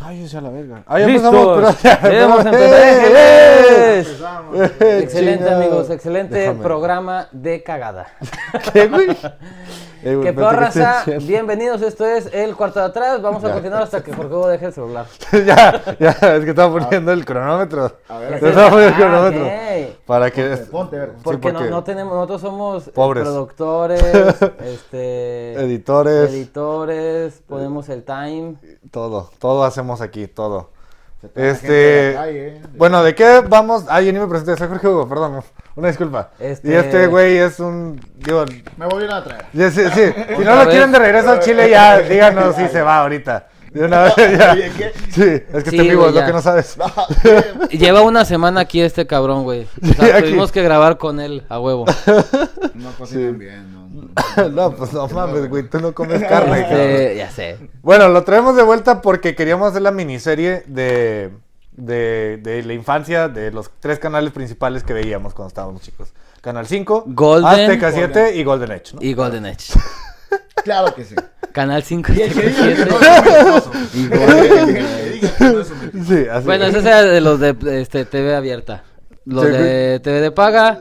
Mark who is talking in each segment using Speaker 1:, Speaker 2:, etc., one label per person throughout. Speaker 1: Váyanse a la verga. Ahí
Speaker 2: ¡Listos!
Speaker 1: empezamos, pero-
Speaker 2: Ya hemos empezado.
Speaker 1: ¡Eh, eh!
Speaker 3: Empezamos.
Speaker 1: Eh,
Speaker 2: Excelente,
Speaker 1: chingado.
Speaker 2: amigos. Excelente
Speaker 1: Déjame.
Speaker 2: programa de cagada.
Speaker 1: ¿Qué, güey? Eh, güey,
Speaker 2: Que
Speaker 1: espérate,
Speaker 2: peor
Speaker 1: estoy
Speaker 2: raza.
Speaker 1: haciendo?
Speaker 2: Bienvenidos. Esto es El Cuarto de Atrás. Vamos a
Speaker 1: Ya.
Speaker 2: continuar hasta que Jorge Hugo deje el celular.
Speaker 1: ya, ya, es que estaba poniendo el cronómetro.
Speaker 3: A ver,
Speaker 1: Te estaba poniendo el
Speaker 2: Ah,
Speaker 1: cronómetro.
Speaker 2: ok.
Speaker 1: Para que.
Speaker 3: Ponte, ver.
Speaker 1: Sí,
Speaker 2: Porque, no, no tenemos, nosotros somos eh,
Speaker 1: Pobres.
Speaker 2: productores, este,
Speaker 1: Editores,
Speaker 2: editores, ponemos el time.
Speaker 1: todo, todo hacemos aquí, todo.
Speaker 3: Se te va la gente de
Speaker 1: Este.
Speaker 3: la calle, eh.
Speaker 1: Bueno, ¿de qué vamos? Ay, yo ni me presenté, soy Jorge Hugo, perdón, una disculpa.
Speaker 2: Este-
Speaker 1: Y este güey es un. Digo,
Speaker 3: Me voy a ir a traer.
Speaker 1: ya sí, sí, si no
Speaker 2: Otra
Speaker 1: lo
Speaker 2: vez.
Speaker 1: quieren de regreso al Chile, ya díganos si se va ahorita. De una vez, ya.
Speaker 3: Oye, ¿qué?
Speaker 1: Sí, es que
Speaker 2: Sí,
Speaker 1: está en vivo,
Speaker 2: güey,
Speaker 1: es lo
Speaker 2: ya.
Speaker 1: que no sabes.
Speaker 2: Lleva una semana aquí este cabrón, güey. O sea,
Speaker 1: Sí, aquí.
Speaker 2: tuvimos que grabar con él a huevo.
Speaker 3: No cocinan bien, no. no.
Speaker 1: No, pues no mames, güey, tú no comes carne, cabrón.
Speaker 2: Este, ya sé.
Speaker 1: Bueno, lo traemos de vuelta porque queríamos hacer la miniserie de, de, de la infancia de los tres canales principales que veíamos cuando estábamos chicos. Canal 5,
Speaker 2: Golden.
Speaker 1: Azteca 7 y Golden Edge, ¿no?
Speaker 2: Y Golden Edge.
Speaker 3: Claro que sí.
Speaker 2: Canal 5 y
Speaker 3: El que diga que
Speaker 2: 7.
Speaker 3: no es mentiroso. El que diga que no es un mentiroso.
Speaker 1: Sí, así.
Speaker 2: Bueno, ese era de los de de, este, TV abierta. Los
Speaker 1: Sí,
Speaker 2: de TV de paga,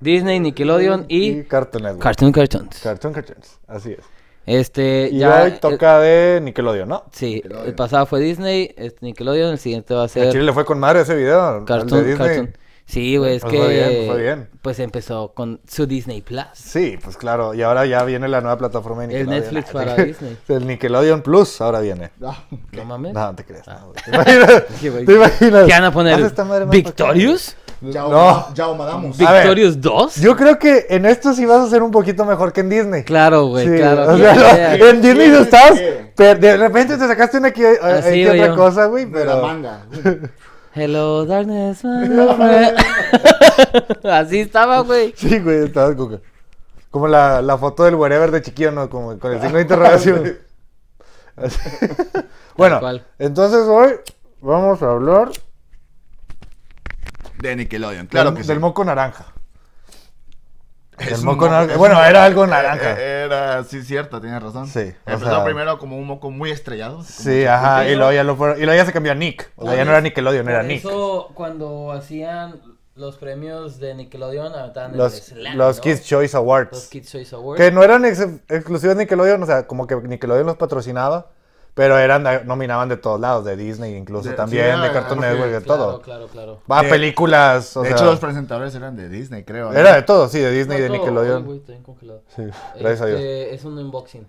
Speaker 2: Disney, Nickelodeon
Speaker 1: y
Speaker 2: y
Speaker 1: Cartoon Network.
Speaker 2: Cartoon Cartoons.
Speaker 1: Cartoon Cartoons, así es.
Speaker 2: Este,
Speaker 1: Y
Speaker 2: ya.
Speaker 1: hoy toca de Nickelodeon, ¿no?
Speaker 2: eh, Sí, el pasado fue Disney, este, Nickelodeon, el siguiente va a
Speaker 1: A Chile
Speaker 2: ser
Speaker 1: le fue con madre ese video. al de
Speaker 2: Cartoon,
Speaker 1: Disney.
Speaker 2: Cartoon. Sí, güey, es
Speaker 1: Nos
Speaker 2: que
Speaker 1: fue bien, nos fue bien.
Speaker 2: pues empezó con su Disney Plus.
Speaker 1: Sí, pues claro. Y ahora ya viene la nueva plataforma de
Speaker 2: El
Speaker 1: Nickelodeon.
Speaker 2: Netflix
Speaker 1: Ah,
Speaker 2: para
Speaker 1: sí.
Speaker 2: Disney.
Speaker 1: El Nickelodeon Plus ahora viene.
Speaker 3: Ah,
Speaker 2: No mames.
Speaker 1: No, no te creas. no, güey. ¿Te imaginas?
Speaker 2: Sí, Ah. güey.
Speaker 1: ¿Te imaginas?
Speaker 2: ¿Qué van a poner?
Speaker 1: Haz esta madre más
Speaker 2: ¿Victorious?
Speaker 3: Chao,
Speaker 1: No.
Speaker 3: chao, madamos.
Speaker 1: A ver.
Speaker 2: ¿Victorious 2?
Speaker 1: pequeña. Yo creo que en esto sí vas a ser un poquito mejor que en Disney.
Speaker 2: Claro, güey,
Speaker 1: Sí,
Speaker 2: claro.
Speaker 1: o
Speaker 2: sí,
Speaker 1: sea,
Speaker 2: o sea,
Speaker 1: en Disney
Speaker 3: Sí,
Speaker 1: estás,
Speaker 3: sí.
Speaker 1: pero de repente te sacaste una aquí, eh,
Speaker 2: Así,
Speaker 1: aquí otra
Speaker 2: Ah, güey.
Speaker 1: cosa, güey,
Speaker 3: De la
Speaker 1: pero...
Speaker 3: manga.
Speaker 2: Hello, darkness, my old friend. Así estaba, güey.
Speaker 1: Sí, güey, estabas como, que- como la, la foto del wherever de chiquillo, ¿no? Como con el signo de interrogación. Así. bueno,
Speaker 2: cual.
Speaker 1: entonces hoy vamos a hablar
Speaker 3: De Nickelodeon,
Speaker 1: del,
Speaker 3: sí.
Speaker 1: del moco naranja.
Speaker 3: Es
Speaker 1: del
Speaker 3: un
Speaker 1: moco
Speaker 3: moco,
Speaker 1: naranja.
Speaker 3: es
Speaker 1: Bueno,
Speaker 3: un
Speaker 1: era
Speaker 3: moco.
Speaker 1: algo naranja.
Speaker 3: Eh, Era, sí, cierto, tienes razón.
Speaker 1: Sí, o
Speaker 3: Empezó
Speaker 1: sea-
Speaker 3: primero como un moco muy estrellado. así como
Speaker 1: Sí,
Speaker 3: un
Speaker 1: ajá, y
Speaker 3: chapulín.
Speaker 1: luego ya, lo fueron- y luego ya se cambió a Nick. O sea, ya no era Nickelodeon, era
Speaker 2: Por
Speaker 1: Nick.
Speaker 2: Eso cuando hacían los premios de Nickelodeon aventaban el
Speaker 1: Los,
Speaker 2: slam,
Speaker 1: los
Speaker 2: ¿no?
Speaker 1: Kids Choice Awards.
Speaker 2: Los Kids Choice Awards.
Speaker 1: Que no eran ex- exclusivos de Nickelodeon, o sea, como que Nickelodeon los patrocinaba, pero eran nominaban de todos lados, de Disney incluso
Speaker 3: De- sí,
Speaker 1: también,
Speaker 3: era-
Speaker 1: de ah, Cartoon
Speaker 3: era-
Speaker 1: Network, de
Speaker 2: claro,
Speaker 1: todo.
Speaker 2: Claro, claro.
Speaker 1: Va,
Speaker 3: De-
Speaker 1: películas, o
Speaker 3: De
Speaker 1: sea,
Speaker 3: hecho, los presentadores eran de Disney, creo. ¿no?
Speaker 1: era de todo, sí, de Disney,
Speaker 2: No,
Speaker 1: de
Speaker 2: todo,
Speaker 1: Nickelodeon.
Speaker 2: uy, güey, está bien congelado.
Speaker 1: sí, gracias a Dios.
Speaker 2: Este, Es un unboxing.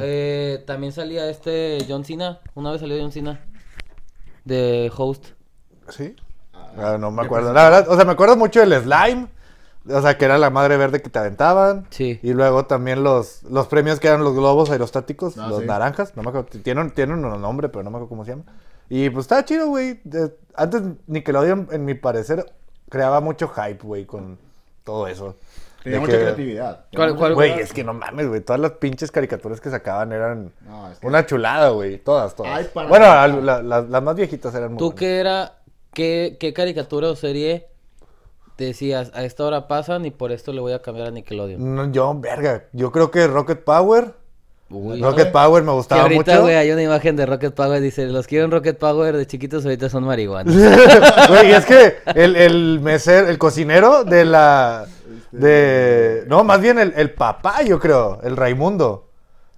Speaker 2: Eh, también salía este John Cena. Una vez salió John Cena. De host.
Speaker 1: ¿Sí? Ah, no me acuerdo, la verdad, o sea, me acuerdo mucho del slime. O sea, que era la madre verde que te aventaban.
Speaker 2: Sí.
Speaker 1: Y luego también los, los premios que eran los globos aerostáticos,
Speaker 3: Ah,
Speaker 1: los
Speaker 3: sí.
Speaker 1: naranjas. No me acuerdo, tienen, tienen un nombre, pero no me acuerdo cómo se llama. Y pues estaba chido, güey. De- Antes Nickelodeon, en mi parecer, creaba mucho hype, güey, con todo eso. De
Speaker 3: Tenía mucha
Speaker 1: que-
Speaker 3: creatividad.
Speaker 2: ¿Cuál- cuál-
Speaker 1: Güey, es que no mames, güey. Todas las pinches caricaturas que sacaban eran
Speaker 3: No, es que-
Speaker 1: una chulada, güey. Todas, todas.
Speaker 3: Ay, para-
Speaker 1: bueno, la- la- la- las más viejitas eran muy
Speaker 2: ¿Tú
Speaker 1: buenas.
Speaker 2: qué era, qué, qué caricatura o serie decías, a esta hora pasan y por esto le voy a cambiar a Nickelodeon?
Speaker 1: No, yo, verga. Yo creo que Rocket Power.
Speaker 2: Uy.
Speaker 1: Rocket
Speaker 3: ¿no?
Speaker 1: Power me
Speaker 2: Que
Speaker 1: gustaba
Speaker 2: ahorita,
Speaker 1: mucho.
Speaker 2: güey, hay una imagen de Rocket Power, dice, los quiero en Rocket Power de chiquitos, ahorita son marihuanos.
Speaker 1: Güey, es que el, el mesero, el cocinero de la.
Speaker 3: Este,
Speaker 1: De. No, más bien el, el papá, yo creo. El Raimundo.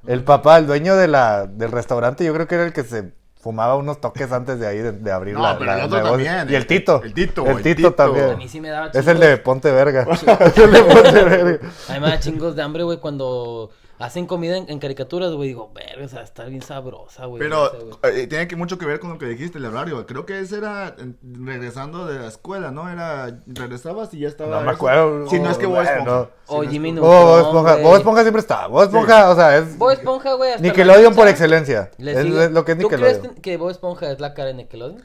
Speaker 1: El papá, el dueño de la, del restaurante, yo creo que era el que se fumaba unos toques antes de ahí de, de abrir
Speaker 3: No,
Speaker 1: la.
Speaker 3: pero el
Speaker 1: la-
Speaker 3: otro
Speaker 1: la negocio.
Speaker 3: también,
Speaker 1: Y el
Speaker 3: el-
Speaker 1: Tito.
Speaker 3: el Tito,
Speaker 1: El
Speaker 3: el
Speaker 1: Tito
Speaker 3: Tito.
Speaker 1: también.
Speaker 2: A mí sí me daba
Speaker 1: Es el de Ponte Verga. es el de Ponte Verga.
Speaker 2: A mí me da chingos de hambre, güey, cuando hacen comida en, en caricaturas, güey, digo, verga, o sea, está bien sabrosa, güey. no sé, güey".
Speaker 3: Pero eh, tiene que mucho que ver con lo que dijiste, el horario. Creo que ese era eh, regresando de la escuela, ¿no? Era regresabas y ya estaba.
Speaker 1: No me
Speaker 3: eso.
Speaker 1: acuerdo.
Speaker 3: Si no es que
Speaker 1: Oh,
Speaker 3: Bob Esponja.
Speaker 1: bueno.
Speaker 3: Si
Speaker 2: o
Speaker 3: no es
Speaker 2: Jimmy
Speaker 1: Oh,
Speaker 2: Neutron,
Speaker 1: Bob Esponja.
Speaker 2: güey.
Speaker 1: Bob Esponja siempre estaba. Bob Esponja, o sea, es.
Speaker 2: Bob Esponja, güey, hasta la
Speaker 1: Nickelodeon por
Speaker 2: fecha,
Speaker 1: excelencia.
Speaker 2: le
Speaker 1: Es
Speaker 2: sigue-
Speaker 1: lo que es
Speaker 2: ¿Tú
Speaker 1: Nickelodeon.
Speaker 2: crees que Bob Esponja es la cara de Nickelodeon?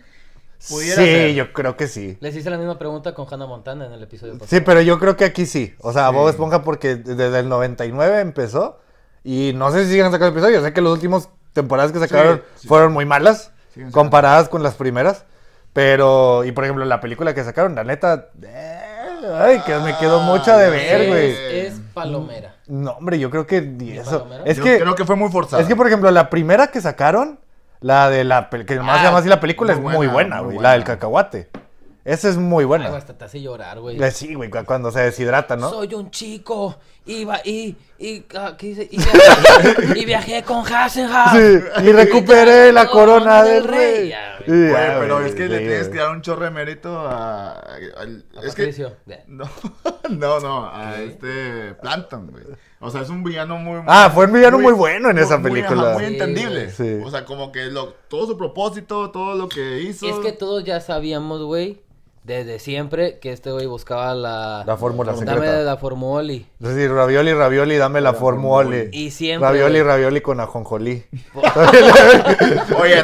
Speaker 1: Sí,
Speaker 3: Pudiera ser.
Speaker 1: yo creo que sí.
Speaker 2: Les hice la misma pregunta con Hannah Montana en el episodio pasado.
Speaker 1: Sí, pero yo creo que aquí sí. O sea, Bob Esponja porque desde el 99 empezó y no sé si siguen sacando episodios. Sé que las últimas temporadas que sacaron
Speaker 3: Sí, sí.
Speaker 1: fueron muy malas
Speaker 3: Siguen sacando.
Speaker 1: comparadas con las primeras. Pero, y por ejemplo, la película que sacaron, la neta, eh, ay, que me quedó mucha de
Speaker 3: ya
Speaker 1: ver,
Speaker 3: sé.
Speaker 1: güey.
Speaker 2: Es, es palomera.
Speaker 1: No, hombre, yo creo que ni eso.
Speaker 2: palomera?
Speaker 1: Es
Speaker 3: Yo
Speaker 1: que,
Speaker 3: creo que fue muy forzado.
Speaker 1: es que, por ejemplo, la primera que sacaron, La de la pel- que más
Speaker 2: Ah,
Speaker 1: se llama así la película
Speaker 3: muy
Speaker 1: es muy
Speaker 3: buena,
Speaker 1: buena,
Speaker 3: muy
Speaker 1: güey.
Speaker 3: buena.
Speaker 1: La del cacahuate. Esa es muy
Speaker 2: Ay, güey,
Speaker 1: buena.
Speaker 2: hasta te hace llorar, güey.
Speaker 1: Eh, Sí, güey, cu- cuando se deshidrata, ¿no?
Speaker 2: Soy un chico, iba y, y, ah, ¿qué dice? Y viajé, y viajé con Hasselhoff.
Speaker 1: Sí, y recuperé la corona del rey.
Speaker 2: Ya, güey.
Speaker 1: Sí,
Speaker 3: Güey,
Speaker 1: ya,
Speaker 3: pero
Speaker 1: güey,
Speaker 3: es que
Speaker 1: sí,
Speaker 3: le
Speaker 1: güey.
Speaker 3: tienes que dar un chorro de mérito a. al-
Speaker 2: A
Speaker 3: es que.
Speaker 2: Patricio.
Speaker 3: No, no, no, a este Plankton, güey. O sea, es un villano muy.
Speaker 1: Ah, fue un villano muy bueno en esa
Speaker 3: muy- muy, ajá,
Speaker 1: película.
Speaker 3: Muy,
Speaker 2: Sí,
Speaker 3: entendible.
Speaker 1: sí.
Speaker 3: O sea, como que lo- todo su propósito, todo lo que hizo.
Speaker 2: Es que todos ya sabíamos, güey, desde siempre que este güey buscaba la...
Speaker 1: La fórmula
Speaker 2: Dame
Speaker 1: secreta.
Speaker 2: la formoli.
Speaker 1: Es decir, ravioli, ravioli, dame la formole.
Speaker 2: Y siempre,
Speaker 1: Ravioli,
Speaker 2: güey.
Speaker 1: ravioli con ajonjolí.
Speaker 3: Oye,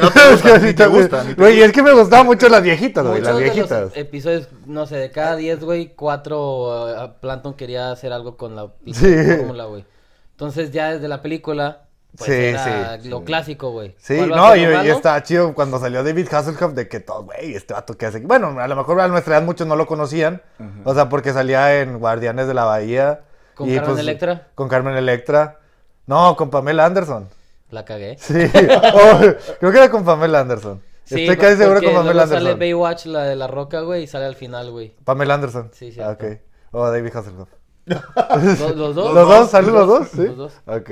Speaker 3: no te gusta, ni te gusta. ni te
Speaker 1: Güey, es que me gustaban mucho las viejitas, güey, las
Speaker 2: Muchos de los
Speaker 1: viejitas.
Speaker 2: episodios, no sé, de cada 10, güey, 4 Planton quería hacer algo con la pinche
Speaker 1: Sí.
Speaker 2: fórmula, güey. Entonces ya desde la película, pues
Speaker 1: Sí,
Speaker 2: era
Speaker 1: sí,
Speaker 2: lo clásico, güey.
Speaker 1: Sí,
Speaker 2: ¿Cuál va a
Speaker 1: no,
Speaker 2: ser
Speaker 1: y,
Speaker 2: lo
Speaker 1: y
Speaker 2: malo?
Speaker 1: estaba chido cuando salió David Hasselhoff de que todo, güey, este vato que hace. aquí. Bueno, a lo mejor a nuestra edad muchos no lo conocían. O sea, porque salía en Guardianes de la Bahía. pues,
Speaker 2: ¿Con Carmen Electra?
Speaker 1: Con Carmen Electra. No, con Pamela Anderson.
Speaker 2: La cagué.
Speaker 1: Sí. O- creo que era con Pamela Anderson.
Speaker 2: Sí,
Speaker 1: Estoy casi seguro
Speaker 2: porque
Speaker 1: con Pamela
Speaker 2: luego sale
Speaker 1: Anderson.
Speaker 2: Baywatch, la de la roca, güey, y sale al final, güey.
Speaker 1: Pamela Anderson.
Speaker 2: Sí,
Speaker 1: Ah,
Speaker 2: cierto.
Speaker 1: ok. O David Hasselhoff.
Speaker 2: Los, los dos.
Speaker 1: ¿Los dos? ¿Salen los dos?
Speaker 2: Los
Speaker 1: Sí.
Speaker 2: dos.
Speaker 1: Ok.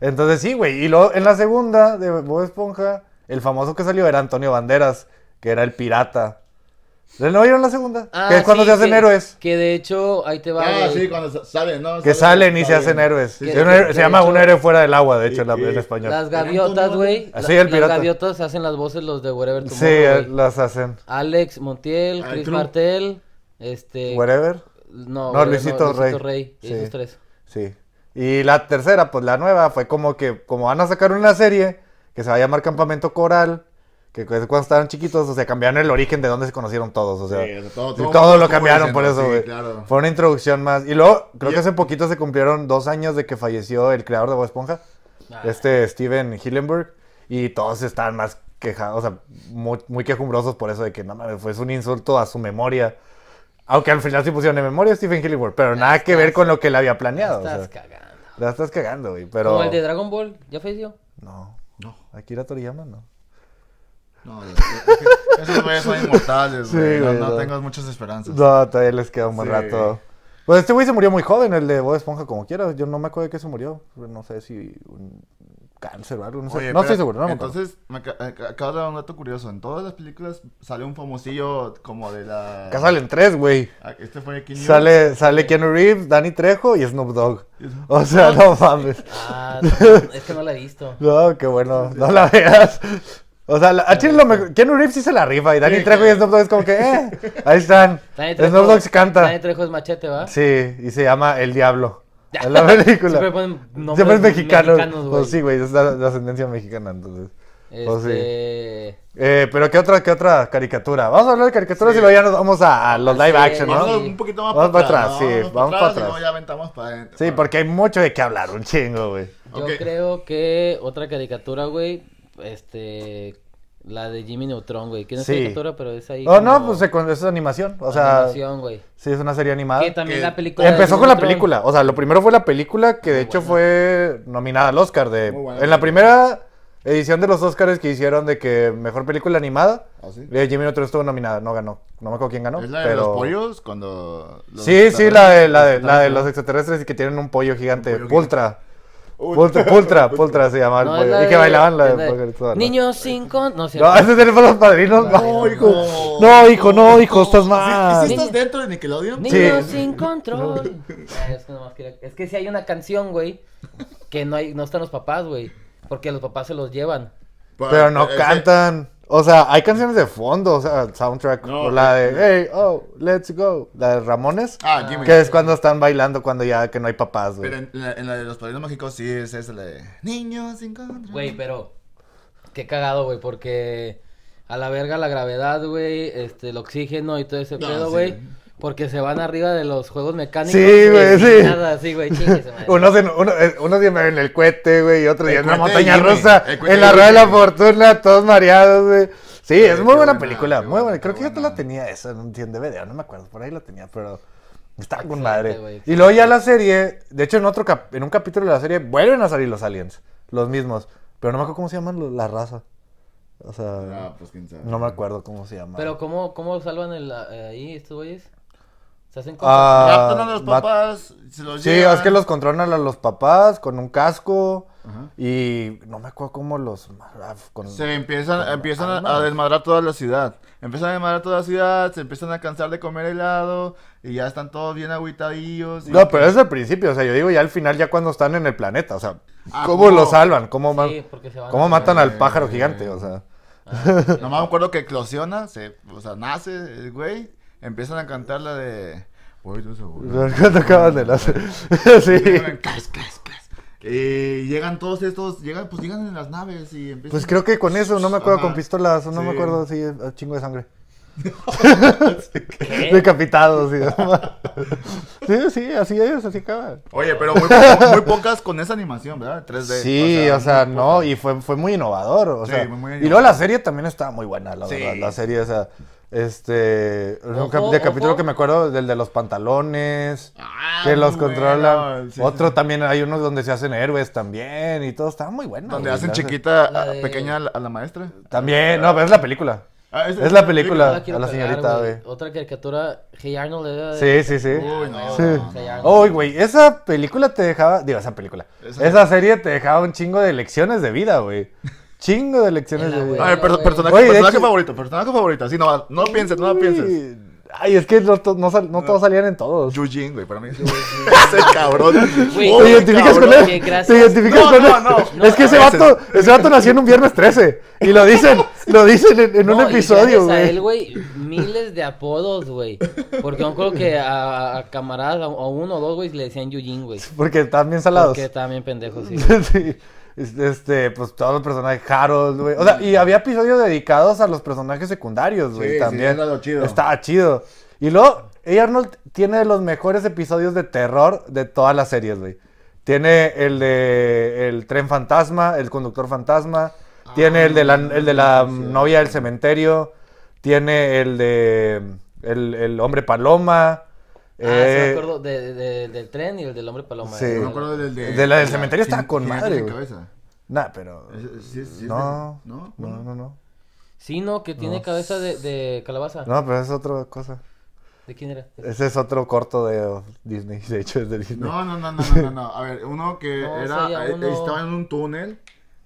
Speaker 1: Entonces sí, güey. Y luego en la segunda de Bob Esponja, el famoso que salió era Antonio Banderas, que era el pirata. ¿No vieron la segunda?
Speaker 2: Ah,
Speaker 1: que es cuando
Speaker 2: sí,
Speaker 1: se hacen
Speaker 2: que-
Speaker 1: héroes.
Speaker 2: Que de hecho, ahí te va.
Speaker 3: Ah,
Speaker 2: güey.
Speaker 3: sí, cuando sa- salen, ¿no?
Speaker 1: Que salen y se
Speaker 3: salen.
Speaker 1: hacen héroes.
Speaker 2: Sí,
Speaker 1: Es
Speaker 2: sí,
Speaker 1: un
Speaker 2: sí,
Speaker 1: héroe-
Speaker 2: de
Speaker 1: se llama
Speaker 2: hecho-
Speaker 1: un héroe fuera del agua, de hecho, en, la-
Speaker 3: y-
Speaker 1: en español.
Speaker 2: Las gaviotas, güey.
Speaker 1: Así,
Speaker 2: la-
Speaker 1: Ah, el pirata.
Speaker 2: Las gaviotas hacen las voces los de Wherever
Speaker 1: sí, eh,
Speaker 2: Tomorrow, güey.
Speaker 1: las hacen.
Speaker 2: Alex Montiel,
Speaker 3: Ah,
Speaker 2: Chris
Speaker 3: True.
Speaker 2: Martel, este...
Speaker 1: Wherever.
Speaker 2: No,
Speaker 1: No,
Speaker 2: güey,
Speaker 1: Luisito Rey. Sí.
Speaker 2: Esos tres.
Speaker 1: Sí. Y la tercera, pues la nueva, fue como que, como van a sacar una serie que se va a llamar Campamento Coral, que cu- cuando estaban chiquitos, o sea, cambiaron el origen de dónde se conocieron todos, o sea,
Speaker 3: Sí, o sea,
Speaker 1: todo,
Speaker 3: todo- todo mundo
Speaker 1: lo
Speaker 3: estuvo
Speaker 1: cambiaron
Speaker 3: diciendo,
Speaker 1: por eso,
Speaker 3: sí,
Speaker 1: güey.
Speaker 3: claro.
Speaker 1: Fue una introducción más. Y luego, creo
Speaker 3: Y-
Speaker 1: que hace poquito se cumplieron dos años de que falleció el creador de Bob Esponja,
Speaker 2: Ah.
Speaker 1: este Steven Hillenburg, y todos estaban más quejados, o sea, muy, muy quejumbrosos por eso de que, no mames, fue un insulto a su memoria. Aunque al final sí pusieron en memoria a Steven Hillenburg, pero
Speaker 2: Ya
Speaker 1: nada que ver
Speaker 2: estás-
Speaker 1: con lo que le había
Speaker 2: Ya
Speaker 1: planeado. o
Speaker 2: estás
Speaker 1: sea.
Speaker 2: cagando.
Speaker 1: La estás cagando, güey, pero...
Speaker 2: Como el de Dragon Ball, ¿ya falleció?
Speaker 1: No,
Speaker 3: No,
Speaker 1: Akira Toriyama no.
Speaker 3: no, es que- esos güeyes son inmortales,
Speaker 1: Sí,
Speaker 3: güey. no,
Speaker 1: güey,
Speaker 3: no
Speaker 1: no.
Speaker 3: tengas muchas esperanzas.
Speaker 1: No, todavía les queda un buen
Speaker 3: Sí.
Speaker 1: rato. Pues este güey se murió muy joven, el de Bob Esponja, como quiera. Yo no me acuerdo de qué se murió. No sé si un cáncer o algo, no sé.
Speaker 3: Oye,
Speaker 1: no
Speaker 3: espera,
Speaker 1: estoy seguro, no me acuerdo.
Speaker 3: Entonces, me aca- ac- acabas de dar un dato curioso. En todas las películas sale un famosillo como de la.
Speaker 1: Acá salen tres, güey.
Speaker 3: Ah, Este fue Keanu.
Speaker 1: Sale, sale Keanu Reeves, Danny Trejo y Snoop Dogg. O sea, no mames.
Speaker 2: Ah, no, es que no la he visto.
Speaker 1: No, qué bueno, no la veas. O sea, la- a Chile lo mejor. Keanu Reeves sí se la rifa y Danny
Speaker 3: Sí,
Speaker 1: Trejo y
Speaker 3: claro.
Speaker 1: Snoop Dogg es como que, eh, ahí están.
Speaker 2: Danny
Speaker 1: Snoop Dogg se canta.
Speaker 2: Danny Trejo es machete, ¿va?
Speaker 1: Sí, y se llama El Diablo. Es la película.
Speaker 2: Siempre ponen nombres
Speaker 1: Siempre es mexicano.
Speaker 2: mexicanos, güey.
Speaker 1: Pues sí, güey, es la- de ascendencia mexicana, entonces. Pues sí.
Speaker 2: Este...
Speaker 1: Eh, pero ¿qué otra, qué otra caricatura? Vamos a hablar de caricaturas y luego ya nos vamos a, a los
Speaker 2: Así
Speaker 1: live
Speaker 2: es.
Speaker 1: action,
Speaker 3: Vamos
Speaker 1: ¿no?
Speaker 2: Ah, Sí.
Speaker 3: un poquito más
Speaker 1: Vamos
Speaker 3: para
Speaker 1: para
Speaker 3: atrás.
Speaker 1: atrás, sí,
Speaker 3: ¿no?
Speaker 1: vamos para
Speaker 3: y luego
Speaker 1: atrás.
Speaker 3: ya aventamos para adentro. Ah,
Speaker 1: Sí, porque hay mucho de qué hablar, un chingo, güey.
Speaker 2: Yo
Speaker 3: Ok.
Speaker 2: creo que otra caricatura, güey, este, la de Jimmy Neutron, güey, que no es
Speaker 1: Sí.
Speaker 2: caricatura, pero es ahí.
Speaker 1: Oh, no,
Speaker 2: como
Speaker 1: pues se con- es animación, o sea,
Speaker 2: animación, güey.
Speaker 1: sí, es una serie animada.
Speaker 2: Que también
Speaker 3: que
Speaker 2: la película. de
Speaker 1: Empezó
Speaker 2: Jimmy
Speaker 1: con la
Speaker 2: Neutron.
Speaker 1: película, o sea, lo primero fue la película que de hecho fue nominada al Oscar de
Speaker 3: Muy buena
Speaker 1: en la
Speaker 3: película.
Speaker 1: primera edición de los Oscars que hicieron de que mejor película animada.
Speaker 3: ¿Ah, sí?
Speaker 1: eh, Jimmy Neutron estuvo nominada, no ganó, no me acuerdo quién ganó,
Speaker 3: ¿Es la de
Speaker 1: pero
Speaker 3: los pollos? Cuando. los
Speaker 1: Sí, sí, la de, la, de,
Speaker 3: extraterrestres-
Speaker 1: la de los extraterrestres y que tienen un pollo gigante.
Speaker 3: pollo
Speaker 1: Pultra.
Speaker 3: Uy.
Speaker 1: Pultra, pultra, pultra se llamaba el
Speaker 2: No, es
Speaker 1: pollo.
Speaker 2: la
Speaker 1: y que
Speaker 2: de-
Speaker 1: bailaban la Ah,
Speaker 2: es
Speaker 1: de
Speaker 2: la de... Niños cinco, no sé.
Speaker 1: No, ese es el de los padrinos. No,
Speaker 3: No,
Speaker 1: hijo.
Speaker 3: hijo.
Speaker 1: No, hijo, no, hijo, estás mal.
Speaker 3: ¿Sí, sí estás dentro de Nickelodeon?
Speaker 1: Ni-
Speaker 2: Niños
Speaker 1: Ah. Sí.
Speaker 2: sin control. Ah, es, que nomás quería- es que si hay una canción, güey, que no hay, no están los papás, güey, porque los papás se los llevan.
Speaker 1: Pero no
Speaker 3: ese-
Speaker 1: cantan. O sea, hay canciones de fondo, o sea, el soundtrack.
Speaker 3: No,
Speaker 1: o la de Hey, oh, let's go. La de Ramones.
Speaker 3: Ah, Jimmy.
Speaker 1: que es cuando están bailando, cuando ya que no hay papás, güey.
Speaker 3: Pero en la, en la de los padrinos mágicos sí es esa la de. Niños sin control.
Speaker 2: Güey, pero qué cagado, güey, porque a la verga la gravedad, güey, este, el oxígeno y todo ese
Speaker 3: No,
Speaker 2: pedo,
Speaker 3: sí.
Speaker 2: güey. Porque se van arriba de los juegos mecánicos.
Speaker 1: Sí,
Speaker 2: y
Speaker 1: güey,
Speaker 2: sin
Speaker 1: sí.
Speaker 2: Nada así, güey, chingue su madre.
Speaker 1: Unos en, uno, eh, unos en en el cohete, güey, y otros
Speaker 3: El
Speaker 1: en una
Speaker 3: cohete
Speaker 1: montaña
Speaker 3: de Jimmy,
Speaker 1: rusa,
Speaker 3: el cohete
Speaker 1: en la
Speaker 3: de
Speaker 1: rueda de la
Speaker 3: Jimmy.
Speaker 1: fortuna, todos mareados, güey. Sí, es
Speaker 3: qué
Speaker 1: muy buena
Speaker 3: buena,
Speaker 1: película,
Speaker 3: qué
Speaker 1: muy buena.
Speaker 3: buena,
Speaker 1: Creo
Speaker 3: qué
Speaker 1: que yo te
Speaker 3: buena.
Speaker 1: la tenía esa en un en DVD, no me acuerdo, por ahí la tenía, pero estaba con
Speaker 2: Excelente,
Speaker 1: madre.
Speaker 2: güey,
Speaker 1: y luego ya la serie, de hecho en otro cap- en un capítulo de la serie vuelven a salir los aliens, los mismos, pero no me acuerdo cómo se llaman lo- la raza. O sea,
Speaker 3: Ah, pues quién sabe.
Speaker 1: no me acuerdo cómo se llama.
Speaker 2: Pero ¿cómo, cómo salvan el, eh, ahí estos güeyes? ¿Se hacen con...
Speaker 1: Ah,
Speaker 3: Raptan a pues los
Speaker 1: va-
Speaker 3: papás, se los
Speaker 1: Sí,
Speaker 3: llevan.
Speaker 1: es que los controlan a los papás con un casco
Speaker 3: Ajá.
Speaker 1: y no me acuerdo cómo los... ah, con-
Speaker 3: Se
Speaker 1: Ah,
Speaker 3: empiezan, empiezan a- a
Speaker 1: armas.
Speaker 3: desmadrar toda la ciudad. Empiezan a desmadrar toda la ciudad, se empiezan a cansar de comer helado y ya están todos bien agüitadillos. y-
Speaker 1: No, pero es al principio, o sea, yo digo ya al final, ya cuando están en el planeta, o sea,
Speaker 3: Ah,
Speaker 1: ¿cómo,
Speaker 3: ¿cómo?
Speaker 1: lo salvan? ¿Cómo, ma-
Speaker 2: Sí, porque se van
Speaker 1: cómo
Speaker 2: a-
Speaker 1: matan
Speaker 3: Eh,
Speaker 1: al pájaro gigante? O sea,
Speaker 3: Nomás me acuerdo que eclosiona, se, o sea, nace el güey, empiezan a cantar la de... Voy de seguro.
Speaker 1: ¿cuánto acaban de nacer? sí.
Speaker 3: Clas, clas, clas. Y llegan todos estos, llegan, pues llegan en las naves y empiezan...
Speaker 1: Pues creo que con eso, no me acuerdo,
Speaker 3: Ajá.
Speaker 1: con pistolas, no me
Speaker 3: Sí.
Speaker 1: acuerdo, sí, a chingo de sangre.
Speaker 2: ¿Qué?
Speaker 1: Decapitados, sí. sí, sí, así es, así acaba.
Speaker 3: Oye, pero muy, po- muy pocas con esa animación, ¿verdad? 3D.
Speaker 1: Sí, o sea,
Speaker 3: muy
Speaker 1: no,
Speaker 3: pocas.
Speaker 1: y fue, fue muy innovador. O
Speaker 3: Sí,
Speaker 1: sea,
Speaker 3: fue muy
Speaker 1: y luego la serie también estaba muy buena, la
Speaker 3: Sí.
Speaker 1: verdad. La serie, o sea, este. un
Speaker 2: Ojo,
Speaker 1: cap- de capítulo
Speaker 2: ojo.
Speaker 1: que me acuerdo, del de los pantalones.
Speaker 3: Ah,
Speaker 1: Que los
Speaker 3: muy
Speaker 1: controlan.
Speaker 3: bueno, sí,
Speaker 1: Otro
Speaker 3: sí.
Speaker 1: también, hay unos donde se hacen héroes también y todo, estaba muy bueno.
Speaker 3: Donde
Speaker 1: güey,
Speaker 3: hacen
Speaker 1: la-
Speaker 3: chiquita, a-
Speaker 2: la de-
Speaker 3: pequeña a la, a la maestra.
Speaker 1: También, no, pero es la película.
Speaker 3: Ah,
Speaker 1: Es la película.
Speaker 2: No la quiero
Speaker 1: a la
Speaker 2: cagar,
Speaker 1: señorita,
Speaker 2: güey.
Speaker 1: güey.
Speaker 2: Otra caricatura, Hey Arnold era de-
Speaker 1: Sí, sí, sí.
Speaker 3: Uy, no.
Speaker 1: Sí. Oh,
Speaker 3: no,
Speaker 2: Hey
Speaker 3: no.
Speaker 2: Arnold.
Speaker 1: Uy, güey, esa película te dejaba, digo, esa película,
Speaker 3: Esa-
Speaker 1: esa, serie te dejaba un chingo de lecciones de vida, güey. Chingo de lecciones
Speaker 2: Ela,
Speaker 1: de
Speaker 2: güey.
Speaker 3: A
Speaker 1: vida.
Speaker 3: ver, perso- personaje,
Speaker 1: Oye, de
Speaker 3: personaje
Speaker 1: hecho-
Speaker 3: favorito, personaje favorito. Sí, no, no lo pienses, no lo Ah, pienses.
Speaker 1: Uy. Ay, es que no, to- no sal- no todos salían en todos.
Speaker 3: Yujin, güey, para mí. Ese cabrón.
Speaker 2: Güey,
Speaker 3: Uy,
Speaker 1: ¿Te identificas
Speaker 3: cabrón.
Speaker 1: con él?
Speaker 2: que gracias.
Speaker 1: ¿Te identificas
Speaker 3: No,
Speaker 1: con
Speaker 3: no,
Speaker 1: él?
Speaker 3: no.
Speaker 1: es que
Speaker 3: No,
Speaker 1: ese
Speaker 3: a veces.
Speaker 1: vato, ese vato nació en un viernes 13. Y lo dicen, lo dicen en, en un
Speaker 2: No, y
Speaker 1: episodio,
Speaker 2: gracias a él,
Speaker 1: güey.
Speaker 2: güey, miles de apodos, güey. Porque yo creo que a, a camaradas, a, a uno o dos, güey, le decían Yujin, güey.
Speaker 1: Porque están bien salados.
Speaker 2: Porque también pendejos,
Speaker 1: Eh.
Speaker 2: sí. güey.
Speaker 1: Sí. Este, pues todos los personajes, Harold, güey. O sea, y había episodios dedicados a los personajes secundarios, güey.
Speaker 3: Sí, sí,
Speaker 1: también.
Speaker 3: era lo chido.
Speaker 1: Estaba chido. Y luego, hey Arnold tiene de los mejores episodios de terror de todas las series, güey. Tiene el de El tren fantasma, el conductor fantasma. tiene el de la, el de la
Speaker 3: Ah, sí, sí.
Speaker 1: novia del cementerio. Tiene el de el, el hombre paloma.
Speaker 2: Ah, sí me
Speaker 1: eh,
Speaker 2: acuerdo de- de- de- del tren y el del hombre paloma.
Speaker 1: Sí.
Speaker 2: eh.
Speaker 3: Yo me acuerdo del de.
Speaker 1: De la del cementerio está con
Speaker 3: Jinetes
Speaker 1: madre,
Speaker 3: sin
Speaker 1: güey.
Speaker 3: cabeza.
Speaker 1: nah, pero.
Speaker 3: Es- es- sí, es- sí es de-
Speaker 1: No,
Speaker 3: no,
Speaker 1: no, no, no, no.
Speaker 2: Sí, no, que tiene cabeza de, de calabaza.
Speaker 1: No, pero es otra cosa.
Speaker 2: ¿De quién era?
Speaker 1: Ese es otro corto de oh, Disney, de hecho es de Disney.
Speaker 3: No, no, no, no, no, no, no. A ver, uno que
Speaker 2: No,
Speaker 3: era.
Speaker 2: salía
Speaker 3: eh,
Speaker 2: uno-
Speaker 3: Estaba en un túnel.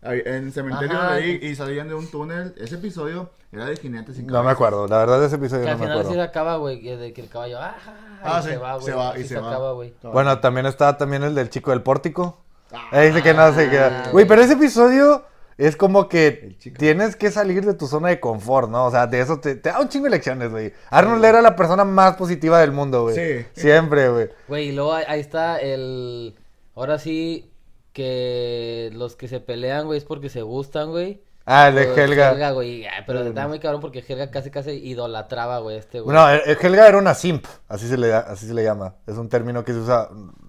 Speaker 3: ahí, En cementerio
Speaker 2: Ajá.
Speaker 3: ahí, y salían de un túnel. Ese episodio era de jinetes sin
Speaker 1: No,
Speaker 3: cabeza.
Speaker 1: me acuerdo, la verdad de ese episodio
Speaker 2: Que
Speaker 1: no
Speaker 2: al
Speaker 1: me
Speaker 2: final sí se
Speaker 1: acuerdo.
Speaker 2: acaba, güey, que de que el caballo ah,
Speaker 3: Ah,
Speaker 2: y
Speaker 3: sí,
Speaker 2: se va, güey.
Speaker 3: se va, y
Speaker 2: así
Speaker 3: se va.
Speaker 2: acaba, güey.
Speaker 1: Bueno, también está también el del chico del pórtico.
Speaker 3: Ah,
Speaker 1: Ahí dice que no se queda. Güey, pero ese episodio es como que tienes que salir de tu zona de confort, ¿no? O sea, de eso te, te da un chingo de lecciones, güey. Arnold era la persona más positiva del mundo, güey.
Speaker 3: Sí.
Speaker 1: Siempre, güey.
Speaker 2: Güey, y luego ahí, ahí está el. Ahora sí que los que se pelean, güey, es porque se gustan, güey.
Speaker 1: Ah, el de
Speaker 2: O
Speaker 1: Helga. Mm.
Speaker 2: güey. Ah, Pero está muy cabrón porque Helga casi casi idolatraba, güey, este, güey.
Speaker 1: No, el- el Helga era una simp, así se, le, da- así se le llama. Es un término que se usa,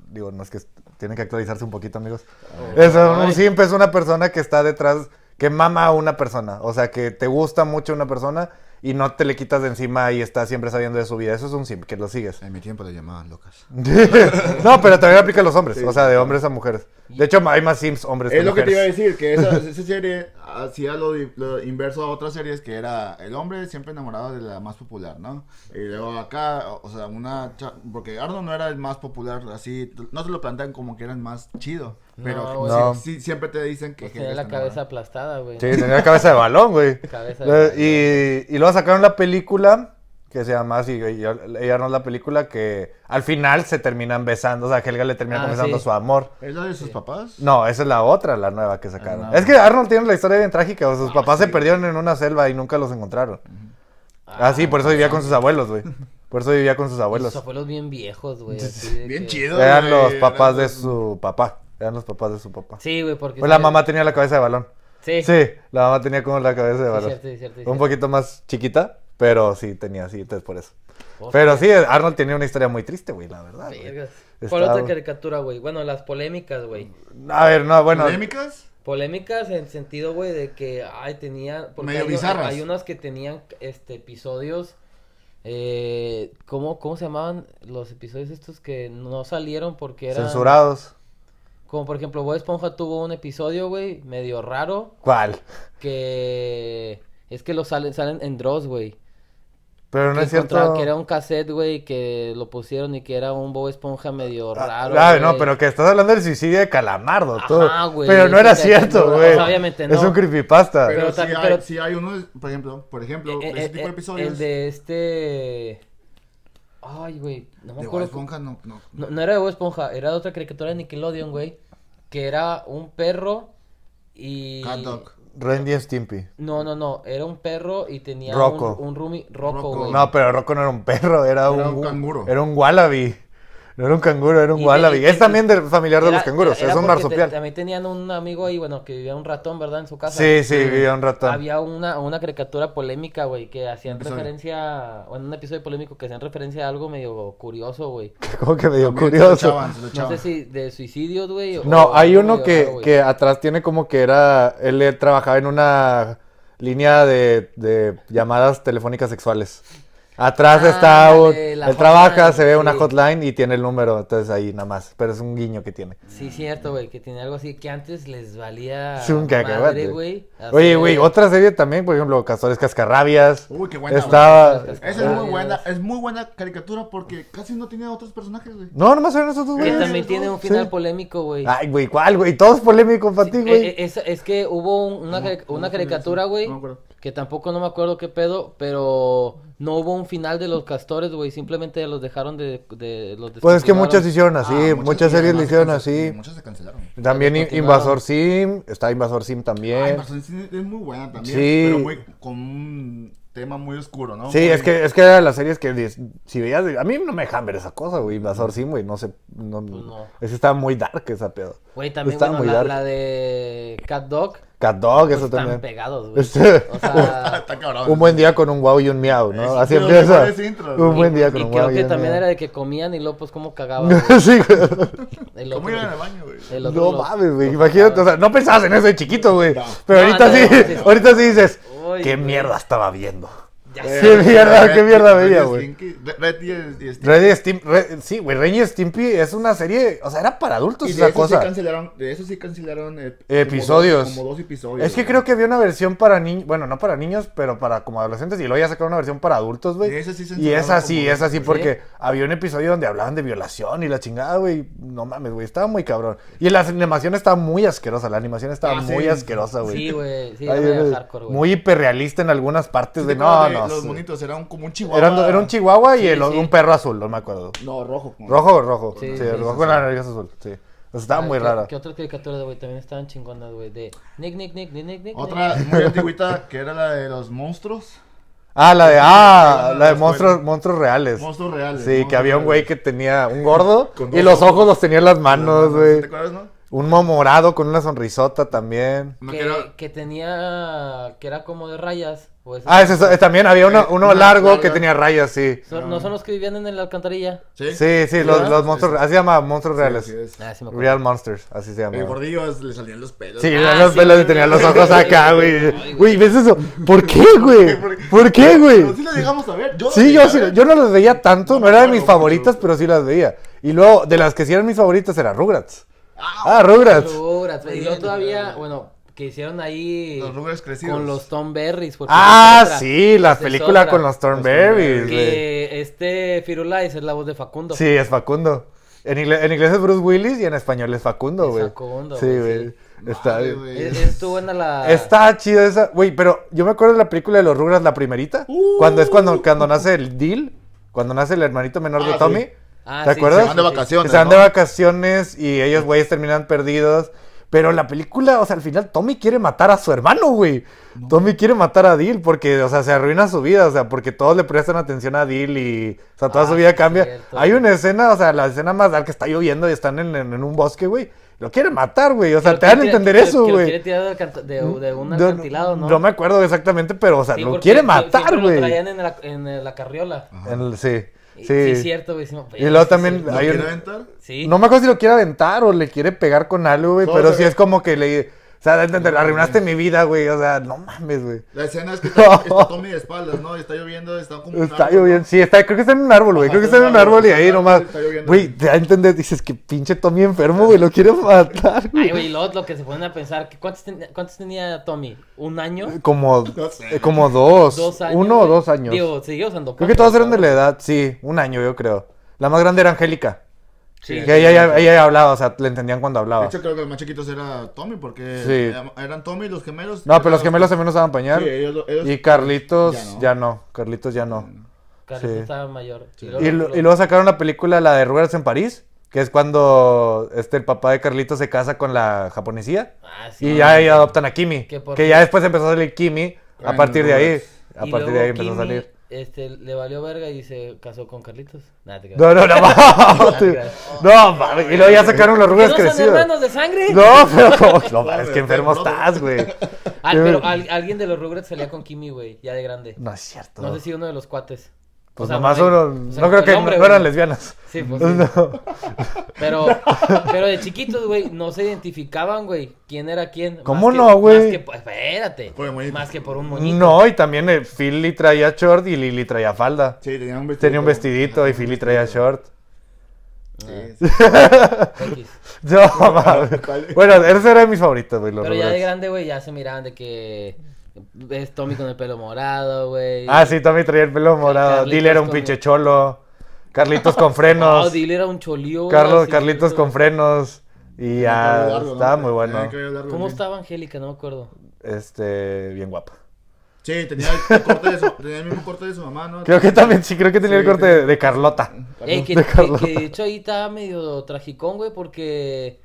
Speaker 1: digo, no es que tienen que actualizarse un poquito, amigos. Es un- un
Speaker 2: Ay.
Speaker 1: simp es una persona que está detrás, que mama a una persona, o sea, que te gusta mucho una persona y no te le quitas de encima y está siempre sabiendo de su vida. Eso es un simp, que lo sigues.
Speaker 3: En mi tiempo le llamaban locas.
Speaker 1: no, pero también aplica a los hombres, o sea, de hombres a mujeres. De hecho, hay más simps hombres que
Speaker 3: Es lo que te iba a
Speaker 1: mujeres.
Speaker 3: decir, que esa, esa serie hacía lo, di- lo inverso a otras series, que era el hombre siempre enamorado de la más popular, ¿no? Y luego acá, o sea, una... cha- Porque Arnold no era el más popular, así, no te lo plantean como que era el más chido, pero
Speaker 2: No,
Speaker 1: güey. No.
Speaker 3: sí- sí, siempre te dicen que...
Speaker 2: Pues tenía la cabeza aplastada, güey.
Speaker 1: Sí, tenía cabeza de balón, güey.
Speaker 2: Cabeza de
Speaker 1: Le-
Speaker 2: balón.
Speaker 1: y, y luego sacaron la película que se llama así, güey, ya- ella no es la película que al final se terminan besando, o sea, Helga le termina
Speaker 2: Ah,
Speaker 1: confesando
Speaker 2: sí.
Speaker 1: su amor.
Speaker 3: ¿Es la de sus papás?
Speaker 1: No, esa es la otra, la nueva que sacaron.
Speaker 3: Ah, no.
Speaker 1: Es que Arnold tiene la historia bien trágica, o sea, sus
Speaker 2: Ah,
Speaker 1: papás se perdieron en una selva y nunca los encontraron. Ah, sí, por eso vivía con sus abuelos, güey. Por eso vivía con sus abuelos.
Speaker 2: Los abuelos bien viejos, güey. así de
Speaker 3: Bien
Speaker 2: que-
Speaker 3: chido. eh,
Speaker 1: Eran
Speaker 3: güey,
Speaker 1: los papás de
Speaker 3: eran-
Speaker 1: su papá. Eran los papás de su papá.
Speaker 2: Sí, güey, porque.
Speaker 1: Pues la mamá tenía la cabeza de balón.
Speaker 2: Sí.
Speaker 1: Sí, la mamá tenía como la cabeza de
Speaker 2: Sí,
Speaker 1: balón.
Speaker 2: cierto, sí, cierto, sí,
Speaker 1: un
Speaker 2: cierto.
Speaker 1: poquito más chiquita, pero sí tenía así, entonces por eso.
Speaker 2: Hostia.
Speaker 1: Pero sí, Arnold tenía una historia muy triste, güey, la verdad. güey.
Speaker 2: Vergas.
Speaker 1: Está-
Speaker 2: ¿Cuál otra caricatura, güey? Bueno, las polémicas, güey.
Speaker 1: A ver, no, bueno.
Speaker 3: ¿Polémicas?
Speaker 2: Polémicas en sentido, güey, de que, ay, tenía... porque
Speaker 3: Medio
Speaker 2: hay,
Speaker 3: bizarras.
Speaker 2: Hay unas que tenían, este, episodios, eh, ¿cómo, ¿cómo se llamaban los episodios estos que no salieron porque eran...
Speaker 1: Censurados.
Speaker 2: Como por ejemplo, Bob Esponja tuvo un episodio, güey, medio raro,
Speaker 1: ¿Cuál?
Speaker 2: que es que lo salen, salen en Dross, güey.
Speaker 1: Pero no
Speaker 2: que
Speaker 1: es cierto.
Speaker 2: encontraron que era un cassette, güey, que lo pusieron y que era un Bob Esponja medio raro.
Speaker 1: Ah, no,
Speaker 2: güey.
Speaker 1: pero que estás hablando del suicidio de Calamardo,
Speaker 2: Ajá,
Speaker 1: todo.
Speaker 2: güey,
Speaker 1: Pero no
Speaker 2: es
Speaker 1: era
Speaker 2: que te-
Speaker 1: cierto,
Speaker 2: no,
Speaker 1: güey.
Speaker 2: obviamente
Speaker 1: Es
Speaker 2: no.
Speaker 1: un creepypasta.
Speaker 3: Pero,
Speaker 2: Pero
Speaker 3: si,
Speaker 2: también-
Speaker 3: hay,
Speaker 2: pero-
Speaker 3: sí hay uno, por ejemplo, por ejemplo,
Speaker 2: Eh,
Speaker 3: ese
Speaker 2: eh,
Speaker 3: tipo de
Speaker 2: eh,
Speaker 3: episodios.
Speaker 2: El de este. Ay, güey. No me
Speaker 3: de Bob
Speaker 2: acuerdo.
Speaker 3: Esponja, no, no.
Speaker 2: No, no era de Bob Esponja, era de otra caricatura de Nickelodeon, güey. Que era un perro y.
Speaker 3: Cat Dog.
Speaker 1: Randy Stimpy.
Speaker 2: No, no, no. Era un perro y tenía
Speaker 1: Rocco.
Speaker 2: un, un roomie. Rocco,
Speaker 3: Rocco.
Speaker 2: güey.
Speaker 1: No, pero Rocco no era un perro, era,
Speaker 3: un canguro.
Speaker 1: Era un wallaby. No era un canguro, era un
Speaker 2: Y-
Speaker 1: wallaby.
Speaker 2: y-
Speaker 1: es
Speaker 2: y-
Speaker 1: también del familiar de
Speaker 2: Era-
Speaker 1: los canguros,
Speaker 2: era
Speaker 1: es un
Speaker 2: porque te-
Speaker 1: marsupial.
Speaker 2: también tenían un amigo ahí, bueno, que vivía un ratón, ¿verdad? En su casa.
Speaker 1: sí, sí, vivía un ratón.
Speaker 2: Había una, una caricatura polémica, güey, que hacían
Speaker 3: Episodio.
Speaker 2: referencia, bueno, un episodio polémico que hacían referencia a algo medio curioso, güey.
Speaker 1: Como que medio
Speaker 3: También se lo
Speaker 1: curioso.
Speaker 3: echaban, se lo
Speaker 2: No
Speaker 3: echaban.
Speaker 2: sé si de suicidios, güey. o-
Speaker 1: No,
Speaker 2: o
Speaker 1: hay
Speaker 2: algo
Speaker 1: uno
Speaker 2: medio raro,
Speaker 1: que,
Speaker 2: güey.
Speaker 1: que atrás tiene como que era. Él eh, trabajaba en una línea de, de llamadas telefónicas sexuales. Atrás
Speaker 2: Ah,
Speaker 1: está un.
Speaker 2: de
Speaker 1: Él
Speaker 2: la
Speaker 1: trabaja,
Speaker 2: hotline,
Speaker 1: se ve una
Speaker 2: sí.
Speaker 1: hotline y tiene el número. Entonces ahí nada más. Pero es un guiño que tiene.
Speaker 2: Sí, cierto, güey, que tiene algo así que antes les valía
Speaker 1: Es un
Speaker 2: Ah, madre,
Speaker 1: cacahuate.
Speaker 2: güey.
Speaker 1: Oye, güey, otra serie también, por ejemplo, Castores Cascarrabias.
Speaker 3: Uy, qué buena.
Speaker 1: Estaba.
Speaker 2: Castores
Speaker 3: Esa es muy
Speaker 2: Ah,
Speaker 3: buena,
Speaker 2: Dios.
Speaker 3: es muy buena caricatura porque casi no tiene otros personajes, güey.
Speaker 1: Eh, No, nomás eran esos dos
Speaker 2: Que
Speaker 1: güeyes.
Speaker 2: también tiene un final
Speaker 1: Sí. Ah,
Speaker 2: polémico, güey.
Speaker 1: Ay, güey, ¿cuál, güey? Todos polémicos para ti,
Speaker 2: Eh, eh,
Speaker 1: güey.
Speaker 2: Es, es que hubo un- una,
Speaker 3: ¿Cómo-
Speaker 2: cari-
Speaker 3: cómo
Speaker 2: una
Speaker 3: fue
Speaker 2: caricatura,
Speaker 3: eso?
Speaker 2: güey,
Speaker 3: No me acuerdo.
Speaker 2: que tampoco no me acuerdo qué pedo, pero no hubo un final de los castores, güey, simplemente los dejaron de, de los
Speaker 1: Pues es que
Speaker 2: descontinuaron.
Speaker 1: muchas hicieron así,
Speaker 3: Ah,
Speaker 1: muchas, series
Speaker 3: y además
Speaker 1: le
Speaker 3: se
Speaker 1: hicieron
Speaker 3: cance-
Speaker 1: así.
Speaker 3: y Muchas se cancelaron.
Speaker 1: También in-
Speaker 2: Continuaron.
Speaker 1: Invasor Sim, está Invasor Sim
Speaker 3: Ah,
Speaker 1: también.
Speaker 3: Invasor Sim es muy buena también,
Speaker 1: Eh. Sí.
Speaker 3: pero muy, con un tema muy oscuro, ¿no?
Speaker 1: sí,
Speaker 3: Muy-
Speaker 1: es que, es que eran las series que dis- si veías, a mí no me dejan ver esa cosa, güey, Invasor Sim, güey, no sé, no,
Speaker 2: Mm. Pues no.
Speaker 1: es que estaba muy dark esa pedo.
Speaker 2: Güey, también
Speaker 1: Estaba
Speaker 2: bueno,
Speaker 1: muy
Speaker 2: la,
Speaker 1: dark.
Speaker 2: la de Cat Dog,
Speaker 1: Cat Dog,
Speaker 2: pues,
Speaker 1: eso
Speaker 2: están
Speaker 1: también.
Speaker 2: pegados, güey.
Speaker 1: Este-
Speaker 2: O
Speaker 3: Ah,
Speaker 2: sea,
Speaker 3: está cabrón.
Speaker 1: un buen día con un wow y un miau,
Speaker 3: Es
Speaker 1: ¿no? Así
Speaker 3: de los
Speaker 1: empieza.
Speaker 3: mejores intros,
Speaker 1: Un
Speaker 3: güey.
Speaker 1: buen día con
Speaker 2: y
Speaker 1: un
Speaker 2: creo
Speaker 1: wow y
Speaker 2: que
Speaker 1: un
Speaker 2: también era
Speaker 1: miau.
Speaker 2: de que comían y luego pues como cagaban. güey.
Speaker 1: Sí, güey.
Speaker 2: El
Speaker 3: ¿Cómo
Speaker 2: otro-
Speaker 3: iban al baño, güey?
Speaker 2: el otro
Speaker 1: No
Speaker 2: lo-
Speaker 1: mames, güey.
Speaker 2: lo
Speaker 1: Imagínate, o
Speaker 2: cagaban.
Speaker 1: sea, no pensabas en eso de chiquito, güey.
Speaker 3: No.
Speaker 1: Pero
Speaker 2: No,
Speaker 1: ahorita
Speaker 2: no,
Speaker 1: sí,
Speaker 2: no, sí.
Speaker 1: ahorita sí dices,
Speaker 2: Uy,
Speaker 1: ¿qué
Speaker 2: güey.
Speaker 1: mierda estaba viendo?
Speaker 2: Ya
Speaker 1: ¿Qué
Speaker 2: sé,
Speaker 1: mierda,
Speaker 3: Eh, Red-
Speaker 1: qué mierda
Speaker 3: Red
Speaker 1: veía,
Speaker 3: y
Speaker 1: güey?
Speaker 3: Stinky- Red- Red y el- y Stinky.
Speaker 1: Ren y Stimpy, Ren- sí, güey, Ren y Stimpy es una serie, o sea, era para adultos
Speaker 3: Y de
Speaker 1: esa
Speaker 3: eso sí
Speaker 1: cosa.
Speaker 3: cancelaron, de eso sí cancelaron eh, como
Speaker 1: Episodios.
Speaker 3: dos- Como dos episodios.
Speaker 1: es que
Speaker 3: güey.
Speaker 1: creo que había una versión para niños, bueno, no para niños, pero para como adolescentes, y luego ya sacaron una versión para adultos, güey.
Speaker 3: Y esa sí
Speaker 1: Y es
Speaker 3: censuraron
Speaker 1: así,
Speaker 3: como-
Speaker 1: es así,
Speaker 2: ¿Sí?
Speaker 1: porque había un episodio donde hablaban de violación y la chingada, güey. No mames, güey, estaba muy cabrón. Y la animación estaba muy asquerosa, la animación estaba
Speaker 3: Ah, sí.
Speaker 1: muy asquerosa, güey.
Speaker 2: Sí, güey, sí,
Speaker 1: Ay,
Speaker 2: era medio
Speaker 1: güey,
Speaker 2: hardcore, güey.
Speaker 1: muy hiperrealista en algunas partes,
Speaker 3: ¿Sí
Speaker 1: güey.
Speaker 3: te
Speaker 1: No,
Speaker 3: acuerdas de
Speaker 1: no.
Speaker 3: Los
Speaker 1: sí.
Speaker 3: monitos eran como un chihuahua.
Speaker 1: Eran- era un chihuahua y
Speaker 2: Sí,
Speaker 1: el-
Speaker 2: sí.
Speaker 1: un perro azul, no me acuerdo.
Speaker 3: No, rojo. como-
Speaker 1: Rojo, rojo.
Speaker 2: Sí,
Speaker 1: Sí,
Speaker 2: sí,
Speaker 1: rojo
Speaker 3: sí,
Speaker 1: con
Speaker 3: sí.
Speaker 1: la nariz azul, sí. O sea, estaba
Speaker 2: Ah,
Speaker 1: muy
Speaker 2: ¿qué-
Speaker 1: rara.
Speaker 2: ¿Qué otras caricaturas, güey? También estaban chingonas, güey. De Nick, Nick, Nick, Nick, Nick, Nick.
Speaker 3: Otra muy antigüita que era la de los monstruos.
Speaker 1: Ah, la de ah,
Speaker 3: Sí,
Speaker 1: la de
Speaker 3: sí,
Speaker 1: monstruos,
Speaker 3: sí.
Speaker 1: monstruos reales.
Speaker 3: Monstruos reales.
Speaker 1: Sí, que
Speaker 3: monstruos
Speaker 1: había un güey
Speaker 3: reales.
Speaker 1: que tenía un gordo
Speaker 3: Con dos
Speaker 1: y los
Speaker 3: ojos.
Speaker 1: ojos los tenía en las manos, güey.
Speaker 3: ¿Te acuerdas, no?
Speaker 1: Un morado con una sonrisota también.
Speaker 3: No,
Speaker 2: que,
Speaker 3: que era-
Speaker 2: que tenía. que era como de rayas. pues, o esas-
Speaker 1: Ah, ese, ese- también había uno,
Speaker 3: Eh,
Speaker 1: uno
Speaker 3: una
Speaker 1: largo que
Speaker 3: larga.
Speaker 1: tenía rayas, sí.
Speaker 2: Son- ¿No son los que vivían en la alcantarilla?
Speaker 1: Sí, sí, los,
Speaker 2: ¿verdad?
Speaker 1: los monstruos, así se llama, monstruos reales.
Speaker 3: Sí, sí es.
Speaker 2: Ah, sí me acuerdo.
Speaker 1: Real Monsters, así se llama.
Speaker 3: El gordillo es- le salían los pelos.
Speaker 1: Sí,
Speaker 3: Ah,
Speaker 1: le
Speaker 2: Ah,
Speaker 1: dan los
Speaker 2: sí,
Speaker 1: pelos y
Speaker 2: güey.
Speaker 1: tenía los ojos acá,
Speaker 2: Ay,
Speaker 1: güey.
Speaker 2: güey.
Speaker 1: Güey, ¿ves eso? ¿Por qué, güey? ¿Por qué, güey?
Speaker 3: Pero sí lo llegamos a ver. Yo
Speaker 1: Sí, yo, sí,
Speaker 3: sí.
Speaker 1: yo no las veía tanto, no era de
Speaker 3: No,
Speaker 1: mis
Speaker 3: no,
Speaker 1: favoritas,
Speaker 3: no.
Speaker 1: pero sí las veía. Y luego, de las que sí eran mis favoritas era Rugrats.
Speaker 3: Ah,
Speaker 1: Ah, Rugrats.
Speaker 2: Loras, güey. Y luego
Speaker 3: Bien,
Speaker 2: todavía,
Speaker 3: güey.
Speaker 2: bueno, que hicieron ahí.
Speaker 3: Los Rugrats crecidos.
Speaker 2: Con los Tom Berries. porque
Speaker 1: Ah,
Speaker 2: esa es otra.
Speaker 1: sí, la
Speaker 2: Esa es
Speaker 1: película
Speaker 2: otra.
Speaker 1: con los Thornberries, güey.
Speaker 2: Que este Firulais es la voz de Facundo.
Speaker 1: Sí, es Facundo. En, ingle- en inglés es Bruce Willis y en español es Facundo,
Speaker 2: Es
Speaker 1: güey.
Speaker 2: Facundo,
Speaker 1: Sí,
Speaker 2: güey,
Speaker 1: güey.
Speaker 2: sí.
Speaker 1: Está
Speaker 3: Madre,
Speaker 1: bien.
Speaker 3: güey.
Speaker 2: Es- E-, Estuvo buena la.
Speaker 1: Está chida esa. Güey, pero yo me acuerdo de la película de los Rugrats, la primerita.
Speaker 3: Uh.
Speaker 1: Cuando es cuando, cuando nace el Deal. Cuando nace el hermanito menor de
Speaker 3: Ah,
Speaker 1: Tommy.
Speaker 3: sí.
Speaker 2: Ah,
Speaker 1: ¿Te
Speaker 2: sí,
Speaker 1: acuerdas?
Speaker 2: sí,
Speaker 3: Se van de
Speaker 2: sí, sí.
Speaker 3: vacaciones.
Speaker 1: Se van
Speaker 3: ¿no?
Speaker 1: de vacaciones y ellos, güeyes, terminan perdidos. Pero la película, o sea, al final Tommy quiere matar a su hermano, güey. Tommy quiere matar a Dil porque, o sea, se arruina su vida, o sea, porque todos le prestan atención a Dil y, o sea, toda
Speaker 2: Ah,
Speaker 1: su vida
Speaker 2: sí,
Speaker 1: cambia.
Speaker 2: cierto.
Speaker 1: Hay una escena, o sea, la escena más dark que está lloviendo y están en, en- en un bosque, güey. Lo quiere matar, güey. O sea,
Speaker 2: Creo
Speaker 1: te
Speaker 2: que
Speaker 1: dan a
Speaker 2: tira-
Speaker 1: entender
Speaker 2: creo
Speaker 1: eso,
Speaker 2: que lo
Speaker 1: güey.
Speaker 2: quiere tirar de alcant- de, de un
Speaker 1: Yo-
Speaker 2: alcantilado, ¿no?
Speaker 1: No me acuerdo exactamente, pero, o sea,
Speaker 2: Sí,
Speaker 1: lo
Speaker 2: porque
Speaker 1: quiere
Speaker 2: sie- siempre
Speaker 1: matar,
Speaker 2: Lo
Speaker 1: güey.
Speaker 2: traían en la, en la carriola.
Speaker 1: En el- Sí,
Speaker 2: Y-
Speaker 1: sí.
Speaker 2: Sí, cierto, güey. sí, no,
Speaker 1: Y luego
Speaker 2: sí,
Speaker 1: también
Speaker 2: sí.
Speaker 3: ¿Lo
Speaker 1: hay
Speaker 3: quiere
Speaker 1: un-
Speaker 3: aventar?
Speaker 2: Sí.
Speaker 1: No me acuerdo si lo quiere aventar o le quiere pegar con algo, güey.
Speaker 3: No,
Speaker 1: pero
Speaker 3: o sea,
Speaker 1: sí es como que le. sea, de entender, arruinaste mi vida, güey. O sea, no mames, güey.
Speaker 3: La escena es que está, está Tommy de espaldas, ¿no? Y está lloviendo, está como. un
Speaker 1: Está
Speaker 3: árbol, ¿no?
Speaker 1: lloviendo. Sí, está, creo que está en un árbol, güey.
Speaker 3: Ajá,
Speaker 1: Creo que está en un árbol y ahí
Speaker 3: está-
Speaker 1: nomás.
Speaker 3: está lloviendo.
Speaker 1: Güey, te da a entender. Dices que pinche Tommy enfermo, güey. Lo quiere matar,
Speaker 2: Ay,
Speaker 1: güey.
Speaker 2: güey, y luego lo que se ponen a pensar, ¿qué- ¿cuántos, ten- cuántos tenía Tommy? ¿Un año?
Speaker 1: Como, eh,
Speaker 3: No sé.
Speaker 1: como dos.
Speaker 2: ¿Dos años?
Speaker 1: Uno o
Speaker 2: güey?
Speaker 1: dos años.
Speaker 2: Digo, siguió
Speaker 1: creo
Speaker 2: usando
Speaker 1: que
Speaker 2: pompis,
Speaker 1: todos eran de
Speaker 2: cabrón.
Speaker 1: la edad. Sí, un año, yo creo. La más grande era Angélica.
Speaker 2: Sí.
Speaker 1: que ella, ella, ella hablaba, o sea, le entendían cuando hablaba.
Speaker 3: De hecho, creo que los más chiquitos era Tommy, porque
Speaker 1: Sí.
Speaker 3: era- eran Tommy los gemelos.
Speaker 1: No, pero los gemelos también usaban pañal.
Speaker 3: Sí, ellos lo- ellos-
Speaker 1: y Carlitos,
Speaker 3: ya
Speaker 1: ya
Speaker 3: no.
Speaker 1: no. Carlitos ya no.
Speaker 2: Carlos
Speaker 1: Sí.
Speaker 2: estaba mayor.
Speaker 1: Y, lo- y luego sacaron la película, la de Rugrats en París, que es cuando este, el papá de Carlitos se casa con la japonesía.
Speaker 2: Ah, sí.
Speaker 1: Y ya ahí adoptan a Kimi.
Speaker 2: Que
Speaker 1: Que,
Speaker 2: por-
Speaker 1: ya después empezó a salir Kimi a
Speaker 3: En
Speaker 1: partir de ahí.
Speaker 3: Rugrats.
Speaker 1: A
Speaker 2: Y
Speaker 1: partir de
Speaker 2: luego
Speaker 1: ahí empezó a
Speaker 2: Kimi,
Speaker 1: salir.
Speaker 2: Este, le valió verga y se casó con Carlitos. Nada, te
Speaker 1: No, no, no. mames. no, mames. Y luego ya sacaron los
Speaker 2: ¿Que
Speaker 1: Rugrats
Speaker 2: no son
Speaker 1: crecidos.
Speaker 2: hermanos de sangre?
Speaker 1: No, pero como- no, mames,
Speaker 3: Joder,
Speaker 1: que enfermo
Speaker 3: brother.
Speaker 1: estás, güey.
Speaker 2: Ah, pero al- alguien de los Rugrats salía con Kimi, güey, ya de grande.
Speaker 1: Eh, No es cierto.
Speaker 2: No sé si uno de los cuates.
Speaker 1: Pues
Speaker 2: O sea,
Speaker 1: nomás
Speaker 2: no hay-
Speaker 1: uno.
Speaker 2: o sea,
Speaker 1: no creo
Speaker 2: el
Speaker 1: que
Speaker 2: hombre,
Speaker 1: no eran
Speaker 2: güey.
Speaker 1: lesbianas.
Speaker 2: Sí, pues sí.
Speaker 1: No.
Speaker 2: Pero, pero de chiquitos, güey, no se identificaban, güey, quién era quién. más
Speaker 1: ¿Cómo
Speaker 2: que-
Speaker 1: no, güey?
Speaker 2: más que po- Espérate.
Speaker 3: Por el moñito.
Speaker 2: más que por un moñito.
Speaker 1: No, y también eh, Philly traía short y Lily traía falda.
Speaker 3: Sí, tenía un vestido.
Speaker 1: Tenía un vestidito y Philly traía short.
Speaker 3: Sí, sí.
Speaker 2: X.
Speaker 1: No, mames. Bueno, ese era de mis favoritos, güey. los
Speaker 2: Pero ya de
Speaker 1: Rugrats.
Speaker 2: grande, güey, ya se miraban de que es Tommy con el pelo morado, güey.
Speaker 1: Ah, sí, también traía el pelo morado.
Speaker 2: Carlitos
Speaker 1: Dile era un
Speaker 2: con-
Speaker 1: pinche cholo. Carlitos con
Speaker 2: No,
Speaker 1: frenos.
Speaker 2: Dile Ah, era un cholío. güey,
Speaker 1: Carlos,
Speaker 2: así,
Speaker 1: Carlitos
Speaker 2: güey.
Speaker 1: con frenos. Y
Speaker 3: Cabello
Speaker 1: ya
Speaker 3: largo, ¿no?
Speaker 1: estaba muy
Speaker 3: Tenía
Speaker 1: bueno.
Speaker 3: cabello largo,
Speaker 2: ¿Cómo
Speaker 3: sí.
Speaker 2: estaba Angélica? No me acuerdo.
Speaker 1: Este, bien guapa.
Speaker 3: Sí, tenía el, el corte de su- tenía el mismo corte de su mamá, ¿no?
Speaker 1: Creo que también, sí, creo que tenía
Speaker 3: Sí,
Speaker 1: el corte de, de Carlota.
Speaker 2: Ey, que,
Speaker 1: De
Speaker 2: que-
Speaker 1: Carlota.
Speaker 2: que de hecho ahí estaba medio tragicón, güey, porque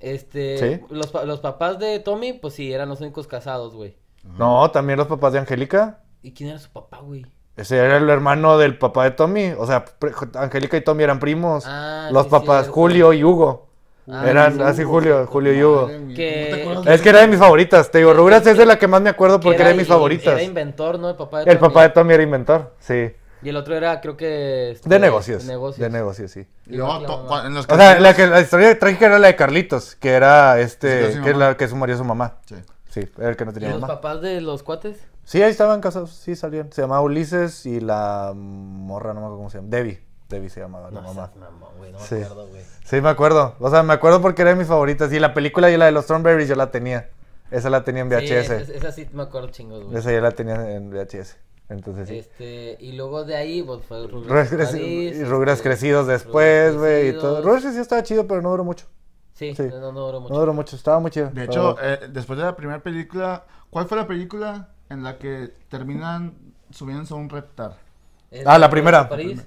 Speaker 2: este
Speaker 1: Sí.
Speaker 2: los, pa- los papás de Tommy, pues sí, eran los únicos casados, güey.
Speaker 1: No, también los papás de Angélica.
Speaker 2: ¿Y quién era su papá, güey?
Speaker 1: Ese era el hermano del papá de Tommy. O sea, pre- Angélica y Tommy eran primos.
Speaker 2: Ah,
Speaker 1: Los
Speaker 2: sí,
Speaker 1: papás,
Speaker 2: cierto.
Speaker 1: Julio y Hugo.
Speaker 2: Ah,
Speaker 1: eran
Speaker 2: sí,
Speaker 1: así
Speaker 3: Hugo.
Speaker 1: Julio, Julio y
Speaker 3: Madre
Speaker 1: Hugo.
Speaker 3: mía,
Speaker 2: Que-
Speaker 3: ¿no te acuerdas
Speaker 1: Es que era de mis favoritas. Te digo, Rugrats es de la que más me acuerdo porque era de mis
Speaker 2: in-
Speaker 1: favoritas.
Speaker 2: Era inventor, ¿no? El papá de
Speaker 1: El
Speaker 2: Tommy.
Speaker 1: papá de Tommy era inventor, sí.
Speaker 2: Y el otro era, creo que... este,
Speaker 1: De negocios.
Speaker 2: De negocios.
Speaker 1: De negocios, sí.
Speaker 3: Y luego, to- cua- en los
Speaker 1: O sea, la,
Speaker 3: castillos-
Speaker 1: que- la historia trágica era la de Carlitos, que era
Speaker 3: Sí, que
Speaker 1: este,
Speaker 3: es su
Speaker 1: que, es
Speaker 3: mamá.
Speaker 1: la que su marido su mamá.
Speaker 3: Sí.
Speaker 1: Sí, era el que no
Speaker 2: ¿Y
Speaker 1: tenía
Speaker 2: los
Speaker 1: mamá.
Speaker 2: papás de los cuates?
Speaker 1: Sí, ahí estaban casados, sí salían. Se llamaba Ulises y la morra, no me acuerdo cómo se llama. Debbie. Debbie se llamaba la mamá.
Speaker 2: seas mamón, güey, no
Speaker 1: Sí.
Speaker 2: me acuerdo, güey.
Speaker 1: Sí, me acuerdo. O sea, me acuerdo porque era de mis favoritas. Y la película y la de los Thornberries yo la tenía. Esa la tenía en
Speaker 2: Sí,
Speaker 1: VHS.
Speaker 2: esa, esa sí me acuerdo chingos, güey.
Speaker 1: Esa yo la tenía en VHS. Entonces sí.
Speaker 2: Este, y luego de ahí, pues, fue Rugrats
Speaker 1: Rugrats
Speaker 2: en
Speaker 1: creci-
Speaker 2: París,
Speaker 1: y Rugrats
Speaker 2: este,
Speaker 1: crecidos
Speaker 2: Rugrats
Speaker 1: después, güey, y todo.
Speaker 2: crecidos.
Speaker 1: Rugrats sí estaba chido, pero no duró mucho.
Speaker 2: Sí,
Speaker 1: sí.
Speaker 2: no, no duró mucho.
Speaker 1: No duró mucho, estaba muy chido.
Speaker 3: De
Speaker 1: la
Speaker 3: hecho,
Speaker 1: verdad.
Speaker 3: eh, después de la primera película, ¿cuál fue la película en la que terminan subiéndose a un reptar?
Speaker 2: Es-
Speaker 1: Ah, la primera.
Speaker 2: Este, En París,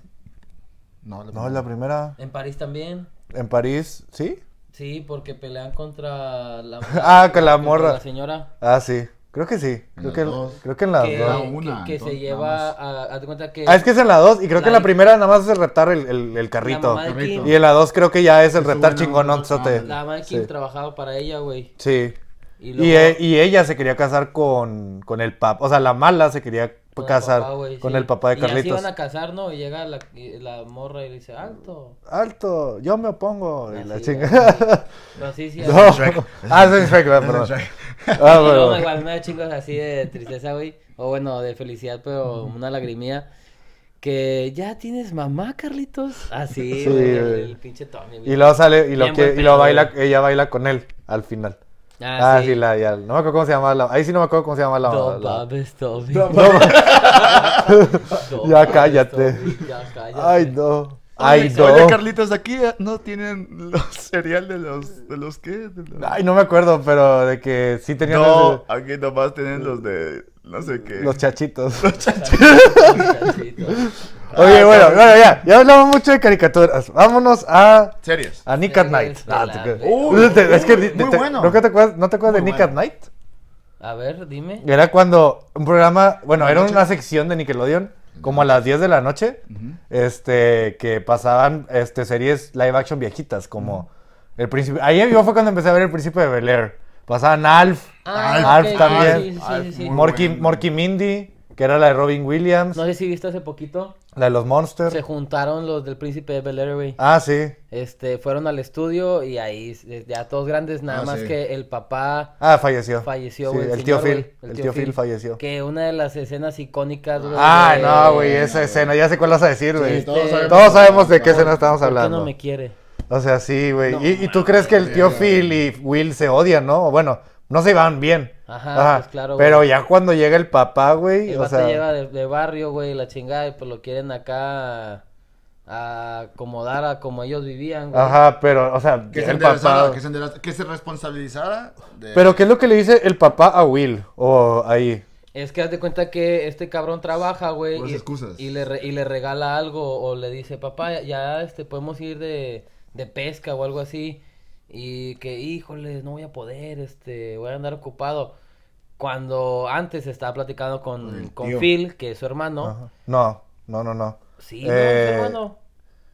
Speaker 3: No, la
Speaker 1: no, la primera
Speaker 2: en París también.
Speaker 1: en París, ¿sí?
Speaker 2: Sí, porque pelean contra la
Speaker 1: Ah, con la
Speaker 2: contra
Speaker 1: morra.
Speaker 2: La señora
Speaker 1: Ah, sí. Creo que sí. Creo
Speaker 3: las
Speaker 1: que
Speaker 3: dos.
Speaker 1: creo que en las
Speaker 2: que,
Speaker 1: dos.
Speaker 3: la Ah, una,
Speaker 2: que, que se
Speaker 3: entonces,
Speaker 2: lleva a,
Speaker 3: nada
Speaker 2: haz de cuenta que
Speaker 1: Ah, es que es en la dos y creo que en
Speaker 2: la-
Speaker 1: la primera nada más es el reptar el, el- el
Speaker 2: la
Speaker 1: carrito.
Speaker 2: mamá de
Speaker 3: Carrito.
Speaker 2: Kim,
Speaker 1: Y en la dos creo que ya es el
Speaker 3: Estuvo
Speaker 1: reptar
Speaker 3: en la
Speaker 1: chingononzote.
Speaker 3: dos,
Speaker 2: la mamá de Kim
Speaker 1: Sí.
Speaker 2: trabajaba para ella, güey.
Speaker 1: Sí.
Speaker 2: Y
Speaker 1: Y,
Speaker 2: luego
Speaker 1: e- y ella se quería casar con, con el papá. O sea, la mala se quería
Speaker 2: con el
Speaker 1: casar
Speaker 2: papá, güey,
Speaker 1: con
Speaker 2: sí.
Speaker 1: el papá de
Speaker 2: Y así
Speaker 1: Carlitos.
Speaker 2: van a casar, ¿no? Y llega la, y la morra y le dice, alto.
Speaker 1: Alto, yo me opongo. Y la
Speaker 2: Así,
Speaker 1: chinga.
Speaker 2: así. No, sí, sí. así.
Speaker 1: No. Ah, es en Shrek, perdón. Ah,
Speaker 2: Y luego me
Speaker 1: bueno.
Speaker 2: igual me da chingos así de tristeza, güey. O bueno, de felicidad, pero una lagrimía. Que ya tienes mamá, Carlitos. Así,
Speaker 1: Sí,
Speaker 2: güey, el,
Speaker 1: güey.
Speaker 2: el pinche Tommy, güey.
Speaker 1: Y luego sale y lo,
Speaker 2: Bien
Speaker 1: que-
Speaker 2: buen
Speaker 1: y lo
Speaker 2: pedo,
Speaker 1: baila,
Speaker 2: güey.
Speaker 1: ella baila con él al final.
Speaker 2: Ah,
Speaker 1: Ah, sí, la, ya, no me acuerdo cómo se llama la, ahí sí no me acuerdo cómo se llama la,
Speaker 2: No
Speaker 1: la-
Speaker 2: mames, Tommy. No
Speaker 1: Ya
Speaker 2: mames,
Speaker 1: cállate.
Speaker 2: Tommy, Ya cállate.
Speaker 1: Ay, no.
Speaker 3: Ay,
Speaker 1: Ay, no.
Speaker 3: Oye, Carlitos, aquí eh, no tienen los cereal de los... ¿De los qué? De los-
Speaker 1: Ay, no me acuerdo, pero de que sí tenían
Speaker 3: No,
Speaker 1: ese-
Speaker 3: aquí nomás tienen los de... No sé qué.
Speaker 1: los chachitos.
Speaker 2: Muchachito.
Speaker 1: Oye, bueno, bueno, ya, ya hablamos mucho de caricaturas. Vámonos a,
Speaker 3: Series.
Speaker 1: a Nick at
Speaker 2: Series
Speaker 1: Night.
Speaker 2: de
Speaker 1: Ah,
Speaker 2: la
Speaker 1: te creas.
Speaker 3: verga.
Speaker 1: Es que- es que
Speaker 3: Muy
Speaker 1: te- te-
Speaker 3: bueno.
Speaker 1: ¿no que te acuerdas- ¿No te acuerdas de
Speaker 3: Muy
Speaker 1: Nick
Speaker 3: bueno.
Speaker 1: at Night?
Speaker 2: A ver, dime.
Speaker 1: Era cuando un programa, bueno,
Speaker 3: ¿La
Speaker 1: era
Speaker 3: noche?
Speaker 1: una sección de Nickelodeon, como a las 10 de la noche, este, que pasaban este, series live action viejitas, como El Príncipe. Ahí yo fue cuando empecé a ver El Príncipe de Bel Air. Pasaban Alf,
Speaker 2: Ah,
Speaker 1: Alf
Speaker 2: ok,
Speaker 1: también,
Speaker 2: sí, sí, sí, sí.
Speaker 3: Alf, muy
Speaker 1: Morky,
Speaker 3: bueno.
Speaker 1: Morky Mindy, que era la de Robin Williams,
Speaker 2: No sé si viste hace poquito.
Speaker 1: la de los Monsters.
Speaker 2: Se juntaron los del príncipe de Bel Air, güey.
Speaker 1: Ah, sí.
Speaker 2: Este, fueron al estudio y ahí eh, ya todos grandes, nada
Speaker 3: Ah,
Speaker 2: más
Speaker 3: sí.
Speaker 2: que el papá
Speaker 1: Ah, falleció.
Speaker 2: falleció,
Speaker 1: Sí,
Speaker 2: güey.
Speaker 1: el tío
Speaker 2: señor,
Speaker 1: Phil.
Speaker 2: güey,
Speaker 1: El, tío Phil falleció.
Speaker 2: Que una de las escenas icónicas, güey.
Speaker 1: Ah,
Speaker 2: de-
Speaker 1: no, güey,
Speaker 3: no,
Speaker 1: esa
Speaker 3: güey.
Speaker 1: escena, ya sé cuál vas a decir, güey.
Speaker 3: Sí, todos,
Speaker 2: Este-
Speaker 3: sabemos,
Speaker 1: Todos sabemos de qué
Speaker 3: Todos-
Speaker 1: escena estamos
Speaker 2: ¿Por qué
Speaker 1: hablando.
Speaker 2: no me quiere?
Speaker 1: O sea, sí, güey. ¿Y, y tú crees que el tío Phil y Will se odian, no? O Bueno, no se iban bien.
Speaker 2: Ajá, pues claro, güey.
Speaker 1: Pero ya cuando llega el papá, güey,
Speaker 2: El
Speaker 1: o
Speaker 2: vato
Speaker 1: sea...
Speaker 2: lleva de, de barrio, güey, la chingada, y pues lo quieren acá a acomodar a como ellos vivían, güey.
Speaker 1: Ajá, pero, o sea,
Speaker 3: Que se,
Speaker 1: el
Speaker 3: enderezara,
Speaker 1: papá...
Speaker 3: que, se enderezara- que se responsabilizara de...
Speaker 1: Pero, ¿qué es lo que le dice el papá a Will? O ahí.
Speaker 2: Es que haz de cuenta que este cabrón trabaja, güey.
Speaker 3: Puras
Speaker 2: Y,
Speaker 3: excusas.
Speaker 2: y le re- y le regala algo o le dice, papá, ya este, podemos ir de, de pesca o algo así. Y que, híjole, no voy a poder, este, voy a andar ocupado. Cuando antes estaba platicando
Speaker 3: Con
Speaker 2: con,
Speaker 3: el
Speaker 2: con
Speaker 3: tío.
Speaker 2: Phil, que es su hermano.
Speaker 1: Ajá. No, no, no, no.
Speaker 2: Sí, no,
Speaker 1: Eh,
Speaker 2: su hermano.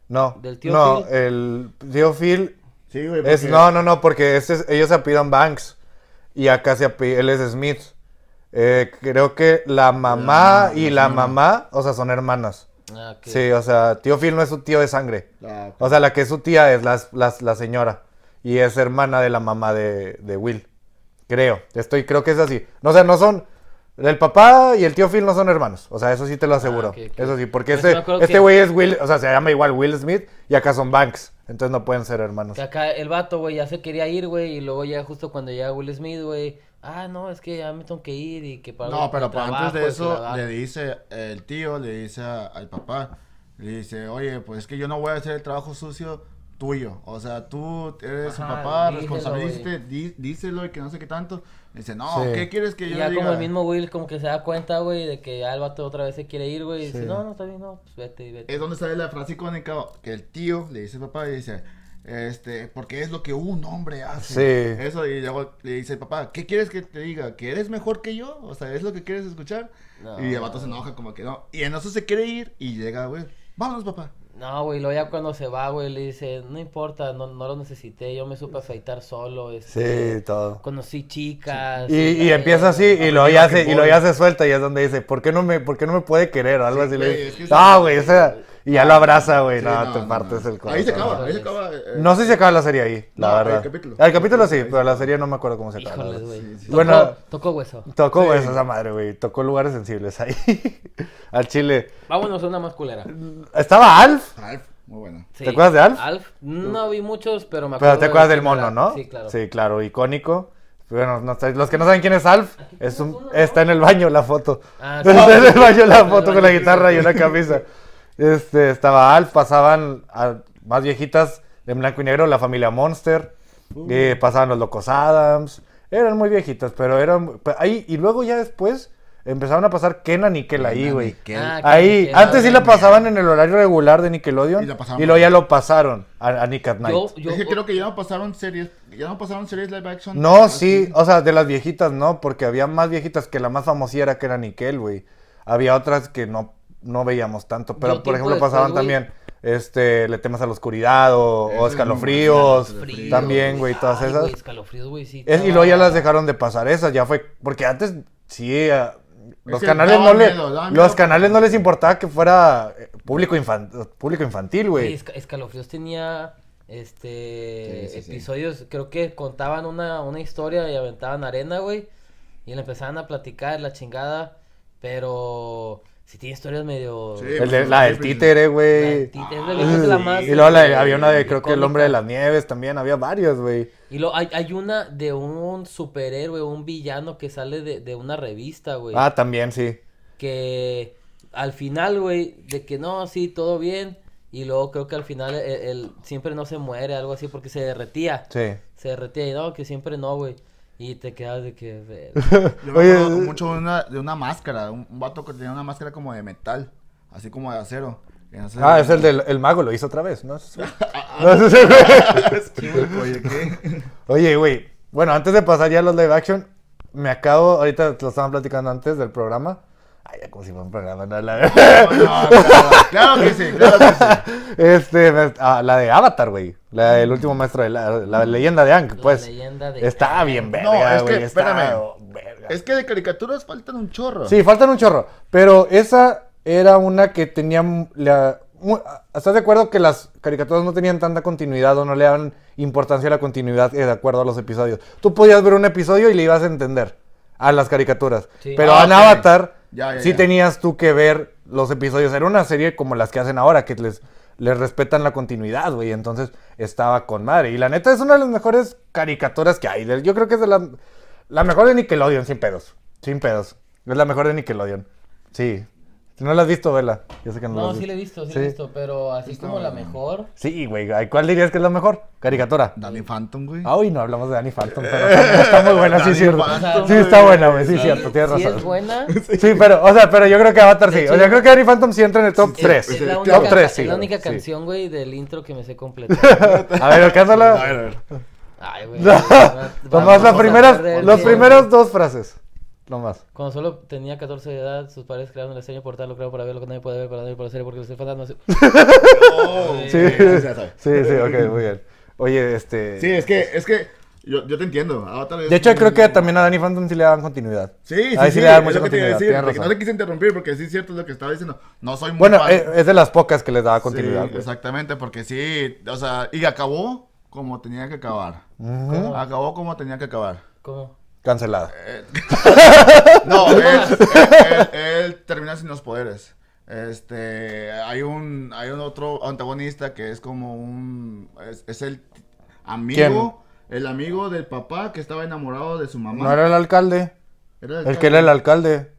Speaker 1: No,
Speaker 2: ¿Del tío
Speaker 1: no,
Speaker 2: Phil?
Speaker 1: el tío Phil
Speaker 3: Sí, güey,
Speaker 1: es...
Speaker 3: porque-
Speaker 1: No, no, no, porque este es- ellos se apellidan Banks y acá se apellidan... Él es Smith. Eh, creo que la mamá y la mamá, o sea, son hermanas.
Speaker 2: Ah, ok. Ah,
Speaker 1: Sí, o sea, tío Phil no es su tío de sangre.
Speaker 3: La-
Speaker 1: O sea, la que es su tía es la, la- la señora. Y es hermana de la mamá de, de Will. Creo. Estoy, creo que es así. No, o sea, no son. El papá y el tío Phil no son hermanos. O sea, eso sí te lo aseguro.
Speaker 2: Ah, ok, ok.
Speaker 1: Eso sí, porque
Speaker 2: Pues yo
Speaker 1: este
Speaker 2: me acuerdo
Speaker 1: este
Speaker 2: que-
Speaker 1: güey es Will. O sea, se llama igual Will Smith y acá son Banks. Entonces no pueden ser hermanos.
Speaker 2: Que acá el vato, güey, ya se quería ir, güey, y luego ya justo cuando llega Will Smith, güey, ah, no, es que ya me tengo que ir y que para...
Speaker 3: No, pero
Speaker 2: el
Speaker 3: pa- antes
Speaker 2: trabajo
Speaker 3: de
Speaker 2: y que la
Speaker 3: eso
Speaker 2: va-
Speaker 3: le dice el tío, le dice a- al papá, le dice, oye, pues es que yo no voy a hacer el trabajo sucio tuyo. O sea, tú eres un
Speaker 2: Ajá,
Speaker 3: papá,
Speaker 2: díselo,
Speaker 3: responsabilízate, di- díselo y que no sé qué tanto. Le dice, no,
Speaker 1: Sí.
Speaker 3: ¿qué quieres que
Speaker 2: Y
Speaker 3: yo
Speaker 2: ya
Speaker 3: diga?
Speaker 2: como el mismo Will como que se da cuenta, güey, de que ya el vato otra vez se quiere ir, güey, y dice, no, no, está bien, no, pues vete, y vete.
Speaker 3: Es donde sale la frase icónica que el tío le dice al papá y dice, este, porque es lo que un hombre hace.
Speaker 1: Sí.
Speaker 3: Eso, y luego le dice el papá, ¿qué quieres que te diga? ¿Que eres mejor que yo? O sea, ¿es lo que quieres escuchar?
Speaker 2: No.
Speaker 3: Y el vato se enoja como que no. Y en eso se quiere ir y llega, güey, vámonos, papá.
Speaker 2: No, güey, luego ya cuando se va, güey, le dice, no importa, no, no lo necesité, yo me supe afeitar solo, este,
Speaker 1: Sí, todo.
Speaker 2: conocí chicas. este,
Speaker 1: Y, y
Speaker 2: la-
Speaker 1: empieza así y lo
Speaker 3: Arriba
Speaker 1: ya
Speaker 3: que
Speaker 1: se, y lo ya
Speaker 3: voy.
Speaker 1: se suelta y es donde dice, ¿por qué no me, por qué no me puede querer? O algo
Speaker 3: Sí,
Speaker 1: así
Speaker 3: güey,
Speaker 1: le
Speaker 3: es que
Speaker 1: dice.
Speaker 3: es-
Speaker 1: No, güey, esa- y ya lo abraza, güey.
Speaker 3: Sí,
Speaker 1: no,
Speaker 3: no,
Speaker 1: te
Speaker 3: no,
Speaker 1: partes
Speaker 3: no.
Speaker 1: el corazón.
Speaker 3: Ahí se acaba, ahí se acaba. eh,
Speaker 1: No sé si acaba la serie ahí, la
Speaker 3: No, el
Speaker 1: verdad.
Speaker 3: capítulo.
Speaker 1: El capítulo sí,
Speaker 3: Ahí
Speaker 1: pero la serie no me acuerdo cómo se acaba. la
Speaker 2: Híjoles,
Speaker 1: verdad.
Speaker 2: güey.
Speaker 3: Sí, sí.
Speaker 2: Tocó-
Speaker 1: Bueno.
Speaker 2: Tocó hueso.
Speaker 1: Tocó
Speaker 3: Sí.
Speaker 1: huesos esa madre, güey. Tocó lugares sensibles ahí. Al chile.
Speaker 2: Vámonos a una más culera.
Speaker 1: Estaba Alf.
Speaker 3: Alf, muy bueno.
Speaker 2: Sí.
Speaker 1: ¿Te acuerdas de Alf?
Speaker 2: Alf, no vi muchos, pero me acuerdo.
Speaker 1: Pero te acuerdas
Speaker 2: de
Speaker 1: del mono,
Speaker 2: primera.
Speaker 1: ¿no?
Speaker 2: Sí, claro.
Speaker 1: Sí, claro, icónico. Bueno, no sé, los que no saben quién es Alf, es un- está en el baño la foto.
Speaker 2: Ah, sí.
Speaker 1: está en el baño
Speaker 2: Está
Speaker 1: la
Speaker 2: en el
Speaker 1: foto con la
Speaker 2: baño.
Speaker 1: guitarra y una camisa. Este, estaba Alf, pasaban a más viejitas en blanco y negro, la familia Monster, eh, pasaban los Locos Adams, eran muy viejitas, pero eran... pe- Ahí, y luego ya después empezaron a pasar Kenan y Kel ahí, güey.
Speaker 2: Ah,
Speaker 1: Ahí,
Speaker 2: Kenan y Kel,
Speaker 1: antes sí la pasaban en el horario regular de Nickelodeon
Speaker 3: Y la pasaban
Speaker 1: y luego
Speaker 3: por-
Speaker 1: ya lo pasaron a, a Nick at Night.
Speaker 2: Yo, yo,
Speaker 3: es que creo que ya no pasaron series, ya no pasaron series live action.
Speaker 1: No,
Speaker 3: así.
Speaker 1: sí, o sea, de las viejitas no, porque había más viejitas que la más famosa era que era Nickel, güey. Había otras que no, no veíamos tanto, pero
Speaker 2: Yo
Speaker 1: por
Speaker 2: tiempo
Speaker 1: ejemplo
Speaker 2: después,
Speaker 1: pasaban
Speaker 2: güey.
Speaker 1: también este, Le temas a la oscuridad o, o
Speaker 3: Eso es muy
Speaker 1: escalofríos,
Speaker 3: bueno, Escalofríos,
Speaker 1: también, güey, todas
Speaker 2: Ay,
Speaker 1: esas.
Speaker 2: güey, escalofríos, güey, sí.
Speaker 1: Es- y luego ya las dejaron de pasar esas, ya fue, porque antes sí, eh, los
Speaker 3: que
Speaker 1: canales
Speaker 3: daba
Speaker 1: no le,
Speaker 3: miedo, daba miedo.
Speaker 1: los canales no les importaba que fuera eh, público, infan- público infantil,
Speaker 2: Güey,
Speaker 1: güey.
Speaker 2: esca- escalofríos tenía este
Speaker 3: Pues, Sí, sí, sí.
Speaker 2: episodios, creo que contaban una, una historia y aventaban arena, güey, y le empezaban a platicar la chingada, pero si tiene historias medio
Speaker 3: Sí, pues,
Speaker 1: El de- la del títere, güey.
Speaker 2: La del títere, creo que es la más-
Speaker 1: Y luego la- había una de, creo que el
Speaker 2: icónica.
Speaker 1: hombre de las nieves también, había varios, güey.
Speaker 2: Y lo, hay, hay una de un superhéroe, un villano que sale de, de una revista, güey.
Speaker 1: Ah, también, sí.
Speaker 2: que al final, güey, de que no, sí, todo bien. Y luego creo que al final el, el siempre no se muere, algo así, porque se derretía.
Speaker 1: Sí.
Speaker 2: Se derretía y no, que siempre no, güey. Y te quedas de que... ver-
Speaker 3: Yo me
Speaker 1: Oye,
Speaker 3: acuerdo mucho de una, de una máscara, un, un vato que tenía una máscara como de metal, así como de acero. Y no sé-
Speaker 1: Ah, es el del el mago, lo hizo otra vez, ¿no? No es ese, güey.
Speaker 3: Oye, ¿qué?
Speaker 1: Oye, güey. Bueno, antes de pasar ya a los live action, me acabo, ahorita lo estaban platicando antes del programa, Ay, ya como si fuera un programa, ¿no? La-
Speaker 3: No, claro, claro que sí, claro que sí.
Speaker 1: Este, me- ah, la de Avatar, güey. La del último maestro de la, la leyenda de Ang,
Speaker 2: Mm. La
Speaker 1: pues.
Speaker 2: leyenda de
Speaker 1: está
Speaker 2: Aang.
Speaker 1: bien,
Speaker 3: No,
Speaker 1: verga,
Speaker 3: es que,
Speaker 1: güey. está-
Speaker 3: espérame.
Speaker 1: verga.
Speaker 3: Es que de caricaturas faltan un chorro.
Speaker 1: Sí, faltan un chorro. Pero esa era una que tenía. m- La, mu- ¿Estás de acuerdo que las caricaturas no tenían tanta continuidad o no le daban importancia a la continuidad eh, de acuerdo a los episodios? Tú podías ver un episodio y le ibas a entender a las caricaturas.
Speaker 2: Sí.
Speaker 1: Pero
Speaker 3: Ah,
Speaker 1: en
Speaker 3: ok.
Speaker 1: Avatar
Speaker 3: Ya, ya,
Speaker 1: sí
Speaker 3: ya.
Speaker 1: tenías tú que ver los episodios. Era una serie como las que hacen ahora, que les, les respetan la continuidad, güey. Entonces estaba con madre. Y la neta es una de las mejores caricaturas que hay. Del- Yo creo que es de la, la mejor de Nickelodeon, sin pedos. Sin pedos. Es la mejor de Nickelodeon. Sí. Si no la has visto, vela. Yo sé que no, la
Speaker 2: No,
Speaker 1: has
Speaker 2: sí la he visto, sí la he visto, pero así como la mejor.
Speaker 1: Sí, güey. Ay, ¿Cuál dirías que es la mejor? Caricatura.
Speaker 3: Danny Phantom, güey.
Speaker 1: Ah, uy, no hablamos de Danny Phantom, pero está muy buena, sí,
Speaker 3: Danny
Speaker 1: cierto.
Speaker 3: Phantom,
Speaker 1: Sí, está
Speaker 3: güey.
Speaker 1: buena, güey, sí,
Speaker 2: Sí,
Speaker 1: cierto, tienes
Speaker 2: sí
Speaker 1: razón.
Speaker 2: es buena.
Speaker 1: Sí, pero, o sea, pero yo creo que Avatar sí.
Speaker 2: De
Speaker 1: O sea,
Speaker 2: hecho,
Speaker 1: creo que Danny Phantom sí entra en el top 3.
Speaker 2: Es
Speaker 3: sí,
Speaker 2: la
Speaker 3: claro.
Speaker 2: única,
Speaker 1: Top 3, sí.
Speaker 2: es la única
Speaker 1: sí.
Speaker 2: canción, güey, del intro que me sé completar.
Speaker 1: A ver, alcánzala.
Speaker 3: A ver, a ver.
Speaker 2: Ay, güey. va-
Speaker 1: Nomás
Speaker 2: vamos
Speaker 1: las
Speaker 2: a
Speaker 1: primeras,
Speaker 2: perder
Speaker 1: los
Speaker 2: el-
Speaker 1: primeros dos frases. Nomás.
Speaker 2: Cuando solo tenía 14 de edad, sus padres crearon el extraño portal, lo creo para ver lo que nadie puede ver, para nadie puede hacer, porque los fantasmas... no se-
Speaker 3: Oh,
Speaker 1: Sí,
Speaker 3: sí, sí, ya sabes.
Speaker 1: sí, sí, ok, muy bien. Oye, este.
Speaker 3: Sí, es que, es que yo, yo te entiendo. Ah, Avatar es
Speaker 1: De hecho,
Speaker 3: un-
Speaker 1: creo que también a Danny Phantom sí le daban continuidad.
Speaker 3: Sí, sí,
Speaker 1: Ahí
Speaker 3: sí,
Speaker 1: le daban
Speaker 3: es
Speaker 1: mucha
Speaker 3: lo que te iba
Speaker 1: continuidad.
Speaker 3: a decir.
Speaker 1: tienes
Speaker 3: porque No
Speaker 1: razón.
Speaker 3: te quise interrumpir porque sí es cierto lo que estaba diciendo. No soy muy
Speaker 1: Bueno,
Speaker 3: fan.
Speaker 1: eh, es de las pocas que les daba continuidad. pues.
Speaker 3: Sí,
Speaker 1: güey.
Speaker 3: exactamente, porque sí, o sea, y acabó como tenía que acabar.
Speaker 1: Ujú.
Speaker 3: Acabó como tenía que acabar.
Speaker 2: ¿Cómo?
Speaker 1: Cancelada.
Speaker 3: Eh, No, él, él- él- él termina sin los poderes. Este, hay un, hay un otro antagonista que es como un, es, es el amigo, el amigo del papá que estaba enamorado de su mamá.
Speaker 1: No era el alcalde.
Speaker 3: Era
Speaker 1: El que era el alcalde.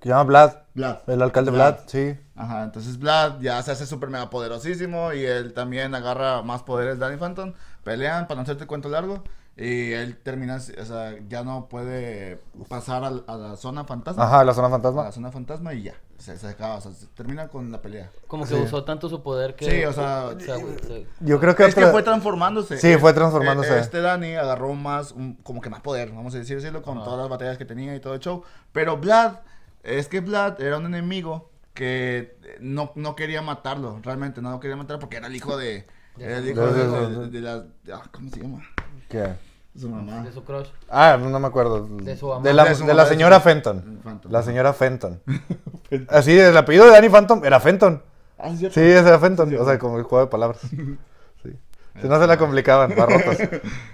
Speaker 1: Que se llama Vlad.
Speaker 3: Vlad.
Speaker 1: El alcalde
Speaker 3: Vlad.
Speaker 1: Vlad, sí.
Speaker 3: Ajá, entonces Vlad ya se hace súper mega poderosísimo y él también agarra más poderes de Danny Phantom. Pelean, para no hacerte cuento largo, y él termina, o sea, ya no puede pasar al- a, la zona fantasma.
Speaker 1: Ajá, la zona
Speaker 3: A la
Speaker 1: fantasma.
Speaker 3: zona fantasma y ya, se, se acaba, o sea, se termina con la pelea.
Speaker 2: Como que usó tanto su poder que...
Speaker 3: Sí, o sea,
Speaker 2: güey, se-
Speaker 1: Yo creo que
Speaker 3: Es que
Speaker 1: otra-
Speaker 3: fue transformándose.
Speaker 1: Sí, fue
Speaker 3: Eh,
Speaker 1: transformándose.
Speaker 3: eh, Este Dani agarró más, un- como que más poder, vamos a decirlo, con todas las batallas que tenía y todo el show. Pero Vlad, es que Vlad era un enemigo que no, no quería matarlo, realmente no lo quería matar porque era el hijo de... Era el hijo de, de- de- de la... ah, ¿Cómo se llama?
Speaker 1: ¿Qué?
Speaker 3: Su mamá.
Speaker 2: De su crush.
Speaker 1: Ah, no me acuerdo.
Speaker 2: De su mamá.
Speaker 1: De la,
Speaker 3: De su
Speaker 1: de la
Speaker 3: mamá, de su
Speaker 1: señora
Speaker 3: mamá.
Speaker 1: Fenton.
Speaker 3: Fenton.
Speaker 1: La señora Fenton. Así, el apellido de Danny Phantom era Fenton.
Speaker 3: Ah, ¿cierto?
Speaker 1: Sí, ese era Fenton. O sea, como el juego de palabras. Sí. Si no se la complicaban, barrotas.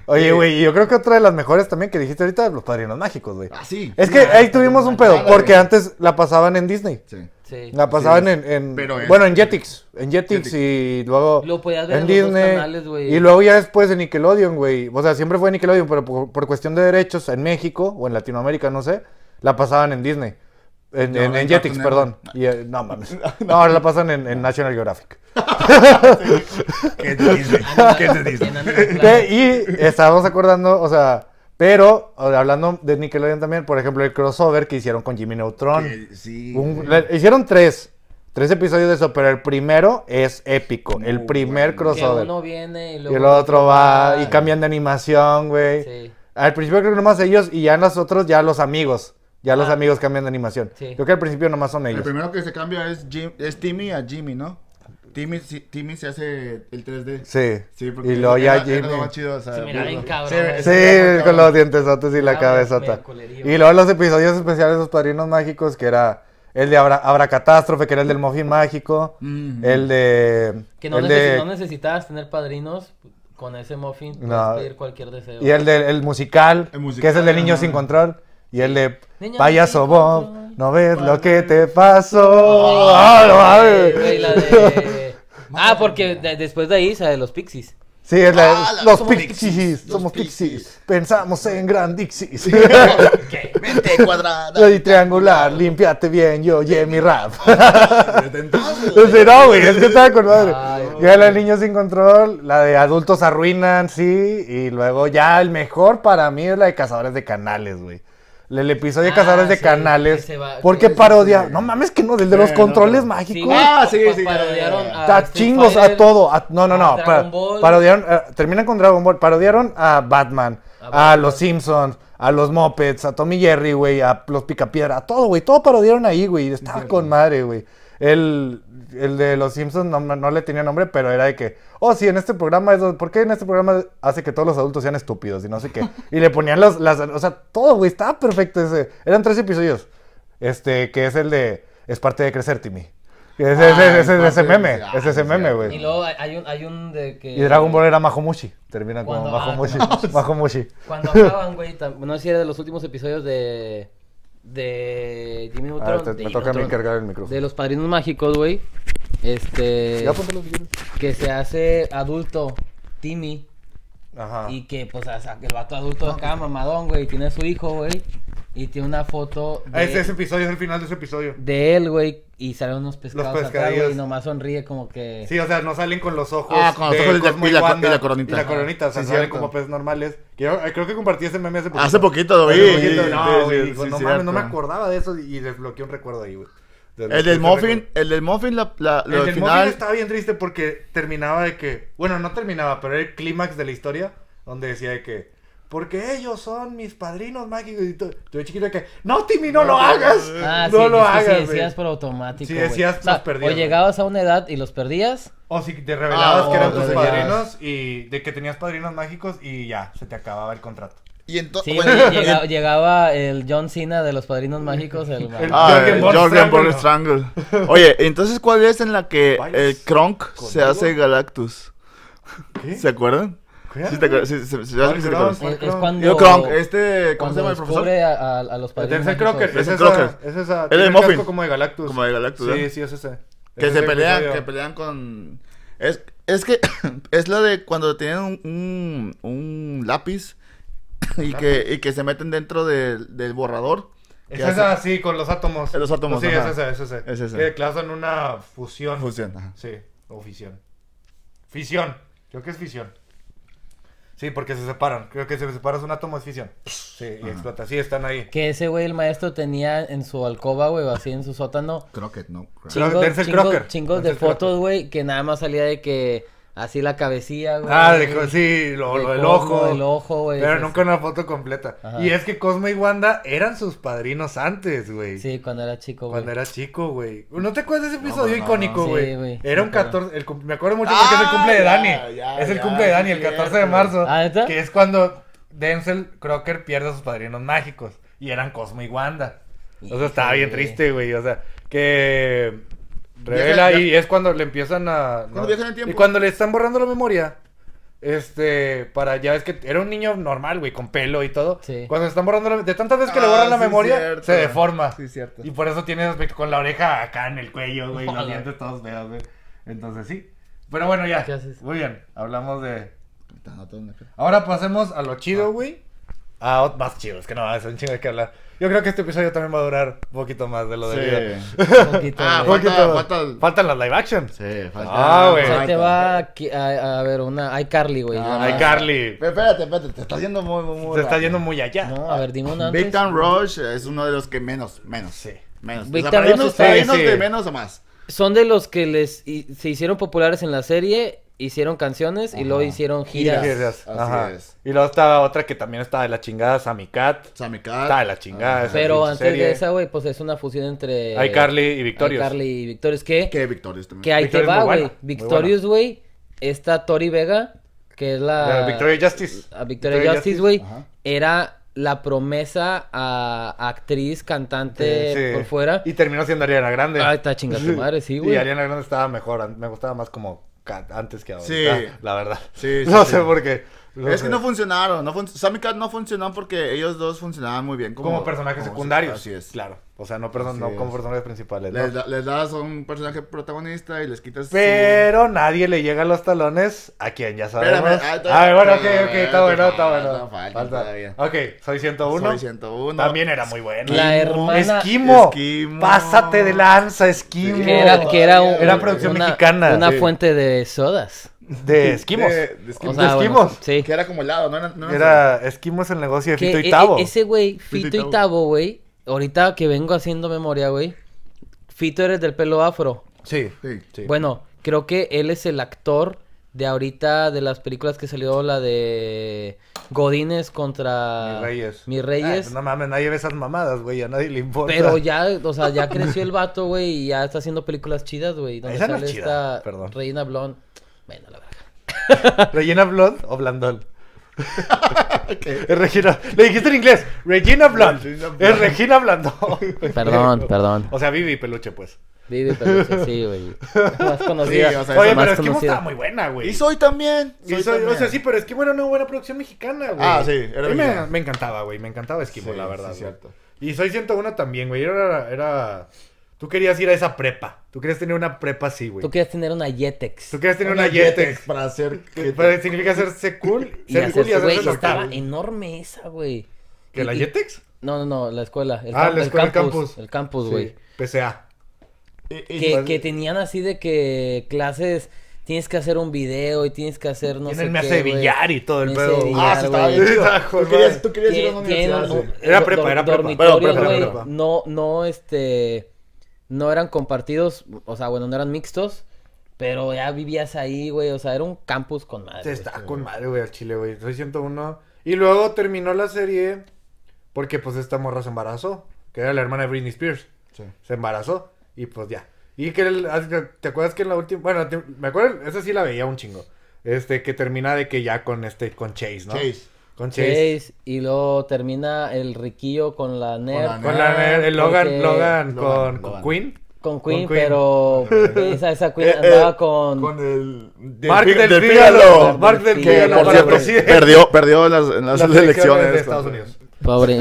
Speaker 1: Oye, güey, y yo creo que otra de las mejores también que dijiste ahorita, los padrinos mágicos, güey.
Speaker 3: Ah, sí. Ah,
Speaker 1: Es que ahí tuvimos un pedo, porque antes la pasaban en Disney.
Speaker 3: Sí.
Speaker 2: Sí.
Speaker 1: La pasaban
Speaker 3: Sí,
Speaker 1: en, en-
Speaker 3: pero es-
Speaker 1: bueno, en Jetix, en Jetix
Speaker 3: Jetix.
Speaker 1: y luego
Speaker 2: Lo podías ver
Speaker 1: en
Speaker 2: en los dos
Speaker 1: Disney
Speaker 2: canales, güey.
Speaker 1: y luego ya después en Nickelodeon, güey. O sea, siempre fue Nickelodeon, pero por, por cuestión de derechos en México o en Latinoamérica, no sé, la pasaban en Disney. En,
Speaker 3: No,
Speaker 1: en- en
Speaker 3: en
Speaker 1: Jetix,
Speaker 3: Cartoon
Speaker 1: perdón. Y, eh, no mames. No, ahora la pasan en, en National Geographic.
Speaker 3: ¿Qué es Disney? ¿Qué es Disney?
Speaker 2: En Animal Planet.
Speaker 1: Te- y estábamos acordando, o sea, pero o- hablando de Nickelodeon también, por ejemplo, el crossover que hicieron con Jimmy Neutron.
Speaker 3: Que Sí.
Speaker 1: Un- le- hicieron tres. Tres episodios de eso, pero el primero es épico. El
Speaker 3: Muy
Speaker 1: primer
Speaker 3: bueno.
Speaker 2: Que
Speaker 1: crossover.
Speaker 2: uno viene y
Speaker 1: y
Speaker 2: luego...
Speaker 1: el otro va y cambian de animación, güey.
Speaker 2: Sí.
Speaker 1: Al principio creo que nomás ellos y ya en los otros ya los amigos. Ya los
Speaker 2: Ah.
Speaker 1: amigos cambian de animación.
Speaker 2: Sí.
Speaker 1: Creo que al principio nomás son
Speaker 3: El
Speaker 1: ellos.
Speaker 3: primero que se cambia es, Jim- es Timmy a Jimmy, ¿no? Timmy, si- Timmy se hace el 3D.
Speaker 1: Sí.
Speaker 3: Sí, porque
Speaker 1: y luego ya
Speaker 3: era- era
Speaker 1: Jimmy.
Speaker 3: lo más chido, o sea,
Speaker 2: Se miraba bien cabrón,
Speaker 3: Sí,
Speaker 2: güey.
Speaker 1: Sí,
Speaker 3: se miraba muy
Speaker 1: con los
Speaker 3: cabrón.
Speaker 1: dientesotes y la
Speaker 2: Ah,
Speaker 1: cabezota.
Speaker 2: medio culerillo.
Speaker 1: Y luego los episodios especiales de los padrinos mágicos, que era el de Abra, Abracatástrofe, que era el del Muffin Mágico.
Speaker 3: Ujú.
Speaker 1: El de.
Speaker 2: Que no,
Speaker 1: el
Speaker 2: necesi-
Speaker 1: de-
Speaker 2: no necesitabas tener padrinos con ese muffin. Puedes
Speaker 1: No.
Speaker 2: pedir cualquier deseo.
Speaker 1: Y el del el musical,
Speaker 3: El musical,
Speaker 1: que es el de Niños
Speaker 3: ajá.
Speaker 1: sin Control. Y el de
Speaker 2: Niños
Speaker 1: Payaso
Speaker 2: sin
Speaker 1: Bob,
Speaker 2: control.
Speaker 1: no ves lo que te pasó. Ah, no
Speaker 2: Eh,
Speaker 1: mames.
Speaker 2: güey, la de- Ah, porque de- después de ahí sale los pixies.
Speaker 1: Sí, es la,
Speaker 3: Ah, la-
Speaker 1: los
Speaker 3: somos
Speaker 1: pixies,
Speaker 3: pixies, los
Speaker 1: somos pixies.
Speaker 3: pixies.
Speaker 1: Pensamos en Grand Dixies.
Speaker 3: Mente cuadrada.
Speaker 1: Y triangular, límpiate bien, yo oye mi rap.
Speaker 3: Desde entonces, güey.
Speaker 1: Sí, no, güey, es que estaba con madre.
Speaker 2: Ay, güey.
Speaker 1: ya la de niños sin control, la de adultos arruinan, sí. Y luego ya el mejor para mí es la de cazadores de canales, güey. El episodio de
Speaker 2: Ah,
Speaker 1: Cazadores de
Speaker 2: sí,
Speaker 1: Canales.
Speaker 2: que se va-
Speaker 1: porque
Speaker 2: que-
Speaker 1: parodia.
Speaker 3: sí.
Speaker 1: No mames, que no, del de los
Speaker 3: Sí, no,
Speaker 1: controles
Speaker 3: pero-
Speaker 1: mágicos.
Speaker 2: güey,
Speaker 3: Ah,
Speaker 2: pa-
Speaker 3: sí,
Speaker 2: pa-
Speaker 3: sí, ya, ya, ya.
Speaker 2: Parodiaron a.
Speaker 1: Ta-
Speaker 2: Ah, Street
Speaker 1: chingos a
Speaker 2: Fighter.
Speaker 1: todo. a- no, no,
Speaker 2: a
Speaker 1: no.
Speaker 2: Dragon
Speaker 1: pa-
Speaker 2: Ball.
Speaker 1: parodiaron, eh, terminan con Dragon Ball. Parodiaron a Batman,
Speaker 2: A
Speaker 1: a,
Speaker 2: Batman.
Speaker 1: los Simpsons, a los Mopeds, a Tommy Jerry, güey, a los Picapiedra, a todo, güey. Todo parodiaron ahí, güey. Estaba con madre, güey. El, el de los Simpsons no, no le tenía nombre, pero era de que, oh, sí, en este programa es donde- ¿por qué en este programa hace que todos los adultos sean estúpidos y no sé qué? Y le ponían las, las o sea, todo, güey, estaba perfecto ese. Eran tres episodios. Este, que es el de, es parte de crecer, Timmy. Ese, ese, ese-
Speaker 3: Ah, es
Speaker 1: ese-
Speaker 3: parte
Speaker 1: ese
Speaker 3: de-
Speaker 1: meme,
Speaker 3: ah,
Speaker 1: es ese
Speaker 3: sí,
Speaker 1: meme,
Speaker 3: sí.
Speaker 1: güey.
Speaker 2: Y luego hay- hay un, hay un de que...
Speaker 1: Y
Speaker 3: eh,
Speaker 1: Dragon Ball era Majomushi. Termina como
Speaker 2: Cuando- ah,
Speaker 1: Majomushi.
Speaker 2: no.
Speaker 1: Majomushi.
Speaker 2: Cuando acaban, güey, tam- no sé si era de los últimos episodios de... De Jimmy
Speaker 1: A ver,
Speaker 2: Neutron.
Speaker 1: te-
Speaker 2: de
Speaker 1: Ah, este, me toca a mí
Speaker 2: Neutron.
Speaker 1: cargar el micrófono.
Speaker 2: De los padrinos mágicos, güey. Este...
Speaker 1: Ya, ponte los billetes.
Speaker 2: Que se hace adulto Timmy.
Speaker 1: Ajá.
Speaker 2: Y que, pues, o sea, que el vato adulto acá, mamadón, güey, tiene a su hijo, güey. Y tiene una foto de,
Speaker 1: Ah, Ese, ese episodio es el final de ese episodio.
Speaker 2: de él, güey. Y salen unos pescados acá,
Speaker 1: pescadillos.
Speaker 2: güey. Y nomás sonríe como que...
Speaker 1: Sí, o sea, no salen con los ojos.
Speaker 3: Ah, con los
Speaker 1: de
Speaker 3: ojos y la-
Speaker 1: Cosmo
Speaker 3: y la-
Speaker 1: Wanda
Speaker 3: y la coronita.
Speaker 1: Y la coronita, o sea,
Speaker 3: Sí,
Speaker 1: salen
Speaker 3: cierto.
Speaker 1: como peces normales. Que yo- eh, creo que compartí ese meme hace poquito.
Speaker 3: Hace poquito lo vi.
Speaker 1: Hace poquito,
Speaker 3: Sí, pues,
Speaker 1: no,
Speaker 3: sí,
Speaker 1: güey,
Speaker 3: sí,
Speaker 1: dijo,
Speaker 3: sí,
Speaker 1: no mames, no me
Speaker 3: cierto.
Speaker 1: acordaba de eso y desbloqueé un recuerdo ahí, güey.
Speaker 3: El del Muffin, el del Muffin, la, la-
Speaker 1: el
Speaker 3: lo del
Speaker 1: del
Speaker 3: final.
Speaker 1: Muffin estaba bien triste porque terminaba de que. Bueno, no terminaba, pero era el clímax de la historia donde decía de que. Porque ellos son mis padrinos mágicos. Y tú, tú de chiquito de que. No, Timmy, no, lo hagas.
Speaker 2: Ah,
Speaker 1: no
Speaker 2: sí,
Speaker 1: lo
Speaker 2: es que sí
Speaker 1: hagas. güey".
Speaker 2: decías por automático,
Speaker 1: Sí,
Speaker 2: güey.
Speaker 1: decías,
Speaker 2: o, sea,
Speaker 1: los perdías,
Speaker 2: o
Speaker 1: güey.
Speaker 2: llegabas a una edad y los perdías.
Speaker 1: O si te revelabas
Speaker 3: Ah,
Speaker 1: que eran
Speaker 3: o
Speaker 1: tus
Speaker 3: revelabas.
Speaker 1: padrinos y de que tenías padrinos mágicos y ya, se te acababa el contrato.
Speaker 3: Y entonces.
Speaker 2: Sí, güey, llega- llegaba el John Cena de los Padrinos Mágicos. El,
Speaker 1: El-
Speaker 3: Ah,
Speaker 1: Jorgen
Speaker 3: el
Speaker 1: Von
Speaker 3: Jorgen Von
Speaker 1: Strangle.
Speaker 3: Strangle. Oye, entonces, ¿cuál es en la que
Speaker 1: Vayas
Speaker 3: el Kronk se
Speaker 1: conmigo.
Speaker 3: hace Galactus?
Speaker 1: ¿Qué?
Speaker 3: ¿Se acuerdan?
Speaker 1: Claro.
Speaker 3: Sí, te acuerdas. Sí, sí, sí, sí,
Speaker 1: ¿Cuál
Speaker 3: sí, sí,
Speaker 1: Kronk?
Speaker 3: sí, sí, sí.
Speaker 1: ¿Cuál
Speaker 2: es, es
Speaker 1: Kronk?
Speaker 2: cuando,
Speaker 3: Yo, Kronk, este. ¿Cómo
Speaker 2: cuando
Speaker 3: se llama el profesor?
Speaker 2: descubre A, a- a los
Speaker 1: El
Speaker 2: Padrinos
Speaker 1: tercer
Speaker 2: Mágicos.
Speaker 1: Crocker, es
Speaker 3: Es el
Speaker 1: esa,
Speaker 3: Crocker.
Speaker 1: es esa.
Speaker 3: El
Speaker 1: tiene
Speaker 3: del
Speaker 1: casco
Speaker 3: Muffin.
Speaker 1: Como de Galactus.
Speaker 3: Como de Galactus,
Speaker 1: Sí,
Speaker 3: ¿eh?
Speaker 1: sí, es ese.
Speaker 3: Que
Speaker 1: Es
Speaker 3: se
Speaker 1: ese
Speaker 3: pelean,
Speaker 1: episodio.
Speaker 3: que pelean con. Es, es que es la de cuando tienen un, un, un lápiz y que, y que se meten dentro del, del borrador.
Speaker 1: Es
Speaker 3: que hace-
Speaker 1: esa, sí, con los átomos.
Speaker 3: Los átomos,
Speaker 1: Sí,
Speaker 3: ajá.
Speaker 1: es esa, es esa.
Speaker 3: Es esa.
Speaker 1: Que clasan una fusión.
Speaker 3: Fusión, ajá.
Speaker 1: Sí, o fisión. Fisión, creo que es fisión. Sí, porque se separan. Creo que si separas un átomo es fisión. Sí, y explota. Sí, están ahí.
Speaker 2: Que ese güey, el maestro, tenía en su alcoba, güey, o así en su sótano,
Speaker 3: Creo que no. creo.
Speaker 1: Sí. Cro-
Speaker 2: chingos,
Speaker 1: Denzel
Speaker 2: chingos-
Speaker 1: Crocker.
Speaker 2: chingos de
Speaker 1: Denzel Crocker.
Speaker 2: fotos, güey, que nada más salía de que así la cabecilla, güey.
Speaker 1: Ah, de co- sí, lo,
Speaker 2: de
Speaker 1: lo del
Speaker 2: Cosmo,
Speaker 1: ojo.
Speaker 2: del ojo, güey,
Speaker 1: Pero
Speaker 2: es-
Speaker 1: nunca una foto completa.
Speaker 2: Ajá.
Speaker 1: Y es que Cosmo y Wanda eran sus padrinos antes, güey.
Speaker 2: Sí, cuando era chico, güey.
Speaker 1: Cuando era chico, güey. ¿No te acuerdas de ese episodio
Speaker 3: no,
Speaker 1: icónico,
Speaker 2: no.
Speaker 1: güey?
Speaker 2: Sí, güey,
Speaker 1: Era un
Speaker 2: me acuerdo.
Speaker 1: 14. el cum- me acuerdo mucho porque es el
Speaker 3: Ah,
Speaker 1: cumple de
Speaker 3: ya,
Speaker 1: Dani.
Speaker 3: ya,
Speaker 1: es el
Speaker 3: ya,
Speaker 1: cumple de Dani,
Speaker 3: sí,
Speaker 1: el 14 de
Speaker 3: cierto.
Speaker 1: marzo.
Speaker 2: Ah, ¿neta?
Speaker 1: Que es cuando Denzel Crocker pierde a sus padrinos mágicos. Y eran Cosmo y Wanda. O sea, estaba bien
Speaker 2: Híjole.
Speaker 1: triste, güey. O sea, que. Revela
Speaker 3: Viaja-
Speaker 1: y es cuando le empiezan a.
Speaker 3: Cuando viajan en tiempo.
Speaker 1: Y cuando le están borrando la memoria. Este, para ya ves que era un niño normal, güey, con pelo y todo.
Speaker 2: Sí.
Speaker 1: Cuando le están borrando la, de tantas veces que le
Speaker 3: Ah,
Speaker 1: borran la
Speaker 3: sí,
Speaker 1: memoria,
Speaker 3: cierto.
Speaker 1: se deforma.
Speaker 3: Sí, cierto.
Speaker 1: Y por eso tiene ese aspecto con la oreja acá en el cuello, güey,
Speaker 2: Hola.
Speaker 1: los dientes todos feos, güey. Entonces sí. Pero bueno, ya.
Speaker 2: ¿Qué haces?
Speaker 1: Muy bien, hablamos de.
Speaker 3: Está, no, todo en la cara.
Speaker 1: Ahora pasemos a lo
Speaker 2: Ah.
Speaker 1: chido, güey. A ot- más chido, es que no, es un chingo de que hablar. Yo creo que este episodio también va a durar un poquito más de lo de vida.
Speaker 3: Sí.
Speaker 2: Un poquito,
Speaker 3: Ah,
Speaker 2: güey.
Speaker 1: Un poquito-
Speaker 3: falta el-
Speaker 1: Faltan las live action.
Speaker 3: Sí, falta.
Speaker 1: Ah, güey.
Speaker 2: O sea,
Speaker 1: Exacto.
Speaker 2: te va a, qui- a- a ver una... Hay Carly, güey.
Speaker 3: Ah,
Speaker 1: Ay, Carly.
Speaker 3: Pero espérate, espérate, te está yendo muy, muy, muy.
Speaker 1: Se está
Speaker 3: rápido.
Speaker 1: yendo muy allá.
Speaker 2: No, a ver, dime una antes.
Speaker 3: Big Time Rush es uno de los que menos, menos.
Speaker 1: Sí.
Speaker 3: Menos.
Speaker 2: Big
Speaker 3: O sea,
Speaker 2: Time
Speaker 3: para
Speaker 2: Rush
Speaker 3: irnos-
Speaker 2: está-
Speaker 3: para
Speaker 1: Sí,
Speaker 3: irnos
Speaker 1: sí.
Speaker 3: de menos a más.
Speaker 2: Son de los que les hi- se hicieron populares en la serie, hicieron canciones y luego hicieron giras.
Speaker 1: Sí,
Speaker 3: Así
Speaker 1: Ajá.
Speaker 3: es.
Speaker 1: Y luego estaba otra que también estaba de la chingada, Sammy Cat.
Speaker 3: Sammy
Speaker 1: Está de la chingada.
Speaker 3: ah,
Speaker 1: esa
Speaker 2: Pero
Speaker 1: pinche
Speaker 2: antes
Speaker 1: serie.
Speaker 2: de esa, güey, pues es una fusión entre...
Speaker 1: iCarly y Victorious.
Speaker 2: iCarly y Victorious, que,
Speaker 3: Que Victorious también.
Speaker 2: que ahí
Speaker 1: Victorious
Speaker 2: te va,
Speaker 1: muy
Speaker 2: güey.
Speaker 1: buena, muy
Speaker 2: Victorious, güey, está Tori Vega, que es la...
Speaker 1: La Victoria Justice.
Speaker 2: Ah, a Victoria Justice, güey,
Speaker 3: Ajá.
Speaker 2: era la promesa a actriz, cantante
Speaker 1: Sí, sí.
Speaker 2: por fuera.
Speaker 1: Y terminó siendo Ariana Grande.
Speaker 2: Ah, está chinga tu madre, sí, güey.
Speaker 1: Y Ariana Grande estaba mejor. an- Me gustaba más como ca- antes que ahora.
Speaker 3: Sí.
Speaker 1: La verdad.
Speaker 3: Sí, sí,
Speaker 1: no
Speaker 3: sí.
Speaker 1: sé por qué. No
Speaker 3: Es que
Speaker 1: sé.
Speaker 3: no funcionaron. No fun- Sammy Cat no funcionó porque ellos dos funcionaban muy bien. Como,
Speaker 1: Como personajes
Speaker 3: como-
Speaker 1: secundarios.
Speaker 3: Así es.
Speaker 1: Claro. O sea, no, person-
Speaker 3: Así
Speaker 1: no
Speaker 3: es.
Speaker 1: como personajes principales. ¿no?
Speaker 3: Les, da- les das a un personaje protagonista y les quitas. su-
Speaker 1: Pero nadie le llega a los talones a quien ya sabemos.
Speaker 3: Espérame, ah, todavía-
Speaker 1: A ver, bueno, ok,
Speaker 3: todavía,
Speaker 1: ok, está bueno, está
Speaker 3: falta,
Speaker 1: bueno.
Speaker 3: falta todavía.
Speaker 1: Ok, soy 101.
Speaker 3: Soy 101.
Speaker 1: También era muy bueno.
Speaker 2: La hermana-
Speaker 1: Esquimo.
Speaker 3: Esquimo.
Speaker 1: Pásate de lanza, Esquimo.
Speaker 2: Que era, que era, un-
Speaker 1: Era producción
Speaker 2: una,
Speaker 1: mexicana.
Speaker 2: Una
Speaker 1: Sí.
Speaker 2: fuente de sodas.
Speaker 1: De esquimos.
Speaker 3: De- de esquimos.
Speaker 1: De
Speaker 2: bueno,
Speaker 1: esquimos.
Speaker 2: sí.
Speaker 3: Que era como helado, ¿no? Era, no
Speaker 1: Era esquimos el negocio de
Speaker 2: Que
Speaker 1: Fito
Speaker 2: e-
Speaker 1: y
Speaker 2: e-
Speaker 1: Tavo.
Speaker 2: ese güey,
Speaker 3: Fito y
Speaker 2: Fito y
Speaker 3: Tavo.
Speaker 2: Tavo, güey. Ahorita que vengo haciendo memoria, güey. Fito eres del pelo afro.
Speaker 1: Sí.
Speaker 3: Sí.
Speaker 2: Bueno, creo que él es el actor de ahorita, de las películas que salió, la de Godines contra...
Speaker 1: Mis Reyes.
Speaker 2: Mis
Speaker 1: Ah,
Speaker 2: Reyes.
Speaker 1: pues no mames, nadie ve esas mamadas, güey. A nadie le importa.
Speaker 2: Pero ya, o sea, ya creció el vato, güey, y ya está haciendo películas chidas, güey. Donde
Speaker 1: Esa no es
Speaker 2: sale
Speaker 1: chida,
Speaker 2: esta
Speaker 1: perdón.
Speaker 2: Reina Blond. Bueno, la verdad.
Speaker 1: ¿Regina Blond o Blandón? Es Regina... Le dijiste en inglés. Regina Blond.
Speaker 3: Regina Blond.
Speaker 1: Es Regina Blandón. güey.
Speaker 2: Perdón, perdón.
Speaker 1: O sea, Vivi Peluche, pues.
Speaker 2: Vive Peluche, sí, güey. Más conocida.
Speaker 3: Sí, o sea,
Speaker 1: Oye,
Speaker 2: más
Speaker 1: pero Esquimo
Speaker 2: conocida.
Speaker 1: estaba muy buena, güey.
Speaker 3: Y soy también.
Speaker 1: Y soy- o sea, sí, pero Esquimo era una buena producción mexicana, güey.
Speaker 3: Ah, sí, era
Speaker 1: A mí me,
Speaker 3: mexicana.
Speaker 1: me encantaba, güey. Me encantaba Esquimo,
Speaker 3: Sí,
Speaker 1: la
Speaker 3: sí,
Speaker 1: verdad. güey.
Speaker 3: cierto.
Speaker 1: Y soy 101 también, güey. Era, era. Tú querías ir a esa prepa. Tú querías tener una prepa así, güey.
Speaker 2: Tú querías tener una Yetex.
Speaker 1: Tú querías tener una,
Speaker 3: Una
Speaker 1: Yetex.
Speaker 3: Yetex este para hacer
Speaker 1: Que
Speaker 3: que
Speaker 1: para- significa hacerse cool.
Speaker 2: Y
Speaker 1: Ser cool y
Speaker 2: hacerse,
Speaker 1: hacerse
Speaker 2: güey,
Speaker 1: lo que-
Speaker 2: estaba enorme esa, güey.
Speaker 1: ¿Que la
Speaker 2: Y- y-
Speaker 1: Yetex?
Speaker 2: No, no, no, la escuela. El
Speaker 1: Ah,
Speaker 2: cam-
Speaker 1: la escuela, el campus.
Speaker 2: El campus, Pues, güey.
Speaker 1: Sí, PCA.
Speaker 2: Que, que tenían así de que clases, tienes que hacer un video y tienes que hacer no
Speaker 1: Tienen
Speaker 2: sé
Speaker 1: me
Speaker 2: qué,
Speaker 1: hace
Speaker 2: güey.
Speaker 1: billar y todo el
Speaker 2: Me
Speaker 1: pedo.
Speaker 2: hace
Speaker 1: Ah,
Speaker 3: Ah, sí, estaba bien chido.
Speaker 1: Ah, joder,
Speaker 3: Tú querías,
Speaker 1: madre.
Speaker 3: tú querías ir a
Speaker 2: Tien-
Speaker 3: una
Speaker 2: tienen
Speaker 3: universidad.
Speaker 2: un-
Speaker 3: sí.
Speaker 1: Era
Speaker 2: do-
Speaker 1: prepa,
Speaker 2: do-
Speaker 1: era prepa.
Speaker 2: dormitorios,
Speaker 3: Bueno, prepa,
Speaker 2: güey,
Speaker 1: prepa.
Speaker 2: No, no, este, no eran compartidos, o sea, bueno, no eran mixtos, pero ya vivías ahí, güey, o sea, era un campus con madre.
Speaker 1: Se
Speaker 2: güey.
Speaker 1: está con madre, güey, al chile, güey. Soy 101. Y luego terminó la serie porque, pues, esta morra se embarazó. Que era la hermana de Britney Spears.
Speaker 3: Sí.
Speaker 1: Se embarazó y, pues, ya. Y que, el- ¿te acuerdas que en la última? Bueno, te- me acuerdo, esa sí la veía un chingo. Este, que termina de que ya con este, con Chase, ¿no?
Speaker 3: Chase.
Speaker 1: Con Chase.
Speaker 2: Chase, y luego termina el riquillo con la nerd,
Speaker 3: la nerd.
Speaker 1: Con la, el Logan,
Speaker 2: Porque-
Speaker 1: Logan, con,
Speaker 3: Logan,
Speaker 1: con
Speaker 3: Logan.
Speaker 1: Queen.
Speaker 2: con, Queen,
Speaker 1: Con Queen.
Speaker 2: pero esa, esa Queen
Speaker 3: Eh, eh,
Speaker 2: andaba con...
Speaker 3: Con el. del
Speaker 1: Mark
Speaker 3: Pi-
Speaker 1: del,
Speaker 3: del
Speaker 1: Fígalo.
Speaker 3: Fígalo.
Speaker 1: Mark del
Speaker 2: Que,
Speaker 3: Que,
Speaker 1: Fígalo
Speaker 2: Fígalo
Speaker 3: por
Speaker 1: para
Speaker 3: cierto,
Speaker 1: presidente.
Speaker 3: perdió, perdió en las, en las
Speaker 1: Las
Speaker 3: elecciones.
Speaker 1: de
Speaker 3: con-
Speaker 1: Estados Unidos.
Speaker 2: Pobre,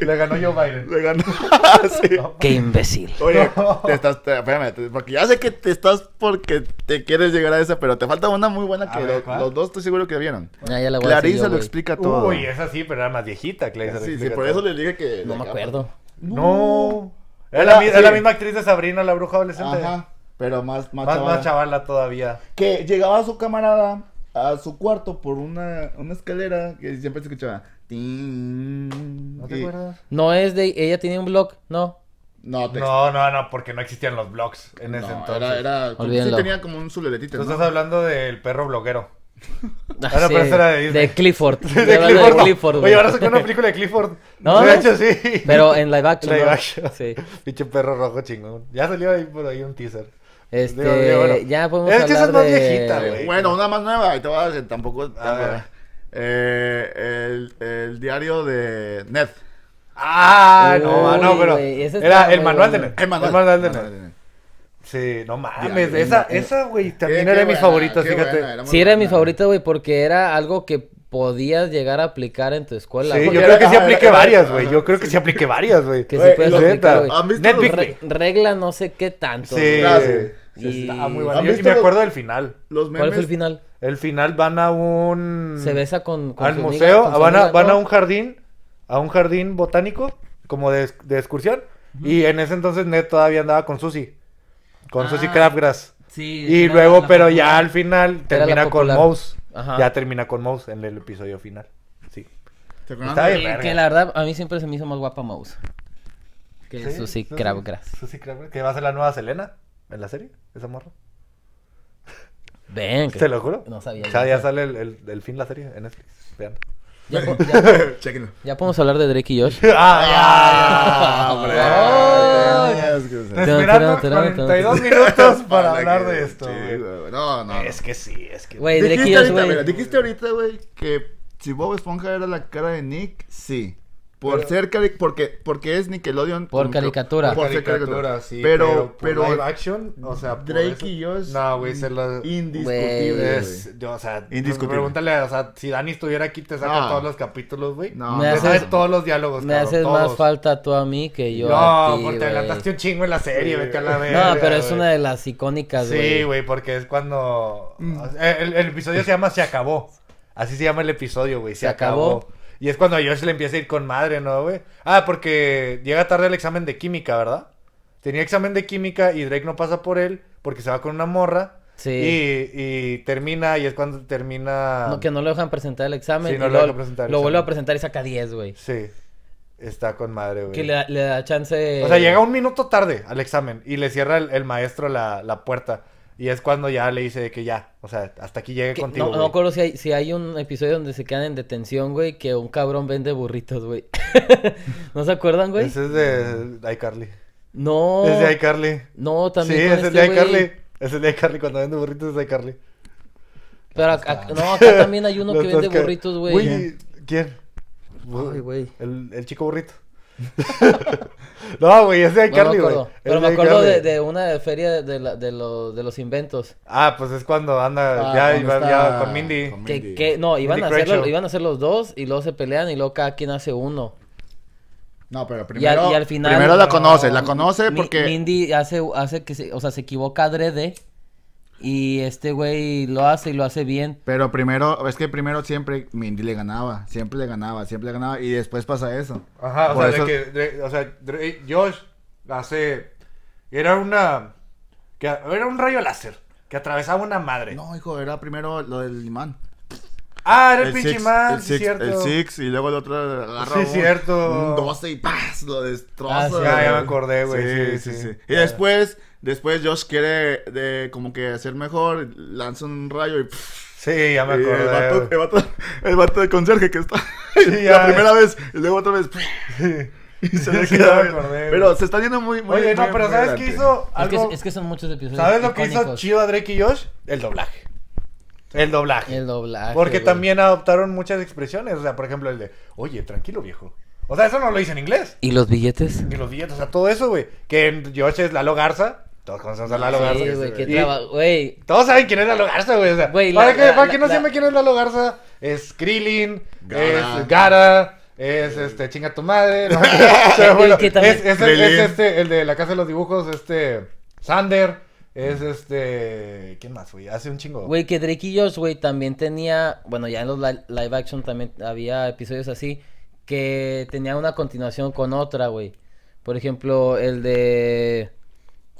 Speaker 1: Le ganó Joe Biden.
Speaker 3: Le ganó. Sí.
Speaker 2: qué imbécil.
Speaker 3: Oye, te estás. te- espérame, te- porque ya sé que te estás porque te quieres llegar a esa, pero te falta una muy buena
Speaker 1: A
Speaker 3: que
Speaker 1: ver,
Speaker 3: lo-
Speaker 1: ¿cuál?
Speaker 3: los dos estoy seguro que vieron.
Speaker 2: Ah, Ya, ya la voy a decir
Speaker 3: Clarisa
Speaker 2: yo,
Speaker 3: lo
Speaker 2: güey.
Speaker 3: explica todo.
Speaker 1: Uy, esa sí, pero era más viejita, Clay.
Speaker 3: sí, sí, por eso le dije que.
Speaker 2: No me acuerdo.
Speaker 1: No. Es la,
Speaker 3: Ah,
Speaker 1: mi-
Speaker 3: sí.
Speaker 1: es la misma actriz de Sabrina, la bruja adolescente.
Speaker 3: Ajá. Pero más, más,
Speaker 1: Más,
Speaker 3: chavala.
Speaker 1: más chavala todavía.
Speaker 3: Que llegaba su camarada a su cuarto por una, una escalera que siempre se escuchaba. "Tin".
Speaker 1: ¿No te
Speaker 3: Y-
Speaker 1: acuerdas?
Speaker 2: No es de. Ella tenía un blog, no.
Speaker 3: No, te
Speaker 1: No, no, no, porque no existían los blogs en
Speaker 3: no,
Speaker 1: ese
Speaker 3: era-
Speaker 1: entonces.
Speaker 3: era, como- sí
Speaker 2: Olvídenlo.
Speaker 3: tenía como un suletito.
Speaker 1: Tú
Speaker 3: ¿no?
Speaker 1: estás hablando del perro bloguero.
Speaker 2: Ah,
Speaker 1: Ah, no, pero esa era de Disney.
Speaker 2: Clifford.
Speaker 1: De
Speaker 2: Estoy hablando
Speaker 1: Clifford.
Speaker 2: de
Speaker 1: no.
Speaker 2: Clifford, güey.
Speaker 1: Oye, ahora sacó una película de Clifford.
Speaker 2: No,
Speaker 1: De
Speaker 2: no.
Speaker 1: hecho, sí.
Speaker 2: Pero en live action.
Speaker 1: Live
Speaker 2: ¿no?
Speaker 1: action.
Speaker 2: Sí.
Speaker 1: Pinche perro rojo chingón. Ya salió ahí por ahí un teaser.
Speaker 2: Este,
Speaker 1: Digo, digo, bueno.
Speaker 2: ya podemos
Speaker 1: Es que esa
Speaker 2: hablar
Speaker 1: es más
Speaker 2: de-
Speaker 1: viejita,
Speaker 3: Eh,
Speaker 1: güey.
Speaker 3: Bueno, una más nueva. ahí te voy a decir, tampoco. tampoco-
Speaker 1: ver.
Speaker 3: eh, el, el diario de Ned.
Speaker 1: Ah, no,
Speaker 2: Uy,
Speaker 1: no, pero
Speaker 2: güey, esa
Speaker 1: era
Speaker 2: estaba
Speaker 1: el
Speaker 2: muy
Speaker 1: manual de
Speaker 2: buena.
Speaker 1: Ned.
Speaker 3: El manual.
Speaker 1: de
Speaker 3: Manual
Speaker 1: Ned.
Speaker 3: de Ned.
Speaker 1: Sí, no mames.
Speaker 3: Diablo,
Speaker 1: Esa,
Speaker 3: Ned.
Speaker 1: esa, güey,
Speaker 3: Qué-
Speaker 1: también
Speaker 3: qué
Speaker 1: era de mis
Speaker 3: buena,
Speaker 1: favoritas,
Speaker 3: qué
Speaker 1: fíjate.
Speaker 3: buena, muy
Speaker 2: Sí, era de mis
Speaker 3: buena.
Speaker 2: favoritos, güey, porque era algo que podías llegar a aplicar en tu escuela.
Speaker 1: Sí,
Speaker 2: güey.
Speaker 1: yo
Speaker 3: Porque
Speaker 1: creo que
Speaker 3: era-
Speaker 1: sí
Speaker 3: ajá,
Speaker 1: apliqué
Speaker 3: era-
Speaker 1: varias,
Speaker 3: ajá,
Speaker 1: güey. Yo creo que sí apliqué varias, güey.
Speaker 2: Que
Speaker 3: Güey,
Speaker 2: se puede
Speaker 3: lo-
Speaker 2: aplicar, güey.
Speaker 3: ¿Han visto
Speaker 1: Ned
Speaker 3: los
Speaker 1: Big
Speaker 2: Re-
Speaker 1: Big.
Speaker 2: regla no sé qué tanto.
Speaker 1: Sí.
Speaker 2: güey.
Speaker 3: Ah, sí.
Speaker 2: Y-
Speaker 1: Está muy
Speaker 3: ¿Han
Speaker 1: buena. Yo sí
Speaker 3: visto
Speaker 1: me
Speaker 3: los-
Speaker 1: acuerdo del final.
Speaker 3: Los memes.
Speaker 2: ¿Cuál fue el final?
Speaker 1: El final van a un...
Speaker 2: Se besa con. con
Speaker 1: mm. al
Speaker 2: su amiga,
Speaker 1: museo, Ah,
Speaker 2: con su
Speaker 1: van, a,
Speaker 2: amiga,
Speaker 1: van
Speaker 2: ¿no?
Speaker 1: a un jardín, a un jardín botánico, como de, de excursión. Y en ese entonces Ned todavía andaba con Susie, con Susie
Speaker 2: Ah,
Speaker 1: Crabgrass.
Speaker 2: Sí,
Speaker 1: Y
Speaker 2: era
Speaker 1: luego,
Speaker 2: la
Speaker 1: pero ya
Speaker 2: popular.
Speaker 1: al final
Speaker 2: Era la
Speaker 1: termina con
Speaker 2: popular.
Speaker 1: Mouse.
Speaker 2: Ajá.
Speaker 1: Ya termina con Mouse en el episodio final. Sí.
Speaker 3: ¿Te acuerdas?
Speaker 1: Está bien.
Speaker 2: Sí,
Speaker 1: verga.
Speaker 2: que la verdad, a mí siempre se me hizo más guapa Mouse. Que
Speaker 1: Sí,
Speaker 2: Susie Crabgrass.
Speaker 1: Susie Crabgrass, que va a ser la nueva Selena en la serie, esa morra.
Speaker 2: Ven. que-
Speaker 1: Te Este lo juro.
Speaker 2: No sabía.
Speaker 1: O sea,
Speaker 2: yo.
Speaker 1: ya sale el, el- el fin la serie en Netflix. Vean.
Speaker 2: Ya po- ya-
Speaker 3: Chéquenlo.
Speaker 2: ya podemos hablar de Drake y Josh.
Speaker 1: ¡Ah, ya!
Speaker 3: Ah,
Speaker 1: Ay.
Speaker 3: tenías que ser.
Speaker 1: Te esperando 42 minutos para hablar
Speaker 3: que-
Speaker 1: de esto,
Speaker 3: sí,
Speaker 1: güey.
Speaker 3: güey. No, no.
Speaker 1: Es que sí, es que.
Speaker 2: Güey, Drake y
Speaker 3: Dijiste
Speaker 2: Josh,
Speaker 3: ahorita, mira,
Speaker 2: güey.
Speaker 3: dijiste ahorita, güey, que si Bob Esponja era la cara de Nick, sí. Por ser cari- porque, porque es Nickelodeon.
Speaker 2: Por
Speaker 3: con-
Speaker 2: caricatura.
Speaker 1: Por
Speaker 3: ser
Speaker 1: caricatura, sí. pues,
Speaker 3: Pero, pero,
Speaker 1: live action, o sea, por
Speaker 3: Drake
Speaker 1: eso-
Speaker 3: y Josh.
Speaker 1: No, güey, se la.
Speaker 3: Indiscutible.
Speaker 2: Güey.
Speaker 1: es-
Speaker 3: güey.
Speaker 1: yo, o sea,
Speaker 3: Indiscutible.
Speaker 1: pregúntale, o sea, si Dani estuviera aquí, te saca
Speaker 3: No.
Speaker 1: todos los capítulos, güey.
Speaker 3: No,
Speaker 1: No,
Speaker 3: Me
Speaker 1: me
Speaker 2: haces-
Speaker 1: haces todos los diálogos.
Speaker 2: Me
Speaker 1: cabrón,
Speaker 2: haces
Speaker 1: todos.
Speaker 2: más falta tú a mí que yo a
Speaker 1: No,
Speaker 2: ti,
Speaker 1: porque te
Speaker 2: güey.
Speaker 1: adelantaste un chingo en la serie,
Speaker 3: Sí,
Speaker 1: vete a la verga.
Speaker 2: No, pero es
Speaker 1: güey.
Speaker 2: una de las icónicas, güey. Mm.
Speaker 1: Sí, güey, porque es cuando. El, el episodio se llama Se acabó. Así se llama el episodio, güey. Se,
Speaker 2: Se
Speaker 1: acabó.
Speaker 2: acabó.
Speaker 1: Y es cuando a Josh le empieza a ir con madre, ¿no, güey? Ah, porque llega tarde el examen de química, ¿verdad? Tenía examen de química y Drake no pasa por él porque se va con una morra.
Speaker 2: Sí.
Speaker 1: Y, y termina, y es cuando termina.
Speaker 2: No, que no lo dejan presentar el examen.
Speaker 1: Sí, no
Speaker 2: y
Speaker 1: lo
Speaker 2: luego
Speaker 1: dejan presentar el
Speaker 2: Lo vuelve
Speaker 1: examen.
Speaker 2: a presentar y saca 10, güey.
Speaker 1: Sí. Está con madre, güey.
Speaker 2: Que le, da- le da chance.
Speaker 1: O sea, llega un minuto tarde al examen y le cierra el, el maestro la, la puerta. Y es cuando ya le dice de que ya, o sea, hasta aquí llegue
Speaker 2: Que-
Speaker 1: contigo.
Speaker 2: no, no
Speaker 1: güey.
Speaker 2: me acuerdo si hay, si hay un episodio donde se quedan en detención, güey, que un cabrón vende burritos, güey. ¿No se acuerdan, güey?
Speaker 1: Ese es de iCarly.
Speaker 2: No.
Speaker 1: Es de iCarly.
Speaker 2: No, también.
Speaker 1: sí,
Speaker 2: con
Speaker 1: ese es
Speaker 2: este
Speaker 1: de
Speaker 2: güey.
Speaker 1: iCarly. Ese es de iCarly. Cuando vende burritos es de iCarly.
Speaker 2: Pero acá, acá- no, acá también hay uno
Speaker 1: Lo
Speaker 2: que vende
Speaker 1: estás ca-
Speaker 2: burritos, güey.
Speaker 1: Uy, ¿quién?
Speaker 2: Ay, güey.
Speaker 1: El, el chico burrito. no, güey, es de
Speaker 2: No me
Speaker 1: iCarly, güey.
Speaker 2: acuerdo.
Speaker 1: Es
Speaker 2: Pero me acuerdo
Speaker 1: iCarly.
Speaker 2: de, de una feria de, la- de, lo- de los inventos.
Speaker 1: Ah, pues es cuando anda
Speaker 3: Ah,
Speaker 1: ya,
Speaker 3: cuando
Speaker 1: iba-
Speaker 3: está
Speaker 1: ya con Mindy.
Speaker 3: con
Speaker 2: Que,
Speaker 3: Mindy.
Speaker 2: que, no, iban a,
Speaker 1: Mindy Crenshaw.
Speaker 2: hacerlo, iban a hacer los dos y luego se pelean y luego cada quien hace uno.
Speaker 3: No, pero
Speaker 2: Y al-
Speaker 3: primero,
Speaker 2: y al final-
Speaker 3: primero la
Speaker 2: no.
Speaker 3: conoce, la conoce
Speaker 2: Mi-
Speaker 3: porque...
Speaker 2: Mindy hace, hace que se, o sea, se equivoca adrede y este güey lo hace y lo hace bien.
Speaker 3: Pero primero, es que primero siempre Mindy le ganaba, siempre le ganaba, siempre le ganaba y después pasa eso.
Speaker 1: Ajá, o
Speaker 3: Por
Speaker 1: sea,
Speaker 3: eso-
Speaker 1: de que, de- o sea, Dre- Josh hace, era una, que, era un rayo láser que atravesaba una madre.
Speaker 3: No, hijo, era primero lo del imán.
Speaker 1: Ah, era el, pinche man, sí,
Speaker 3: six,
Speaker 1: cierto.
Speaker 3: el six, y luego el otro agarra
Speaker 1: Sí,
Speaker 3: un,
Speaker 1: cierto.
Speaker 3: un 12 y ¡paz! Lo destroza.
Speaker 2: Ah, sí.
Speaker 3: güey.
Speaker 1: Ya, ya me acordé, güey, sí, sí.
Speaker 3: Y después, después Josh quiere de, como que hacer mejor, lanza un rayo y... ¡pff!
Speaker 1: Sí, ya me
Speaker 3: Y el,
Speaker 1: acordé.
Speaker 3: vato, el,
Speaker 1: güey.
Speaker 3: vato, el vato de conserje que está
Speaker 1: Sí, ya.
Speaker 3: la primera vez y luego otra vez y se le
Speaker 1: Sí, ya
Speaker 3: queda
Speaker 1: me acordé,
Speaker 3: pero
Speaker 1: güey.
Speaker 3: se está yendo muy, muy
Speaker 1: Oye, no,
Speaker 3: muy-
Speaker 1: pero
Speaker 3: muy
Speaker 1: ¿sabes qué
Speaker 3: adelante.
Speaker 1: hizo?
Speaker 2: Es que,
Speaker 1: Algo-
Speaker 2: es que son muchos episodios.
Speaker 1: ¿Sabes lo que hizo
Speaker 2: icónicos.
Speaker 1: chido a Drake y Josh? El doblaje. El doblaje.
Speaker 2: El doblaje.
Speaker 1: Porque
Speaker 2: güey.
Speaker 1: también adoptaron muchas expresiones. O sea, por ejemplo, el de, oye, tranquilo, viejo. O sea, eso no lo hice en inglés.
Speaker 2: ¿Y los billetes?
Speaker 1: Ni los billetes, o sea, todo eso, güey. Que en Josh es Lalo Garza. Todos conocemos a Lalo Garza.
Speaker 2: Sí, güey, que
Speaker 1: Y
Speaker 2: traba- güey.
Speaker 1: Todos saben quién es Lalo Garza, güey. O sea,
Speaker 2: Güey,
Speaker 1: para
Speaker 2: la-
Speaker 1: que,
Speaker 2: la-
Speaker 1: para
Speaker 2: la-
Speaker 1: que no
Speaker 2: la-
Speaker 1: sepa quién es Lalo Garza, es Krillin,
Speaker 3: Gara.
Speaker 1: es Gara, es este, chinga tu madre. ¿no? O sea,
Speaker 2: Que-
Speaker 1: bueno,
Speaker 2: que
Speaker 1: es,
Speaker 2: también-
Speaker 1: es el,
Speaker 3: Krillin.
Speaker 1: es este, el de la casa de los dibujos, este, Sander, es este, ¿quién más, güey? Hace un chingo.
Speaker 2: Güey, que Drake y Josh, güey, también tenía, bueno, ya en los li- live action también había episodios así, que tenía una continuación con otra, güey. Por ejemplo, el de...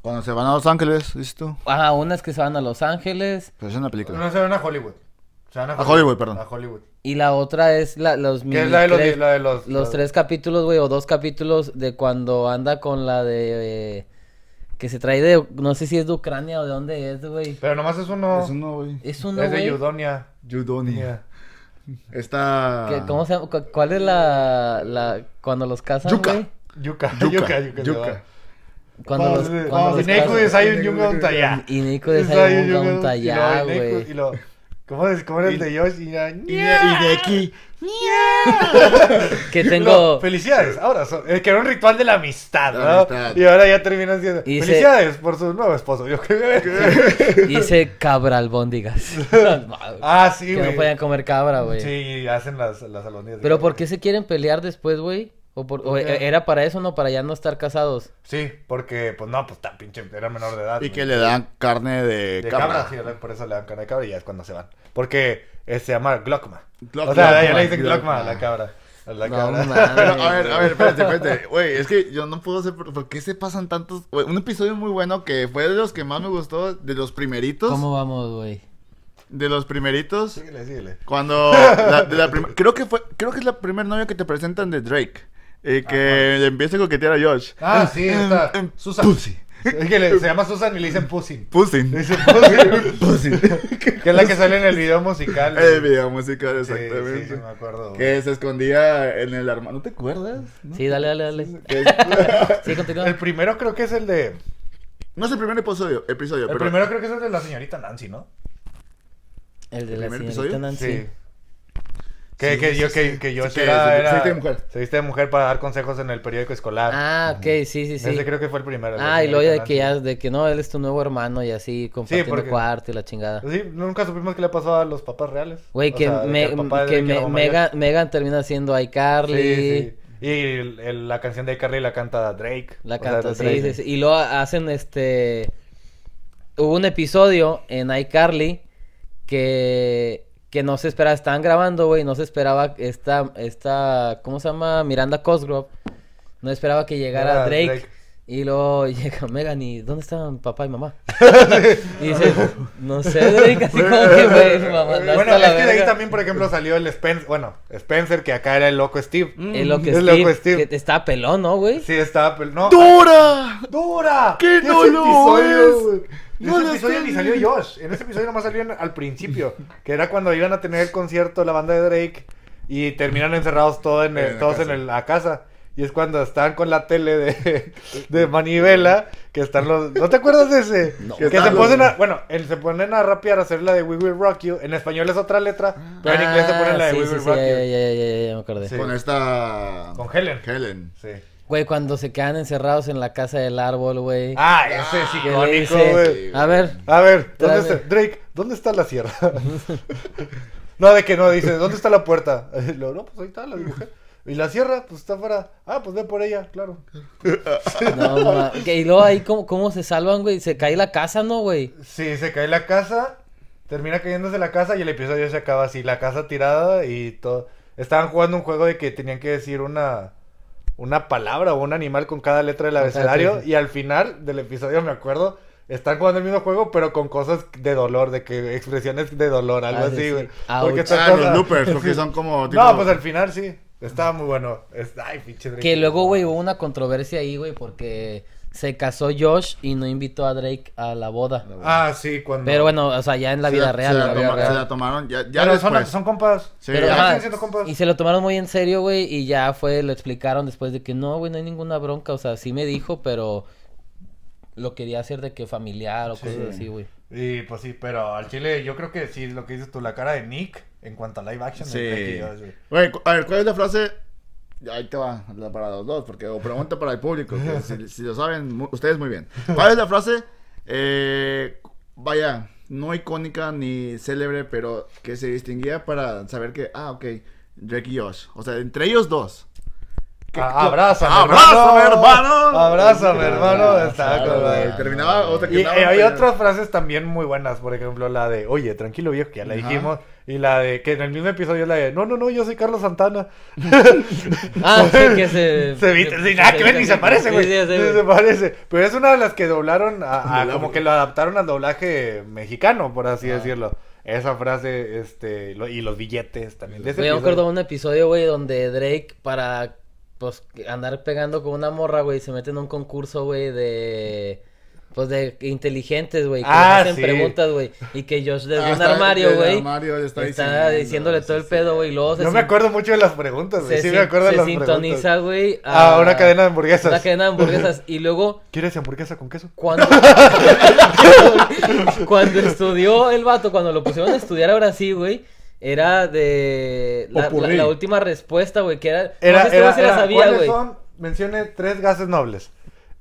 Speaker 3: cuando se van a Los Ángeles dices tú
Speaker 2: Ajá, unas que se van a Los Ángeles
Speaker 3: pues es una película
Speaker 1: No, se van a Hollywood. Se van a
Speaker 3: A Hollywood, perdón.
Speaker 1: A Hollywood.
Speaker 2: y la otra es la, los...
Speaker 1: Que es
Speaker 2: mini
Speaker 1: la de los,
Speaker 2: tres-
Speaker 1: la de los,
Speaker 2: los tres capítulos, güey, o dos capítulos de cuando anda con la de... eh, que se trae de... No sé si es de Ucrania o de dónde es, güey.
Speaker 1: Pero nomás es uno.
Speaker 3: es uno güey
Speaker 2: Es
Speaker 1: Es
Speaker 2: uno,
Speaker 1: de
Speaker 2: güey.
Speaker 1: Yudonia.
Speaker 3: Judonia está
Speaker 2: que- ¿Cómo se llama? Cu- ¿Cuál es la... la cuando los casan,
Speaker 3: Yuca.
Speaker 2: güey?
Speaker 1: Yuka.
Speaker 3: Yuka
Speaker 1: Yuka,
Speaker 3: Yuka
Speaker 1: yuka.
Speaker 2: Cuando los...
Speaker 1: Vamos,
Speaker 2: cuando
Speaker 1: vamos,
Speaker 2: los
Speaker 1: Ineku
Speaker 2: casan.
Speaker 1: de Sayun Yunga Untaya.
Speaker 2: Y Nico de Sayun Yunga Untaya,
Speaker 1: Y lo- Ineku-
Speaker 2: güey.
Speaker 1: y lo- ¿Cómo es? ¿Cómo era el de Josh? Y ya-
Speaker 3: y, de aquí
Speaker 2: Que
Speaker 1: Y lo-
Speaker 2: tengo...
Speaker 1: felicidades, ahora son, eh, que era un ritual de la amistad,
Speaker 3: La
Speaker 1: ¿no?
Speaker 3: amistad.
Speaker 1: Y ahora ya terminan siendo
Speaker 2: Y se-
Speaker 1: felicidades por su nuevo esposo. Yo creo que-
Speaker 2: Hice cabra albóndigas. que
Speaker 1: ah, sí,
Speaker 2: no
Speaker 1: güey.
Speaker 2: podían comer cabra, güey.
Speaker 1: sí, hacen las, las albóndigas de
Speaker 2: Pero
Speaker 1: carne.
Speaker 2: ¿por qué se quieren pelear después, güey? ¿O, por- o
Speaker 1: ¿Por qué?
Speaker 2: e- era para eso, no? Para ya no estar casados.
Speaker 1: Sí, porque, pues no, pues tan pinche, era menor de edad.
Speaker 3: y
Speaker 1: güey.
Speaker 3: que le dan carne de,
Speaker 1: De
Speaker 3: cabra,
Speaker 1: cabra, sí, ¿verdad? por eso le dan carne de cabra y ya es cuando se van. Porque eh, se llama Glockma.
Speaker 3: Glock-
Speaker 1: o sea, ya le dicen
Speaker 3: Glockma.
Speaker 1: Glockma a la cabra. A la
Speaker 2: No
Speaker 1: cabra.
Speaker 2: mames.
Speaker 3: Pero, a ver, a ver, espérate, espérate. Güey, es que yo no puedo hacer. ¿Por por qué se pasan tantos.? güey, un episodio muy bueno que fue de los que más me gustó, de los primeritos.
Speaker 2: ¿Cómo vamos, güey?
Speaker 3: De los primeritos.
Speaker 1: síguele, síguele.
Speaker 3: Cuando. la- de la prim- creo, que fue, creo que es la primer novia que te presentan de Drake. Y que le empieza a coquetear a Josh.
Speaker 1: Ah, sí, está.
Speaker 3: em,
Speaker 1: Susan.
Speaker 3: Pussy.
Speaker 1: Es que le- se llama Susan y le dicen Pussy.
Speaker 3: Pussy.
Speaker 1: Le dicen Pussy.
Speaker 3: Pussy.
Speaker 1: que es la que sale en el video musical.
Speaker 3: El video musical,
Speaker 1: Sí,
Speaker 3: Eh, exactamente.
Speaker 1: sí, sí, me acuerdo. güey.
Speaker 3: Que se escondía en el armario. ¿No te acuerdas?
Speaker 2: Sí, dale, dale, dale.
Speaker 3: Que-
Speaker 2: Sí, continúa.
Speaker 1: El primero creo que es el de.
Speaker 3: no es el primer episodio, episodio
Speaker 1: El
Speaker 3: pero.
Speaker 1: primero creo que es el de la señorita Nancy, ¿no?
Speaker 2: El de
Speaker 3: ¿El
Speaker 2: la
Speaker 3: primer
Speaker 2: señorita
Speaker 3: episodio?
Speaker 2: Nancy.
Speaker 1: Que,
Speaker 3: Sí,
Speaker 1: que
Speaker 3: sí,
Speaker 1: yo,
Speaker 3: sí.
Speaker 1: que, que yo
Speaker 3: Sí, que
Speaker 1: era,
Speaker 3: se-
Speaker 1: era-
Speaker 3: se viste de mujer.
Speaker 1: Se viste de mujer para dar consejos en el periódico escolar.
Speaker 2: Ah, ok, sí, sí, sí.
Speaker 1: Ese creo que fue el primero. la
Speaker 2: Ah, y luego ya de
Speaker 1: señorita
Speaker 2: que
Speaker 1: Nancy.
Speaker 2: ya, de que no, él es tu nuevo hermano y así, compartiendo
Speaker 1: porque-
Speaker 2: cuarto y la chingada.
Speaker 1: Pues Sí, nunca supimos qué le pasó a los papás reales.
Speaker 2: Güey,
Speaker 1: O
Speaker 2: que,
Speaker 1: sea, de
Speaker 2: me-
Speaker 1: el papá de
Speaker 2: que
Speaker 1: Drake
Speaker 2: me-
Speaker 1: era Omar
Speaker 2: Megan, Megan termina siendo
Speaker 1: Jackson.
Speaker 2: iCarly.
Speaker 1: Sí, sí. Y el- el- la canción de iCarly la canta Drake.
Speaker 2: La
Speaker 1: O sea,
Speaker 2: canta,
Speaker 1: Drake.
Speaker 2: sí, sí, sí. Y luego hacen este. Hubo un episodio en iCarly que, que no se esperaba, estaban grabando, güey, no se esperaba esta, esta, ¿cómo se llama? Miranda Cosgrove. No esperaba que llegara
Speaker 1: Era
Speaker 2: Drake,
Speaker 1: Ah, Drake.
Speaker 2: Y luego llega Megan y ¿dónde están papá y mamá? y dice, no sé, güey, casi como que güey, su mamá anda
Speaker 1: Bueno,
Speaker 2: hasta la
Speaker 1: es que de ahí
Speaker 2: verga.
Speaker 1: también, por ejemplo, salió el Spencer, bueno, Spencer, que acá era el loco Steve.
Speaker 2: Mm, El loco
Speaker 1: El
Speaker 2: Steve,
Speaker 1: loco Steve.
Speaker 2: que está pelón, ¿no, güey?
Speaker 1: Sí, estaba, pero no.
Speaker 3: ¡Dora!
Speaker 1: ¡Dura!
Speaker 3: ¡Que
Speaker 1: ¡Qué
Speaker 3: no lo es! No
Speaker 1: en
Speaker 3: lo
Speaker 1: ese episodio
Speaker 3: estoy
Speaker 1: ni
Speaker 3: viendo.
Speaker 1: salió Josh. En ese episodio nomás salió en- al principio. Que era cuando iban a tener el concierto la banda de Drake. Y terminaron encerrados todo en el-
Speaker 3: En la
Speaker 1: todos
Speaker 3: casa.
Speaker 1: en el- la casa. Y es cuando están con la tele de, de Manivela. Que están los. ¿No te acuerdas de ese?
Speaker 3: No.
Speaker 1: Que se
Speaker 3: Están los-
Speaker 1: ponen a. Bueno, el- se ponen a rapear a hacer la de We Will Rock You. En español es otra letra. Pero en inglés se ponen la de We
Speaker 2: Ah, sí,
Speaker 1: Will
Speaker 2: sí, sí,
Speaker 1: Rock
Speaker 2: ya, ya,
Speaker 1: You.
Speaker 2: ya, ya, ya, ya me acordé.
Speaker 1: Sí.
Speaker 3: Con esta...
Speaker 1: Con Helen.
Speaker 3: Helen.
Speaker 1: Sí.
Speaker 2: Güey, cuando se quedan encerrados en la casa del árbol, güey.
Speaker 1: Ah, ese es
Speaker 2: que le
Speaker 1: icónico,
Speaker 2: dice,
Speaker 1: güey.
Speaker 2: A ver,
Speaker 1: A ver, ¿dónde
Speaker 2: Tráeme.
Speaker 1: está? Drake, ¿dónde está la sierra? no, de que no, dice, ¿dónde está la puerta? Y lo, no, pues ahí está, la dibujé. Y la sierra, pues está afuera. Ah, pues ve por ella, claro.
Speaker 2: no, ma- que- Y luego ahí, ¿cómo, ¿cómo se salvan, güey? Se cae la casa, ¿no, güey?
Speaker 1: Sí, se cae la casa, termina cayéndose la casa y el episodio se acaba así, la casa tirada y todo. Estaban jugando un juego de que tenían que decir una, una palabra o un animal con cada letra del
Speaker 2: Con cada
Speaker 1: abecedario
Speaker 2: letra.
Speaker 1: y al final del episodio, me acuerdo, están jugando el mismo juego pero con cosas de dolor, de que expresiones de dolor, algo
Speaker 2: Ah, sí,
Speaker 1: así,
Speaker 2: sí.
Speaker 1: güey.
Speaker 2: Ouch.
Speaker 1: están
Speaker 3: Ah, los
Speaker 1: todas-
Speaker 3: loopers, porque
Speaker 1: Sí.
Speaker 3: son como... tipo-
Speaker 1: No, pues al final sí, estaba muy bueno. Es- Ay, pinche Drake.
Speaker 2: Que luego, güey, hubo una controversia ahí, güey, porque se casó Josh y no invitó a Drake a la boda.
Speaker 1: Ah, sí, cuando...
Speaker 2: Pero bueno, o sea, ya en la vida real,
Speaker 3: Se
Speaker 2: en la
Speaker 3: la,
Speaker 2: vida
Speaker 3: toma- se
Speaker 2: real.
Speaker 3: la tomaron ya, ya
Speaker 1: Pero son,
Speaker 3: después.
Speaker 1: son compas.
Speaker 3: Sí,
Speaker 2: Pero,
Speaker 3: ya
Speaker 2: ajá,
Speaker 1: siguen siendo compas.
Speaker 2: y se lo tomaron muy en serio, güey, y ya fue, lo explicaron después de que no, güey, no hay ninguna bronca, o sea, sí me dijo, pero lo quería hacer de que familiar o cosas así, güey.
Speaker 1: Y pues sí, pero al chile yo creo que sí, lo que dices tú, la cara de Nick en cuanto a live action. de Drake y
Speaker 3: Sí.
Speaker 1: Josh, güey.
Speaker 3: Güey, cu- a ver, ¿cuál es la frase? Ahí te va, la- para los dos, porque o pregunta para el público, que si, si lo saben mu- ustedes muy bien. ¿Cuál es la frase? Eh, vaya, no icónica ni célebre, pero que se distinguía para saber que, ah, ok, Drake y Josh. O sea, entre ellos dos. ¿Qué-
Speaker 1: Ah, abrázame,
Speaker 3: abrázame, hermano.
Speaker 1: Abrázame, hermano.
Speaker 3: Ah,
Speaker 1: Estaba
Speaker 3: claro,
Speaker 1: con la-
Speaker 3: güey, Terminaba otra
Speaker 1: Y,
Speaker 3: que
Speaker 1: eh, hay otras frases también muy buenas, por ejemplo, la de, oye, tranquilo viejo, que ya la
Speaker 3: Ajá.
Speaker 1: dijimos, y la de, que en el mismo episodio es la de, no, no, no, yo soy Carlos Santana.
Speaker 2: Ah, sí, que se...
Speaker 1: Se viste, sí, ah, nada que ver, ni se parece, güey.
Speaker 2: Sí, sí, sí,
Speaker 1: Ni se
Speaker 2: güey.
Speaker 1: parece. Pero es una de las que doblaron, a, a-
Speaker 3: Doblaron.
Speaker 1: como que lo adaptaron al doblaje mexicano, por
Speaker 2: Ah.
Speaker 1: así decirlo. Esa frase, este, lo- y los billetes también. de ese
Speaker 2: Güey, yo me acuerdo
Speaker 1: episodio.
Speaker 2: de un episodio, güey, donde Drake para, pues, andar pegando con una morra, güey, se mete en un concurso, güey, de... Pues de inteligentes, güey, que
Speaker 1: Ah,
Speaker 2: les hacen
Speaker 1: sí.
Speaker 2: preguntas, güey. Y que Josh desde
Speaker 3: Ah,
Speaker 2: un
Speaker 3: está-
Speaker 2: armario,
Speaker 3: desde el
Speaker 2: güey.
Speaker 3: armario le está
Speaker 2: está
Speaker 3: diciendo,
Speaker 2: diciéndole todo el
Speaker 3: sí,
Speaker 2: pedo,
Speaker 3: sí.
Speaker 2: güey. y luego se
Speaker 1: Yo me
Speaker 2: sin-
Speaker 1: acuerdo mucho de las preguntas, güey.
Speaker 2: se
Speaker 1: Sí,
Speaker 2: sin-
Speaker 1: me acuerdo de
Speaker 2: se
Speaker 1: las
Speaker 2: sintoniza,
Speaker 1: preguntas.
Speaker 2: güey.
Speaker 1: A una cadena de hamburguesas.
Speaker 2: Una cadena de hamburguesas. Y luego,
Speaker 1: ¿Quieres hamburguesa con queso?
Speaker 2: cuando. cuando estudió el vato, cuando lo pusieron a estudiar ahora sí, güey. Era de. La, la-
Speaker 3: Popurrí.
Speaker 2: la última respuesta, güey, que era.
Speaker 1: Era,
Speaker 2: no sé si
Speaker 1: era,
Speaker 2: no se la
Speaker 1: era-
Speaker 2: sabía,
Speaker 1: ¿cuáles
Speaker 2: güey.
Speaker 1: son? Mencioné tres gases nobles.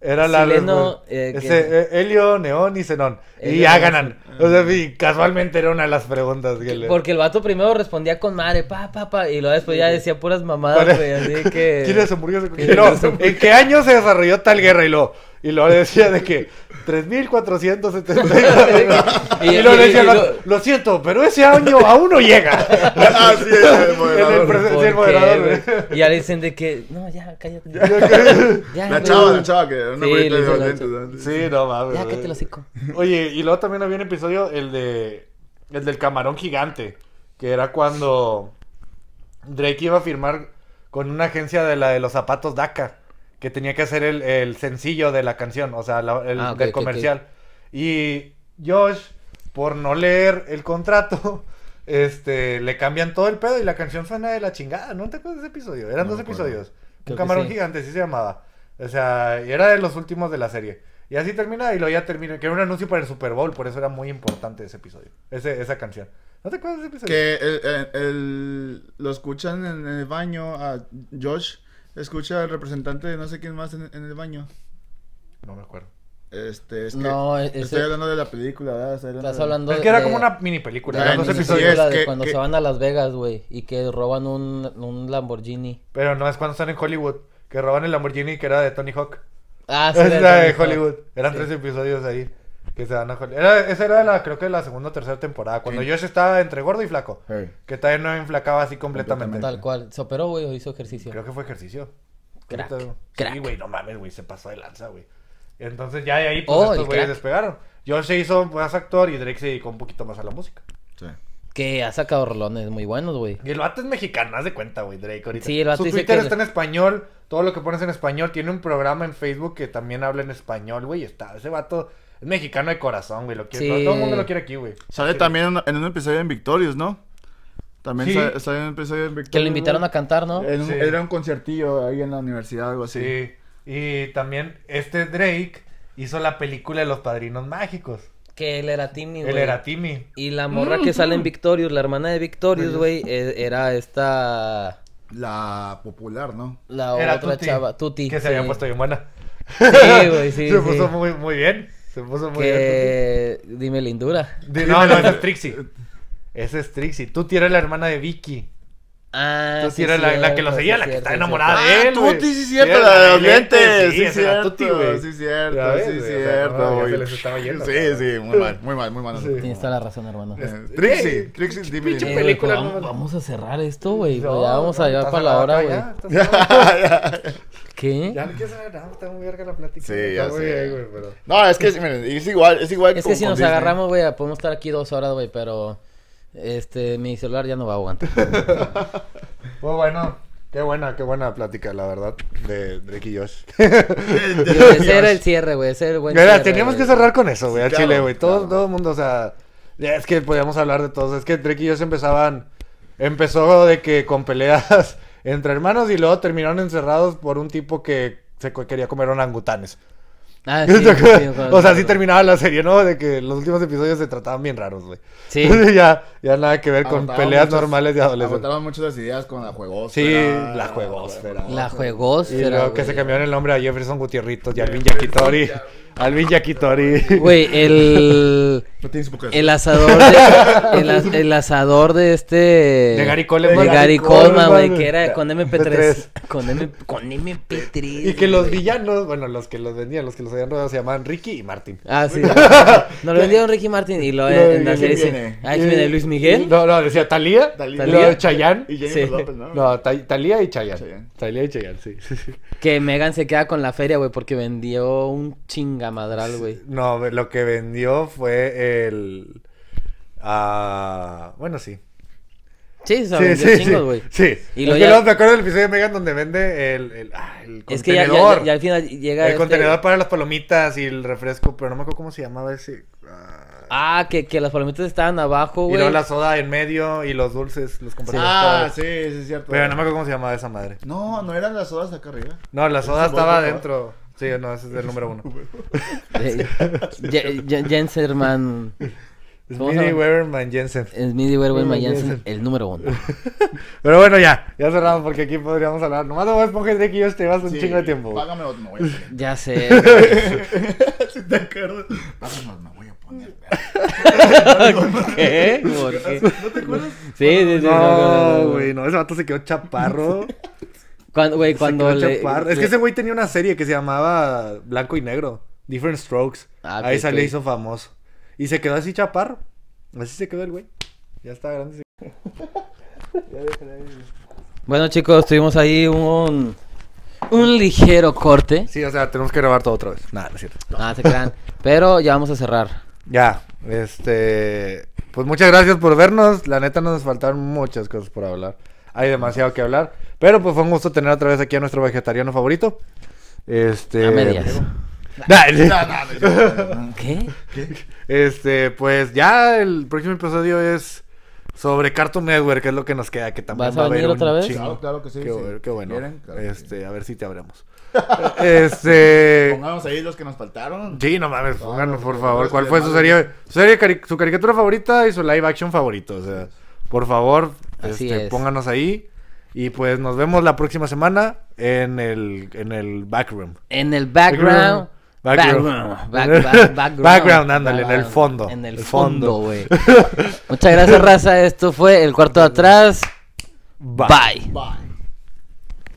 Speaker 1: Era la
Speaker 2: Sileno,
Speaker 1: respuesta.
Speaker 2: eh, que-
Speaker 1: Ese, eh, helio, neón y xenón. y
Speaker 2: Helio,
Speaker 1: ya
Speaker 2: neón,
Speaker 1: ganan. O sea, y casualmente era una de las preguntas que le-
Speaker 2: Porque el vato primero respondía con madre, pa, pa, pa. Y luego después ya decía puras mamadas,
Speaker 1: Para-
Speaker 2: güey. Así que.
Speaker 1: ¿Quieres hamburguesa con
Speaker 2: Sí,
Speaker 1: queso?
Speaker 2: no sé por
Speaker 1: ¿En qué año se desarrolló tal guerra? Y lo, y lo decía de que 3.470. y,
Speaker 2: Y-
Speaker 1: lo
Speaker 2: y-
Speaker 1: decía,
Speaker 2: y
Speaker 1: lo,
Speaker 2: lo-
Speaker 1: lo siento, pero ese año aún no llega.
Speaker 3: Ah, sí, es el
Speaker 1: En el
Speaker 3: moderador.
Speaker 1: presente,
Speaker 2: ¿Por
Speaker 1: el
Speaker 2: qué,
Speaker 1: moderador,
Speaker 2: güey?
Speaker 1: güey.
Speaker 2: Y ya le dicen de que. No, ya, cállate. Ya,
Speaker 3: La
Speaker 2: güey.
Speaker 3: chava, la chava, que era una
Speaker 2: Sí,
Speaker 3: güerita
Speaker 2: le
Speaker 3: de
Speaker 2: hizo la-
Speaker 3: lentes, ¿no?
Speaker 1: Sí, no mames.
Speaker 2: Ya, cállate
Speaker 1: güey.
Speaker 2: el hocico.
Speaker 1: Oye, y luego también había un episodio, el de. El del camarón gigante. Que era cuando Drake iba a firmar con una agencia de la de los zapatos DACA. Que tenía que hacer el, el sencillo de la canción, o sea, la- el
Speaker 2: Ah, ok,
Speaker 1: del
Speaker 2: ok,
Speaker 1: comercial. Y Josh, por no leer el contrato, este, le cambian todo el pedo y la canción suena de la chingada. ¿No te acuerdas de ese episodio? Eran
Speaker 3: No
Speaker 1: dos
Speaker 3: me acuerdo.
Speaker 1: episodios. Un
Speaker 2: Creo que
Speaker 1: camarón
Speaker 2: sí.
Speaker 1: gigante gigante, así se llamaba. O sea, y era de los últimos de la serie. Y así termina y lo ya termina. Que era un anuncio para el Super Bowl, por eso era muy importante ese episodio. Ese, esa canción. ¿No te acuerdas de ese episodio?
Speaker 3: Que el, el- el- lo escuchan en el baño a Josh, escucha al representante de no sé quién más en, en el baño.
Speaker 1: No me acuerdo.
Speaker 3: Este, es que
Speaker 2: No, ese-
Speaker 3: estoy hablando de la película, ¿verdad? Estoy hablando
Speaker 2: Estás
Speaker 3: de-
Speaker 2: hablando
Speaker 1: es que era
Speaker 2: de-
Speaker 1: como una mini película.
Speaker 3: de
Speaker 1: eran
Speaker 3: la
Speaker 1: dos
Speaker 3: mini
Speaker 2: película
Speaker 1: episodios.
Speaker 3: serie. es
Speaker 2: de
Speaker 3: que-
Speaker 2: cuando
Speaker 3: que-
Speaker 2: se van a Las Vegas, güey, y que roban un, un Lamborghini.
Speaker 1: Pero no es cuando están en Hollywood. Que roban el Lamborghini que era de Tony Hawk.
Speaker 2: Ah, sí,
Speaker 1: es la de
Speaker 2: Tony Hawk.
Speaker 1: Hollywood. Eran
Speaker 2: Sí.
Speaker 1: tres episodios ahí. Que se van a Hollywood. Era, esa era la, creo que la segunda o tercera temporada. Cuando
Speaker 3: Sí.
Speaker 1: Josh estaba entre gordo y flaco.
Speaker 3: Hey.
Speaker 1: Que todavía no enflacaba así completamente.
Speaker 3: Completamente.
Speaker 2: Tal cual. ¿Se operó, güey, o hizo ejercicio?
Speaker 1: Creo que fue ejercicio.
Speaker 2: Crack,
Speaker 1: Ahorita-
Speaker 2: crack.
Speaker 1: Sí, güey, no mames, güey, se pasó de lanza, güey. Entonces ya de ahí, pues,
Speaker 2: Oh, el
Speaker 1: estos güeyes
Speaker 2: crack.
Speaker 1: despegaron. Josh se hizo más actor y Drake se dedicó un poquito más a la música.
Speaker 3: Sí.
Speaker 2: Que ha sacado rolones muy buenos, güey.
Speaker 1: Y el vato es mexicano, haz de cuenta, güey, Drake ahorita.
Speaker 2: Sí, el vato
Speaker 1: Su
Speaker 2: dice
Speaker 1: Twitter
Speaker 2: que-
Speaker 1: está en español, todo lo que pones en español. Tiene un programa en Facebook que también habla en español, güey. Está, ese vato es mexicano de corazón, güey. Lo quiere,
Speaker 2: Sí.
Speaker 1: todo el mundo lo quiere aquí, güey.
Speaker 3: Sale también en- en un episodio en Victorious, ¿no? También
Speaker 1: Sí.
Speaker 3: sa- sale en un episodio en Victorious.
Speaker 1: Mm.
Speaker 2: Que lo invitaron a cantar, ¿no?
Speaker 3: En un-
Speaker 1: Sí.
Speaker 3: Era un conciertillo ahí en la universidad, algo así.
Speaker 1: Sí. Y también este Drake hizo la película de los padrinos mágicos.
Speaker 2: Que él era tímido.
Speaker 1: Él era Timmy. Mm.
Speaker 2: Y la morra que sale en Victorious, la hermana de Victorious, güey, e- era esta.
Speaker 3: La popular, ¿no?
Speaker 2: La
Speaker 1: Era
Speaker 2: otra
Speaker 1: Tuti,
Speaker 2: chava, Tuti.
Speaker 1: Que se
Speaker 2: sí.
Speaker 1: había puesto bien buena.
Speaker 2: Sí, güey, sí.
Speaker 1: se
Speaker 2: sí.
Speaker 1: puso muy, muy bien. Se puso muy bien.
Speaker 2: Que. Dime lindura.
Speaker 1: Tuti. De- no, no, esa es Trixie. Esa es Trixie. Tú tienes la hermana de Vicky.
Speaker 2: Ah,
Speaker 1: Tú
Speaker 2: sí,
Speaker 1: tienes la, la que lo
Speaker 2: cierto,
Speaker 1: seguía,
Speaker 2: sí,
Speaker 1: la que
Speaker 2: cierto,
Speaker 1: estaba
Speaker 2: sí,
Speaker 1: enamorada
Speaker 3: cierto.
Speaker 1: de
Speaker 3: Ah,
Speaker 1: él. güey.
Speaker 3: Tuti, sí, cierto,
Speaker 1: Era
Speaker 3: la de los lentes,
Speaker 1: Sí,
Speaker 3: sí,
Speaker 1: esa era
Speaker 3: cierto,
Speaker 1: Tuti, güey.
Speaker 3: sí, cierto,
Speaker 1: Ya ves,
Speaker 3: sí,
Speaker 1: güey, o sea,
Speaker 3: cierto,
Speaker 1: no, ya
Speaker 3: güey.
Speaker 1: se les estaba yendo.
Speaker 3: Sí, sí, muy mal, muy mal, muy mal.
Speaker 1: Sí.
Speaker 2: Tienes toda la razón, hermano. Eh,
Speaker 3: Eh, Trixie,
Speaker 1: Ey,
Speaker 3: Trixie, dime.
Speaker 1: pinche
Speaker 2: güey,
Speaker 1: película,
Speaker 2: pues, vamos,
Speaker 1: no-
Speaker 2: vamos a cerrar esto, güey.
Speaker 1: No,
Speaker 2: pues, ya vamos
Speaker 1: no,
Speaker 2: allá
Speaker 1: "Oh, estás
Speaker 2: para la
Speaker 1: acabado
Speaker 2: hora,
Speaker 1: ya,
Speaker 2: güey.
Speaker 1: estás
Speaker 2: ¿Qué?
Speaker 1: Ya no quieres saber nada, está muy verga la plática.
Speaker 3: Sí,
Speaker 1: está
Speaker 3: ya
Speaker 1: muy
Speaker 3: sé.
Speaker 1: bien, güey, pero...
Speaker 3: No, es que miren, es igual, es igual.
Speaker 2: Es
Speaker 3: como
Speaker 2: que si
Speaker 3: con
Speaker 2: nos
Speaker 3: Disney.
Speaker 2: agarramos, güey, podemos estar aquí dos horas, güey, pero este, mi celular ya no va a aguantar.
Speaker 1: Pues bueno, qué buena, qué buena plática, la verdad, de Drake y Josh.
Speaker 2: Y ese era el cierre, güey, ese era el buen
Speaker 1: Mira,
Speaker 2: cierre,
Speaker 1: teníamos que
Speaker 2: güey.
Speaker 1: cerrar con eso, güey, al
Speaker 3: Claro,
Speaker 1: chile, güey. Todo,
Speaker 3: claro.
Speaker 1: todo el mundo, o sea, ya es que podíamos hablar de todos. Es que Drake y Josh empezaban, empezó de que con peleas entre hermanos y luego terminaron encerrados por un tipo que se co- quería comer orangutanes.
Speaker 2: Ah, sí, sí, sí,
Speaker 1: o sea, así terminaba la serie, ¿no? De que los últimos episodios se trataban bien raros, güey.
Speaker 2: Sí.
Speaker 1: ya, ya nada que ver con
Speaker 3: Agotaron
Speaker 1: peleas
Speaker 3: muchas-
Speaker 1: normales de adolescentes.
Speaker 3: Agotaron muchas las ideas con la juegos.
Speaker 1: Sí, la juegosfera.
Speaker 2: La
Speaker 1: Y luego
Speaker 2: juegosfera,
Speaker 1: que se
Speaker 2: güey.
Speaker 1: cambiaron el nombre a Jefferson Gutierritos y Alvin Yakitori. Alvin Yakitori.
Speaker 2: Güey, el...
Speaker 3: No tienes por qué.
Speaker 2: El asador de, el, as- el asador de este de
Speaker 1: Gary Coleman.
Speaker 2: de
Speaker 1: Gary
Speaker 2: Gary Coleman, güey,
Speaker 1: Coleman.
Speaker 2: que era con
Speaker 1: MP3.
Speaker 2: MP3, con M con MP3.
Speaker 1: Y que los
Speaker 2: güey.
Speaker 1: villanos, bueno, los que los vendían, los que los habían rodado se llamaban Ricky y Martin.
Speaker 2: Ah, sí. Nos lo vendieron Ricky Martin y lo
Speaker 1: Y lo-
Speaker 2: en la
Speaker 1: ¿y
Speaker 2: serie
Speaker 3: quién
Speaker 2: dice,
Speaker 3: viene?
Speaker 2: ah, ¿quién viene
Speaker 1: Y-
Speaker 2: Luis Miguel.
Speaker 1: No, no, decía Talía.
Speaker 3: Thalía.
Speaker 1: Y luego
Speaker 2: Thalía.
Speaker 1: Chayanne.
Speaker 3: Y
Speaker 2: Sí.
Speaker 3: Jennifer López, ¿no?
Speaker 1: No, Ta- Talía y Chayanne.
Speaker 3: Chayanne.
Speaker 1: Talía y Chayanne, sí.
Speaker 2: Que Megan se queda con la feria, güey, porque vendió un chingamadral, güey.
Speaker 1: No, lo que vendió fue el... ah, bueno, sí.
Speaker 2: Sí, o sea,
Speaker 1: Sí,
Speaker 2: vendió
Speaker 1: sí, sí.
Speaker 2: chingos, güey.
Speaker 1: Sí.
Speaker 2: Y
Speaker 1: Es
Speaker 2: lo
Speaker 1: que
Speaker 2: ya-
Speaker 1: luego me acuerdo del episodio de Megan donde vende el, el, ah, el
Speaker 2: Es que ya, ya, ya al final llega
Speaker 1: el
Speaker 2: este-
Speaker 1: contenedor para las palomitas y el refresco, pero no me acuerdo cómo se llamaba ese. Ah.
Speaker 2: Ah, que, que las palomitas estaban abajo,
Speaker 1: y
Speaker 2: güey.
Speaker 1: luego la soda en medio y los dulces, los compré.
Speaker 3: Ah, sí, sí, es cierto.
Speaker 1: Pero no me acuerdo cómo se llamaba esa madre.
Speaker 3: No, no eran las sodas acá arriba.
Speaker 1: No, la soda
Speaker 3: Ese es
Speaker 1: estaba
Speaker 3: Volvo, ¿no?
Speaker 1: adentro. Sí, no, ese es el número uno.
Speaker 2: Eh, Je- Je- Jenserman. ¿Cómo se
Speaker 1: Smitty
Speaker 2: llama?
Speaker 1: Weberman Jensen.
Speaker 2: Smithy Werwell
Speaker 1: Bueno,
Speaker 2: Jensen,
Speaker 1: Jensen.
Speaker 2: el número uno.
Speaker 1: Pero bueno, ya, ya cerramos porque aquí podríamos hablar. Nomás no Esponja y Drake y yo te vas un
Speaker 3: Sí,
Speaker 1: chingo de tiempo. güey.
Speaker 3: Págame o me voy a poner.
Speaker 2: Ya sé. güey.
Speaker 3: Si te acuerdas. Págame o me voy a poner.
Speaker 2: ¿Qué? ¿Por qué?
Speaker 3: ¿No te acuerdas?
Speaker 2: Sí, sí, sí.
Speaker 1: No, güey, no, ese vato se quedó chaparro.
Speaker 2: Cuando, güey,
Speaker 1: Se
Speaker 2: cuando
Speaker 1: quedó
Speaker 2: le...
Speaker 1: chaparro. Es
Speaker 2: le-
Speaker 1: que ese güey tenía una serie que se llamaba Blanco y Negro, Different Strokes.
Speaker 2: Ah,
Speaker 1: Ahí
Speaker 2: ok,
Speaker 1: se le
Speaker 2: ok.
Speaker 1: hizo famoso. Y se quedó así chaparro. Así se quedó el güey. Ya está grande.
Speaker 2: Bueno, chicos, tuvimos ahí un... Un ligero corte.
Speaker 1: Sí, o sea, tenemos que grabar todo otra vez. Nada, no es cierto.
Speaker 2: Ah, se crean. Pero ya vamos a cerrar.
Speaker 1: Ya, este. Pues muchas gracias por vernos. La neta nos faltaron muchas cosas por hablar. Hay demasiado que hablar. Pero pues fue un gusto tener otra vez aquí a nuestro vegetariano favorito. Este.
Speaker 2: A medias.
Speaker 1: Nah, sí.
Speaker 3: No, no, no.
Speaker 2: ¿Qué?
Speaker 1: Este, pues ya el próximo episodio es sobre Cartoon Network, que es lo que nos queda, que también
Speaker 2: ¿Vas a
Speaker 1: va a haber
Speaker 2: venir
Speaker 1: un
Speaker 2: otra vez?
Speaker 1: chingo.
Speaker 3: Claro, claro que sí,
Speaker 1: Qué,
Speaker 3: sí.
Speaker 1: bueno, qué bueno.
Speaker 3: ¿Quieren? Claro que
Speaker 1: este,
Speaker 3: sí.
Speaker 1: a ver si te hablamos. este,
Speaker 3: Pongamos ahí los que nos faltaron.
Speaker 1: sí, no mames, pónganos por favor,
Speaker 3: Vamos,
Speaker 1: ¿cuál fue su
Speaker 3: madre.
Speaker 1: serie, su, serie cari- su caricatura favorita y su live action favorito? O sea, por favor,
Speaker 2: Así
Speaker 1: este,
Speaker 2: es.
Speaker 1: pónganos ahí y pues nos vemos la próxima semana en el en el backroom.
Speaker 2: En el background.
Speaker 1: Background.
Speaker 2: Background. Back- back- background.
Speaker 1: Background, ándale, en el
Speaker 2: Background.
Speaker 1: fondo.
Speaker 2: En el
Speaker 1: El fondo.
Speaker 2: fondo, güey. Muchas gracias, raza. Esto fue El Cuarto de Atrás.
Speaker 1: Bye.
Speaker 2: Bye.
Speaker 3: Bye.